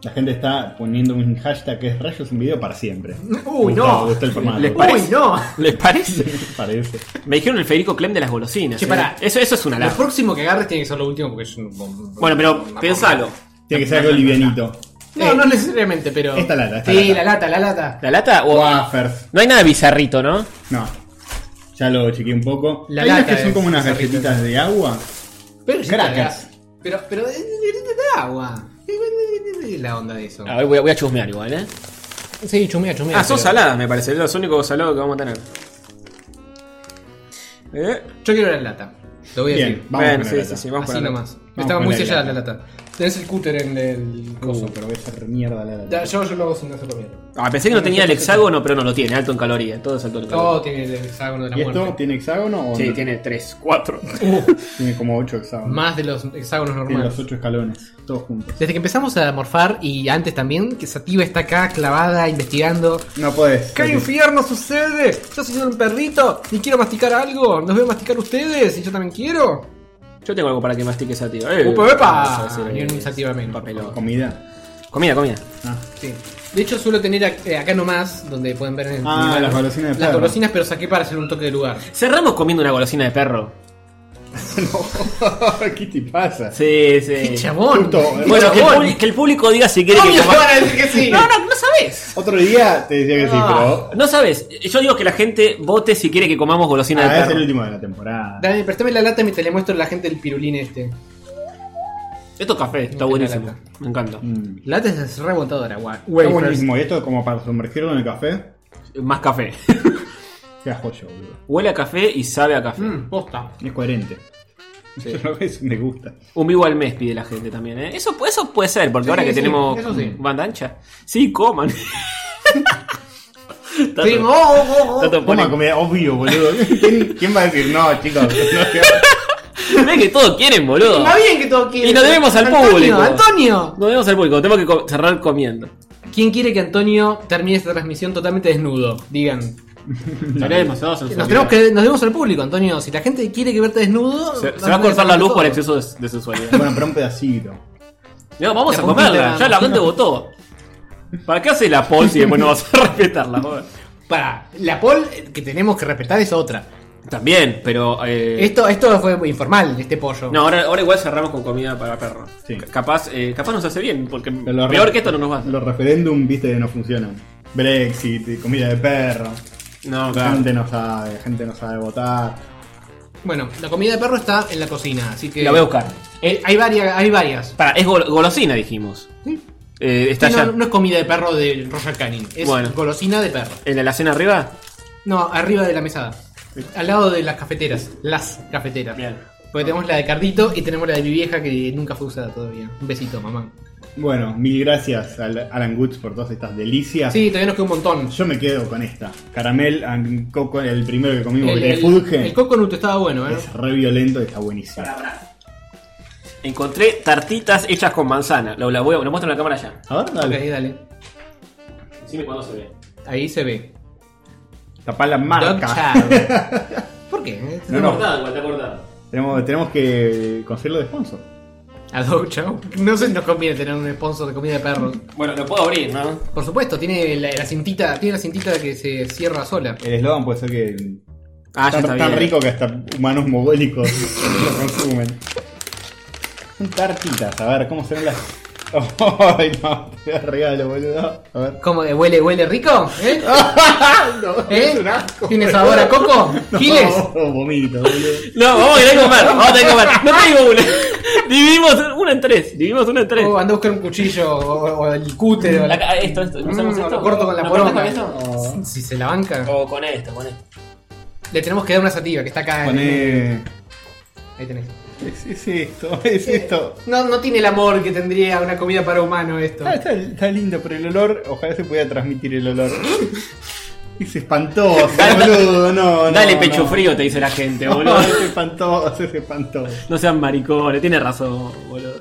B: La gente está poniendo un hashtag que es rayos un video para siempre.
C: Uy,
B: Gusta-
C: no.
B: gusta el formato.
A: ¿Les parece?
C: Uy, no.
A: ¿Les parece?
B: Parece.
A: Me dijeron el Federico Clem de las golosinas.
C: Che,
A: eh.
C: pará.
A: Eso, eso es una
C: Lo
A: lata.
C: próximo que agarres tiene que ser lo último porque yo no.
A: Bueno, pero pensalo.
B: Tiene que ser algo livianito.
C: No, no necesariamente, pero.
A: Eh, Esta lata, esta
C: Sí,
A: lata.
C: la lata, la lata.
A: ¿La lata o.? No hay nada bizarrito, ¿no?
B: No. Ya lo chequeé un poco.
A: La
B: Hay unas
A: lata
B: que son
A: es
B: como unas
A: bizarrito.
B: galletitas de agua.
C: Pero si te
B: Crackers.
C: la- Pero, pero de, de, de- de agua. Eh, ¿Qué es la onda de eso?
A: A ver, voy a, voy a chusmear igual, ¿eh?
C: Sí, chumea, chumea.
A: ah, son
C: pero-
A: saladas, me parece. Los únicos salados que vamos a tener. ¿Eh?
C: Yo quiero la lata. Lo voy a
A: Bien,
C: decir.
A: vamos Bueno, con la sí, lata. sí, sí, vamos
C: Así
A: con la lata.
C: nomás.
A: Vamos
C: Estaba
A: con
C: muy
A: la
C: sellada
A: lata. Uh.
C: la lata. Tenés el cúter en el coso.
B: pero voy a hacer mierda la lata.
C: Ya, yo, yo lo hago sin hacerlo bien.
A: Ah, pensé que no tenía el hexágono, pero no lo tiene. Alto en calorías. Todo es alto en calorías.
C: Todo tiene el hexágono de la
B: ¿Y
C: muerte.
B: esto tiene hexágono o
A: Sí,
B: no?
A: tiene 3, 4.
C: Uh.
B: Tiene como 8 hexágonos.
C: Más de los hexágonos
B: Tiene
C: normales.
B: los 8 escalones, todos juntos.
C: Desde que empezamos a morfar y antes también, que Sativa está acá clavada, investigando.
B: No puedes.
C: ¿Qué infierno sucede? Yo soy un perrito y quiero masticar algo. ¿Nos veo masticar ustedes? ¿Y yo también quiero?
A: Yo tengo algo para que mastiques a ti. Eh,
C: ¡Upa,
A: vamos a
C: upa!
A: decir,
C: Uh, pues, Ni
A: eh,
C: un Sativa menos.
B: Comida.
A: Comida, comida.
C: Sí. De hecho, suelo tener ac- eh, acá nomás, donde pueden ver en el
A: Ah,
C: final,
A: las golosinas de
C: Las
A: perro.
C: golosinas, pero saqué para hacer un toque de lugar.
A: Cerramos comiendo una golosina de perro.
B: Ah. ¿Qué te pasa?
A: Sí, sí.
C: ¡Qué chabón!
B: Justo,
A: Bueno, que el,
B: chabón.
A: publi- que el público diga si quiere que
C: Obvio
A: comamos-
C: van a decir que sí.
A: No, no, no sabes.
B: Otro día te decía que sí,
A: No,
B: pero.
A: no sabes. Yo digo que la gente vote si quiere que comamos golosina de
B: Ah, es
A: perro.
B: el último de la temporada.
C: Dani, préstame la lata mientras le muestro a la gente el pirulín este.
A: Esto es café, está buenísimo. Me encanta.
B: Mm.
C: La lata es rebotadora, guau.
B: Está buenísimo. Y esto como para sumergirlo en el café.
A: Más café.
B: Qué joya, boludo.
A: Huele a café y sabe a café.
C: Mm, posta.
B: Es coherente.
A: Sí.
B: Yo lo ves, me gusta.
A: Un vivo al mes pide la gente también, ¿eh? Eso, eso puede ser, porque
C: Sí,
A: ahora que
C: sí,
A: tenemos
C: eso sí.
A: banda ancha. Sí, coman. Tato-
C: Sí, oh, oh, oh.
A: Tato pone-
B: Toma comida, obvio, boludo. ¿Quién, quién va a decir no, chicos? No,
A: Ve que todos quieren, boludo.
C: Está bien que todo quiere.
A: Y nos debemos al
C: Antonio,
A: público.
C: Antonio.
A: Nos debemos al público, tenemos que co- cerrar comiendo.
C: ¿Quién quiere que Antonio termine esta transmisión totalmente desnudo? Digan.
A: Estaría demasiado
C: Nos, tenemos que, nos debemos al público, Antonio. Si la gente quiere que verte desnudo.
A: Se, se
C: nos
A: va a
C: tenés
A: cortar
C: que
A: la luz
C: todo.
A: por exceso de, de sensualidad.
B: bueno, pero un pedacito.
A: No, vamos
C: La
A: a comerla,
C: puntita,
A: ya la gente
C: no.
A: votó. ¿Para qué hace la pol si después no vas a respetarla? joder?
C: Pará, la poll que tenemos que respetar es otra.
A: También, pero. eh,
C: Esto, esto fue muy informal, este pollo.
A: No, ahora, ahora igual cerramos con comida para perro.
B: Sí.
A: C- Capaz, eh, capaz nos hace bien, porque
B: Los
A: peor
B: re-
A: que esto no nos va.
B: Los referéndum, viste, no funcionan. Brexit, comida de perro.
A: No,
B: La
A: claro.
B: gente no sabe, gente no sabe votar.
C: Bueno, la comida de perro está en la cocina, así que.
A: La voy a buscar.
C: Eh, hay varias, hay varias.
A: Para, es gol- golosina, dijimos. Eh, está
C: Sí,
A: ya.
C: no, no es comida de perro de Roger Canin, es
A: Bueno.
C: golosina de perro.
A: ¿El de la cena arriba?
C: No, arriba de la mesada. Al lado de las cafeteras. Las cafeteras. Porque tenemos la de Cardito y tenemos la de mi vieja que nunca fue usada todavía. Un besito, mamá.
B: Bueno, mil gracias al Alan Goods por todas estas delicias.
C: Sí, todavía nos queda un montón.
B: Yo me quedo con esta. Caramel and coco, el primero que comimos,
C: El,
B: que te
C: el,
B: fulge.
C: el coconut estaba bueno, ¿eh?
B: es re violento y está buenísimo.
A: Encontré tartitas hechas con manzana. Lo, la voy a, lo muestro en la cámara ya.
B: A ver, dale.
C: Ok, dale.
A: Decime cuándo se ve.
C: Ahí se ve.
B: Tapá la
C: Dog
B: marca.
C: Chow. ¿Por qué?
B: No, no.
A: Cortado, igual, está cortado.
B: Tenemos, tenemos que conseguirlo de sponsor.
C: A Dog Chow. No sé si nos conviene tener un sponsor de comida de perros.
A: Bueno, lo puedo abrir, ¿no?
C: Por supuesto, tiene la, la cintita, tiene la cintita que se cierra sola.
B: El eslogan puede ser que.
A: Ah, ya
B: tan,
A: está
B: tan
A: bien.
B: rico que hasta humanos mogólicos lo consumen. Son tartitas, a ver, ¿cómo serán las.? Ay, no, te da regalo, boludo. A ver.
C: ¿Cómo? eh, ¿Huele, huele rico? ¿Eh?
B: No,
C: ¿Eh?
B: es un asco,
C: ¿Tiene
B: boludo.
C: sabor a coco? ¿Giles?
B: No, vomito, boludo.
A: No, vamos a tener que comer, vamos a tener que comer. No traigo una. Dividimos una en tres. Dividimos una en tres.
C: O Oh, anda a buscar un cuchillo o, o el cúter. O la-
A: Acá, esto, esto. ¿No hacemos
C: Mm,
A: esto?
C: lo corto con la
A: ¿Lo
C: poronga.
A: cortas con esto?
C: Si se la banca,
A: O con esto, con esto.
C: le tenemos que dar una sativa que está acá. en-
B: Poné.
C: Ahí tenés.
B: Es, es esto, es esto.
C: No, no tiene el amor que tendría una comida para humano esto.
B: Ah, está, está lindo, pero el olor, ojalá se pudiera transmitir el olor. Es espantoso, boludo, no, no.
A: Dale pecho
B: no.
A: frío, te dice la gente,
B: No,
A: boludo.
B: es espantoso, es espantoso.
A: No sean maricones, tiene razón, boludo.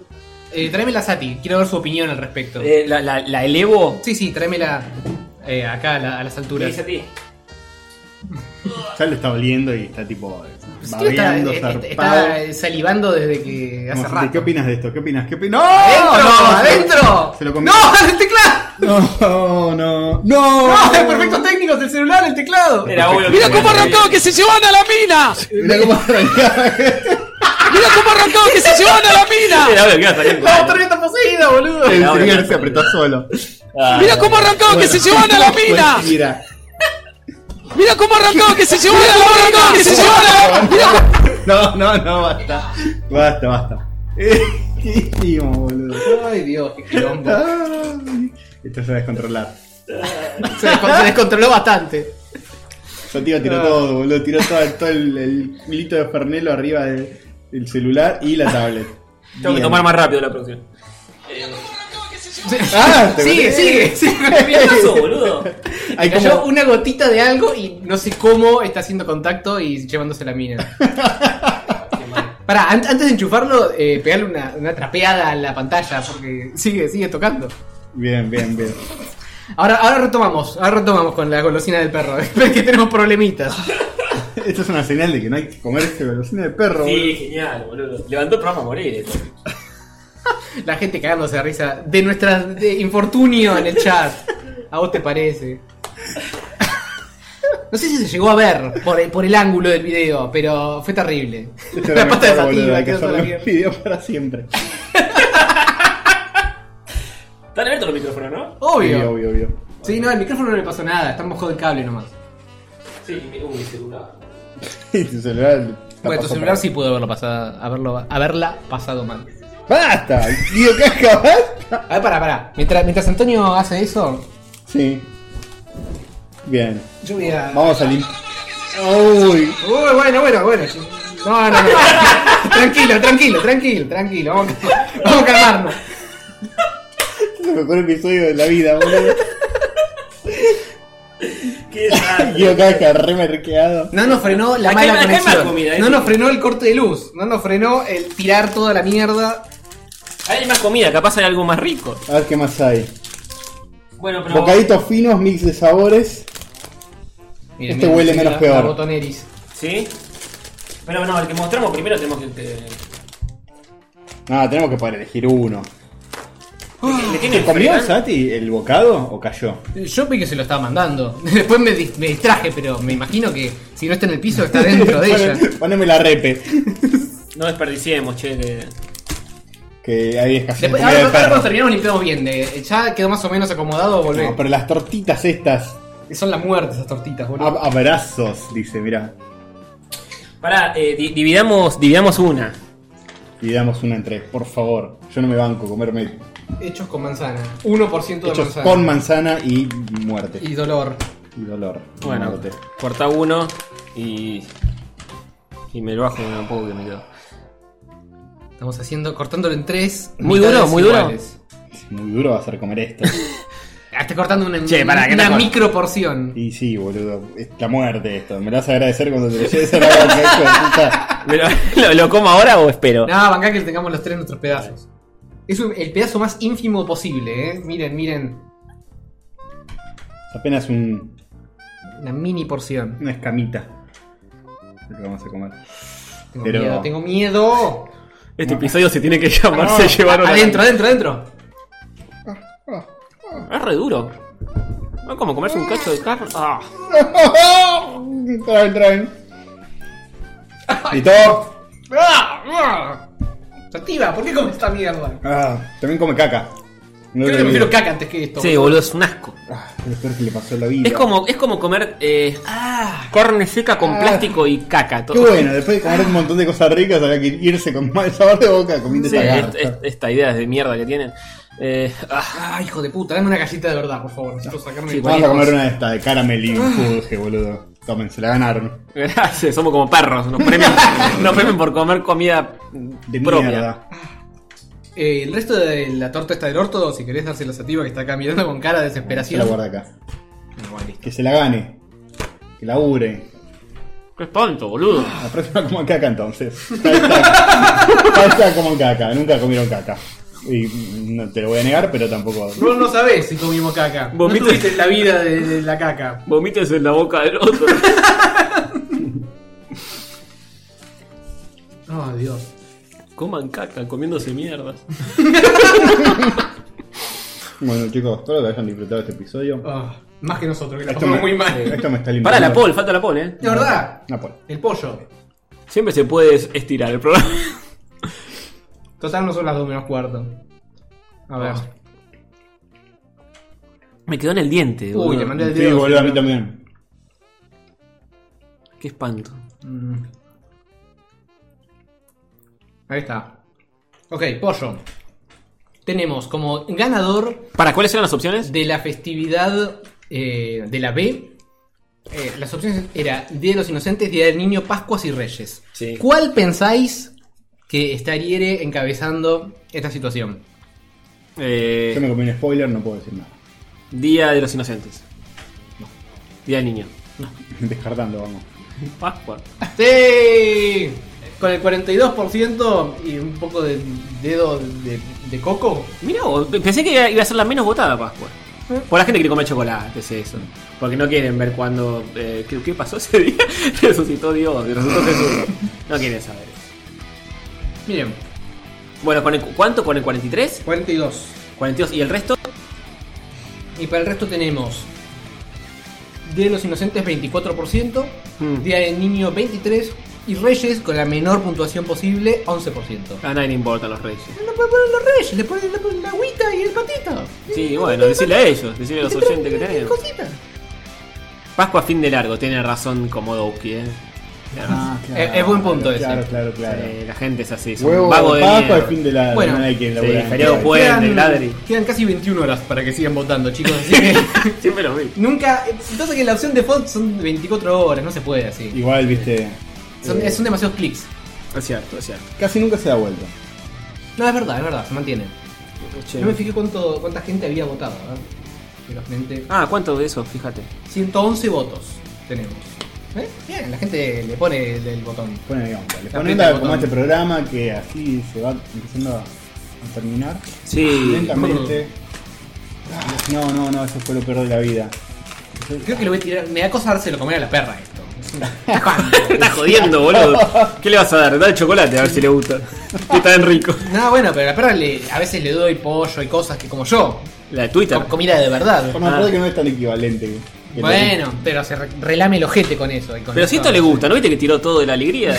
C: Eh, tráeme la sati, quiero ver su opinión al respecto.
A: Eh, la, la, la elevo.
C: Sí, sí, tráemela eh, acá a, la- a las alturas.
A: a ti?
B: Ya le está oliendo y está tipo
C: Sí, está, eh,
B: babeando,
C: está-
B: zarpado.
C: está salivando desde que hace
B: Como,
C: rato.
B: ¿Qué opinas de esto? ¿Qué opinas? ¿Qué opinas?
C: ¡Adentro! ¡Adentro!
B: Se lo comió.
C: ¡No! ¡El teclado!
B: No, no, no.
C: ¡No! eh, ¡De perfectos técnicos! ¡El celular, el teclado!
B: Era obvio que
M: ¡Mira cómo
B: era
M: arrancó que se llevan a la mina!
B: Mirá cómo
M: ¡Mira cómo arrancó que se llevan a la mina!
A: Era obvio que iba a salir.
C: ¡La otra está poseída, boludo!
B: El trigger se apretó solo.
M: Mira cómo arrancó, que se llevan a la mina.
B: Mira.
M: ¡Mira cómo arrancó que se llevan a la mina! ¡Que se llevan a la mina!
B: No, no, no, basta. Basta, basta. Qué íntimo, boludo.
C: ¡Ay, Dios! ¡Qué quilombo!
B: Ay, Esto se va a descontrolar.
C: Se descon- se descontroló bastante.
B: Sativa tiró
C: Ah.
B: todo, boludo. Tiró todo, todo el, el hilito de Fernelo arriba de- del celular y la tablet.
A: Tengo que
B: Bien.
A: tomar más rápido la próxima.
B: Ah, te
C: sigue,
B: metí.
C: sigue, sigue.
A: ¿Qué pasó, boludo?
B: Hay
C: Le cayó
B: como-
C: una gotita de algo y no sé cómo está haciendo contacto y llevándose la mina. Pará, an- antes de enchufarlo, eh, pegarle una, una trapeada a la pantalla porque sigue, sigue tocando.
B: Bien, bien, bien.
C: Ahora, ahora retomamos, ahora retomamos con la golosina del perro. Es que tenemos problemitas.
B: Esto es una señal de que no hay que comer este golosina de perro,
A: Sí,
B: boludo.
A: genial, boludo. Levantó el programa a morir esto.
C: La gente cagándose de risa de nuestra de infortunio en el chat. ¿A vos te parece? No sé si se llegó a ver por el, por el ángulo del video, pero fue terrible.
B: Esto Este era
C: La pata de
B: mejor, boludo,
C: sativa,
B: hay que
C: quedó toda la
B: hacerlo
C: mierda.
B: un video para siempre.
A: Están abiertos los micrófonos, ¿no?
B: Sí,
C: Obvio.
B: obvio, obvio.
C: Sí, no, al micrófono no le pasó nada, está mojado el cable nomás.
A: Sí, me- uy, celular.
B: Y tu celular. la
C: Bueno, tu
B: pasó
C: celular sí pudo haberlo pasado, haberlo, haberla pasado mal.
B: para- ¡Basta! Digo, Casca, basta.
C: A ver, pará, pará. Mientras, mientras Antonio hace eso,
B: Sí. Bien.
C: yo voy a.
B: Vamos a limpiar. Uy.
C: Uy, bueno, bueno, bueno. No, no, no. tranquilo, tranquilo, tranquilo, tranquilo. Vamos, vamos a calmarnos.
B: Este es el mejor episodio de la vida, boludo.
A: Qué desastre.
B: Guido Casca, re merqueado.
C: No nos frenó la
A: Acá hay-
C: mala
A: acá hay más
C: conexión.
A: comida, ¿eh?
C: no nos frenó el corte de luz. No nos frenó el tirar toda la mierda.
A: Ahí Hay más comida, capaz hay algo más rico.
B: A ver qué más hay.
A: Bueno, pero.
B: Bocaditos finos, mix de sabores. Este huele
C: mira,
B: menos
C: la-
B: peor.
C: la botoneris.
A: ¿Sí? Pero no, el que mostramos primero tenemos que. eh, que-
B: Ah, tenemos que poder elegir uno.
A: ¿Le tiene
B: ¿Se
A: el
B: comió
A: frenan?
B: Sati el bocado o cayó?
C: Yo vi que se lo estaba mandando. Después me, dis- me distraje, pero me imagino que si no está en el piso está dentro de ella.
B: Poneme- Poneme la repe.
A: No desperdiciemos, che. que-
B: Que ahí es casi
C: Después,
B: comida
C: ahora,
B: de
C: ahora
B: perro.
C: cuando terminamos limpiamos bien. de- ya quedó más o menos acomodado, volvemos.
B: No, pero las tortitas estas.
C: Son la muerte esas tortitas,
B: a-
C: boludo.
B: Abrazos, dice, mirá.
A: Pará, eh, di- dividamos, dividamos una.
B: Y damos una entre, por favor. Yo no me banco comerme
C: Hechos con manzana. 1% de
B: hechos
C: manzana.
B: con manzana y muerte.
C: Y dolor.
B: Y dolor. y
A: Bueno,
B: muerte.
A: corta uno y. Y me lo bajo un poco que me quedo.
C: Estamos haciendo, cortándolo en tres.
A: Muy
C: mitades
A: duro, muy duro.
C: iguales.
B: Es muy duro va a ser comer esto.
C: Ah, Está cortando una,
A: Che, pará, que
C: una
A: no corto.
C: micro porción.
B: y sí, boludo. Es la muerte esto. Me lo vas a agradecer cuando te lo lleves a la boca, hijo de puta.
A: ¿Me lo, lo- lo como ahora o espero?
C: Nada, bancá que tengamos los tres nuestros pedazos. Es un- el pedazo más ínfimo posible, eh. Miren, miren.
B: Es apenas un-
C: Una mini porción.
B: una escamita. Lo que vamos a comer.
C: Tengo
B: Pero-
C: miedo, tengo miedo.
A: Este episodio se tiene que llamar
B: No,
A: Se llevaron a la-
C: Adentro, adentro, adentro.
A: ¿eh? Es re duro. No como comerse un cacho de carne. Ah.
B: traen, traen. ¿Listo?
C: ¡Ah! ¡Ah! Sativa, ¿por qué comes esta mierda?
B: Ah, también come caca. No lo
C: Creo que prefiero
B: olvides.
C: caca antes que esto.
A: Sí, boludo, es un asco.
B: Ah, es lo peor que le pasó a la vida.
A: Es como, es como comer eh, carne seca con
B: Ah.
A: plástico y caca. todo.
B: Qué bueno, después de comer un montón de cosas ricas, había que irse con mal sabor de boca comiendo
A: Sí,
B: esa
A: es-
B: garza.
A: es- esta idea de mierda que tienen. Eh, ah.
C: Ah, hijo de puta, dame una galleta de verdad, por favor. Necesito sacarme
A: Sí,
C: el
B: Vamos a
C: cuerpo.
B: comer una de estas de caramel y
A: Ah.
B: fudge, boludo. Tomen, se la ganaron.
A: Gracias, somos como perros. Nos premian, nos premian por comer comida
B: De
A: propia.
B: mierda.
C: Eh, el resto de la torta está del orto, si querés dársela a Sativa que está acá mirando con cara de
B: Se la
C: desesperación.
B: guarda acá.
C: No, bueno, listo.
B: Que se la gane. Que labure.
A: Qué espanto, boludo.
B: La próxima como caca entonces. Está como caca. Nunca comieron caca. Y no te lo voy a negar, pero tampoco.
C: Vos no sabés si comimos caca.
A: Vos
C: no
A: viste-
C: tuviste la vida de, de la caca.
A: Vomites en la boca del otro.
C: Oh, Dios.
A: Coman caca, comiéndose mierdas.
B: Bueno, chicos, espero que hayan disfrutado este episodio.
C: Ah, más que nosotros, que Oh, la
B: Esto
C: pasamos
B: me-
C: muy mal.
B: eh, esto me está
A: Para la
B: limitando.
A: pol, falta la pol, eh.
C: De verdad,
B: La pol.
C: el pollo.
A: Siempre se puede estirar el programa.
C: Total no son las 2 menos cuarto. A ver.
B: Ah.
A: Me quedó en el diente,
C: Uy,
A: boludo.
C: le mandé el
B: Sí,
C: dedo.
B: boludo, a mí también.
A: Qué espanto.
C: Mm. Ahí está. Ok, pollo. Tenemos como ganador
A: ¿Para cuáles eran las opciones?
C: de la festividad eh, de la B. eh, las opciones era Día de los Inocentes, Día del Niño, Pascuas y Reyes.
A: Sí.
C: ¿Cuál pensáis que estaría encabezando esta situación?
B: Yo me comí un spoiler, no puedo decir nada.
A: Eh, Día de los Inocentes. Día del Niño.
B: Descartando, vamos.
A: Pascua.
C: ¡Sí! Con el 42% y un poco de dedo de, de coco.
A: Mira, pensé que iba a ser la menos votada Pascua. Por la gente que quiere comer chocolate, es eso. Porque no quieren ver cuándo. eh, ¿qué, qué pasó ese día? resucitó Dios, resucitó Jesús. No quieren saber.
C: Miren,
A: Bueno, ¿con el cu- ¿cuánto? ¿Con el 43?
C: 42.
A: 42. ¿Y el resto?
C: Y para el resto tenemos Día de los Inocentes 24%, Día del Niño 23% y Reyes con la menor puntuación posible 11%. Ah.
A: A Ah, nadie le importan los reyes.
C: No pueden poner los Reyes, le ponen, le ponen la agüita y el patito.
A: Sí, bueno, decirle a ellos, decirle a los oyentes que tenemos.
C: Cositas.
A: Pascua fin de largo, tiene razón como Dowski, eh. Tiene razón.
C: Es- es buen punto ese.
B: Claro, claro, claro.
A: Eh, la gente es así, es
B: Huevo,
A: un vago de
B: Pascua,
A: mierda.
B: al fin de la.
C: Bueno,
B: no hay que
A: sí,
B: laburar.
A: feriado puente,
C: Quedan-
A: ladri.
C: Quedan casi 21 horas para que sigan votando, chicos. Así que
A: Siempre lo vi.
C: nunca. Entonces que la opción default son 24 horas, no se puede así.
B: Igual, viste.
C: Son,
B: eh,
C: son demasiados clics.
A: Es cierto, es cierto.
B: Casi nunca se da vuelta.
C: No, es verdad, es verdad, se mantiene.
A: Che.
C: No me fijé cuánto, cuánta gente había votado. ¿eh? a ver. Velozmente.
A: Ah, ¿cuánto de eso? Fíjate.
C: 111 votos tenemos. ¿Eh? Bien, la gente le pone el, el botón.
B: Pone onda. Le pone
C: Aprieta el
B: onda como
C: botón.
B: este programa que así se va empezando a, a terminar.
A: Sí.
B: Lentamente. Ah, No, no, no, eso fue lo peor de la vida.
C: Creo que lo voy a tirar. Me da cosa dárselo comer a la perra esto. Es un-
A: Te estás jodiendo, boludo. ¿Qué le vas a dar? Dale chocolate a ver si le gusta. Que está bien rico.
C: No, bueno, pero a la perra le- a veces le doy pollo y cosas que como yo.
A: La de Twitter.
C: Com- comida de verdad.
B: Por más que no es tan equivalente. que- que
C: Bueno, pero se re- relame el ojete con eso. y con
A: Pero si
C: eso-
A: esto le gusta, ¿no viste que tiró todo de la alegría?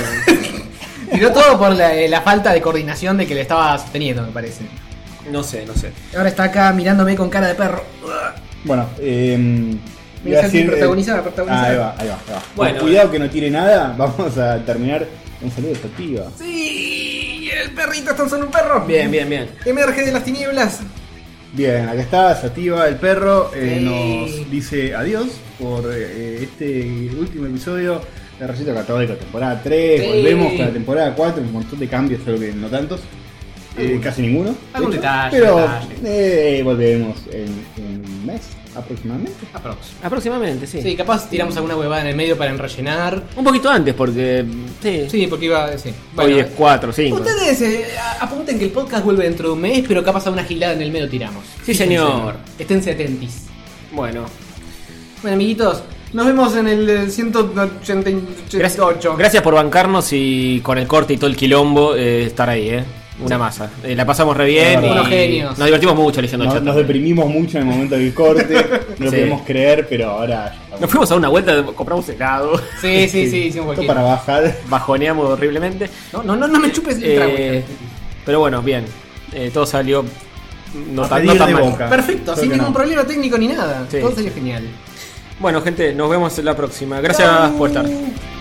C: Tiró todo por la, eh, la falta de coordinación de que le estaba sosteniendo, me parece.
A: No sé, no sé.
C: Ahora está acá mirándome con cara de perro.
B: Bueno, eh.
C: Mira, Santi,
B: eh,
C: protagonizar, protagonizar.
B: ah, ahí va, ahí va, ahí va.
A: Bueno.
B: Cuidado que no tire nada, vamos a terminar. Un saludo efectiva.
C: ¡Sí! ¡El perrito está usando un perro!
A: Bien, bien, bien.
C: Emerge de las tinieblas.
B: Bien, acá está Sativa, el perro, eh,
C: Sí.
B: nos dice adiós por eh, este último episodio de Receta Católica, temporada 3,
C: Sí.
B: volvemos con la temporada 4, un montón de cambios, solo que no tantos, eh, casi ninguno. de
C: Algún
B: hecho,
C: detalle,
B: pero
C: detalle.
B: eh, volveremos en, en un mes aproximadamente.
C: Aprox.
A: Aproximadamente, sí.
C: Sí, capaz tiramos alguna huevada en el medio para enrellenar.
A: Un poquito antes, porque. Sí.
C: Sí, porque iba. eh, Sí.
A: Hoy
C: Bueno,
A: es 4, 5.
C: ustedes eh, a- apunten que el podcast vuelve dentro de un mes, pero capaz a una gilada en el medio tiramos.
A: Sí, señor.
C: Esténse atentis.
A: Bueno.
C: Bueno, amiguitos, nos vemos en el eh, 188.
A: Gracias, gracias por bancarnos y con el corte y todo el quilombo eh, estar ahí, ¿eh? Una masa. Eh, la pasamos re bien.
B: Unos
A: y
C: genios.
A: Nos divertimos mucho leyendo el
B: Nos,
A: chat.
B: nos
A: también.
B: deprimimos mucho en el momento del corte, no lo
A: Sí.
B: podemos creer, pero ahora ya
A: Nos
B: estamos.
A: fuimos a una vuelta, compramos helado,
C: Sí, sí, sí, hicimos
B: Esto
C: cualquier.
B: para bajar.
A: bajoneamos horriblemente.
C: No, no, no, no me chupes el trago.
A: Eh, pero bueno, bien. Eh, todo salió no
B: A
A: tan,
B: pedir
A: no tan
B: de
A: mal.
B: boca.
C: Perfecto,
B: Creo
C: sin
B: que
C: ningún
B: no.
C: problema técnico ni nada.
A: Sí.
C: Todo salió genial.
A: Bueno, gente, nos vemos en la próxima. Gracias por estar.
C: Chau.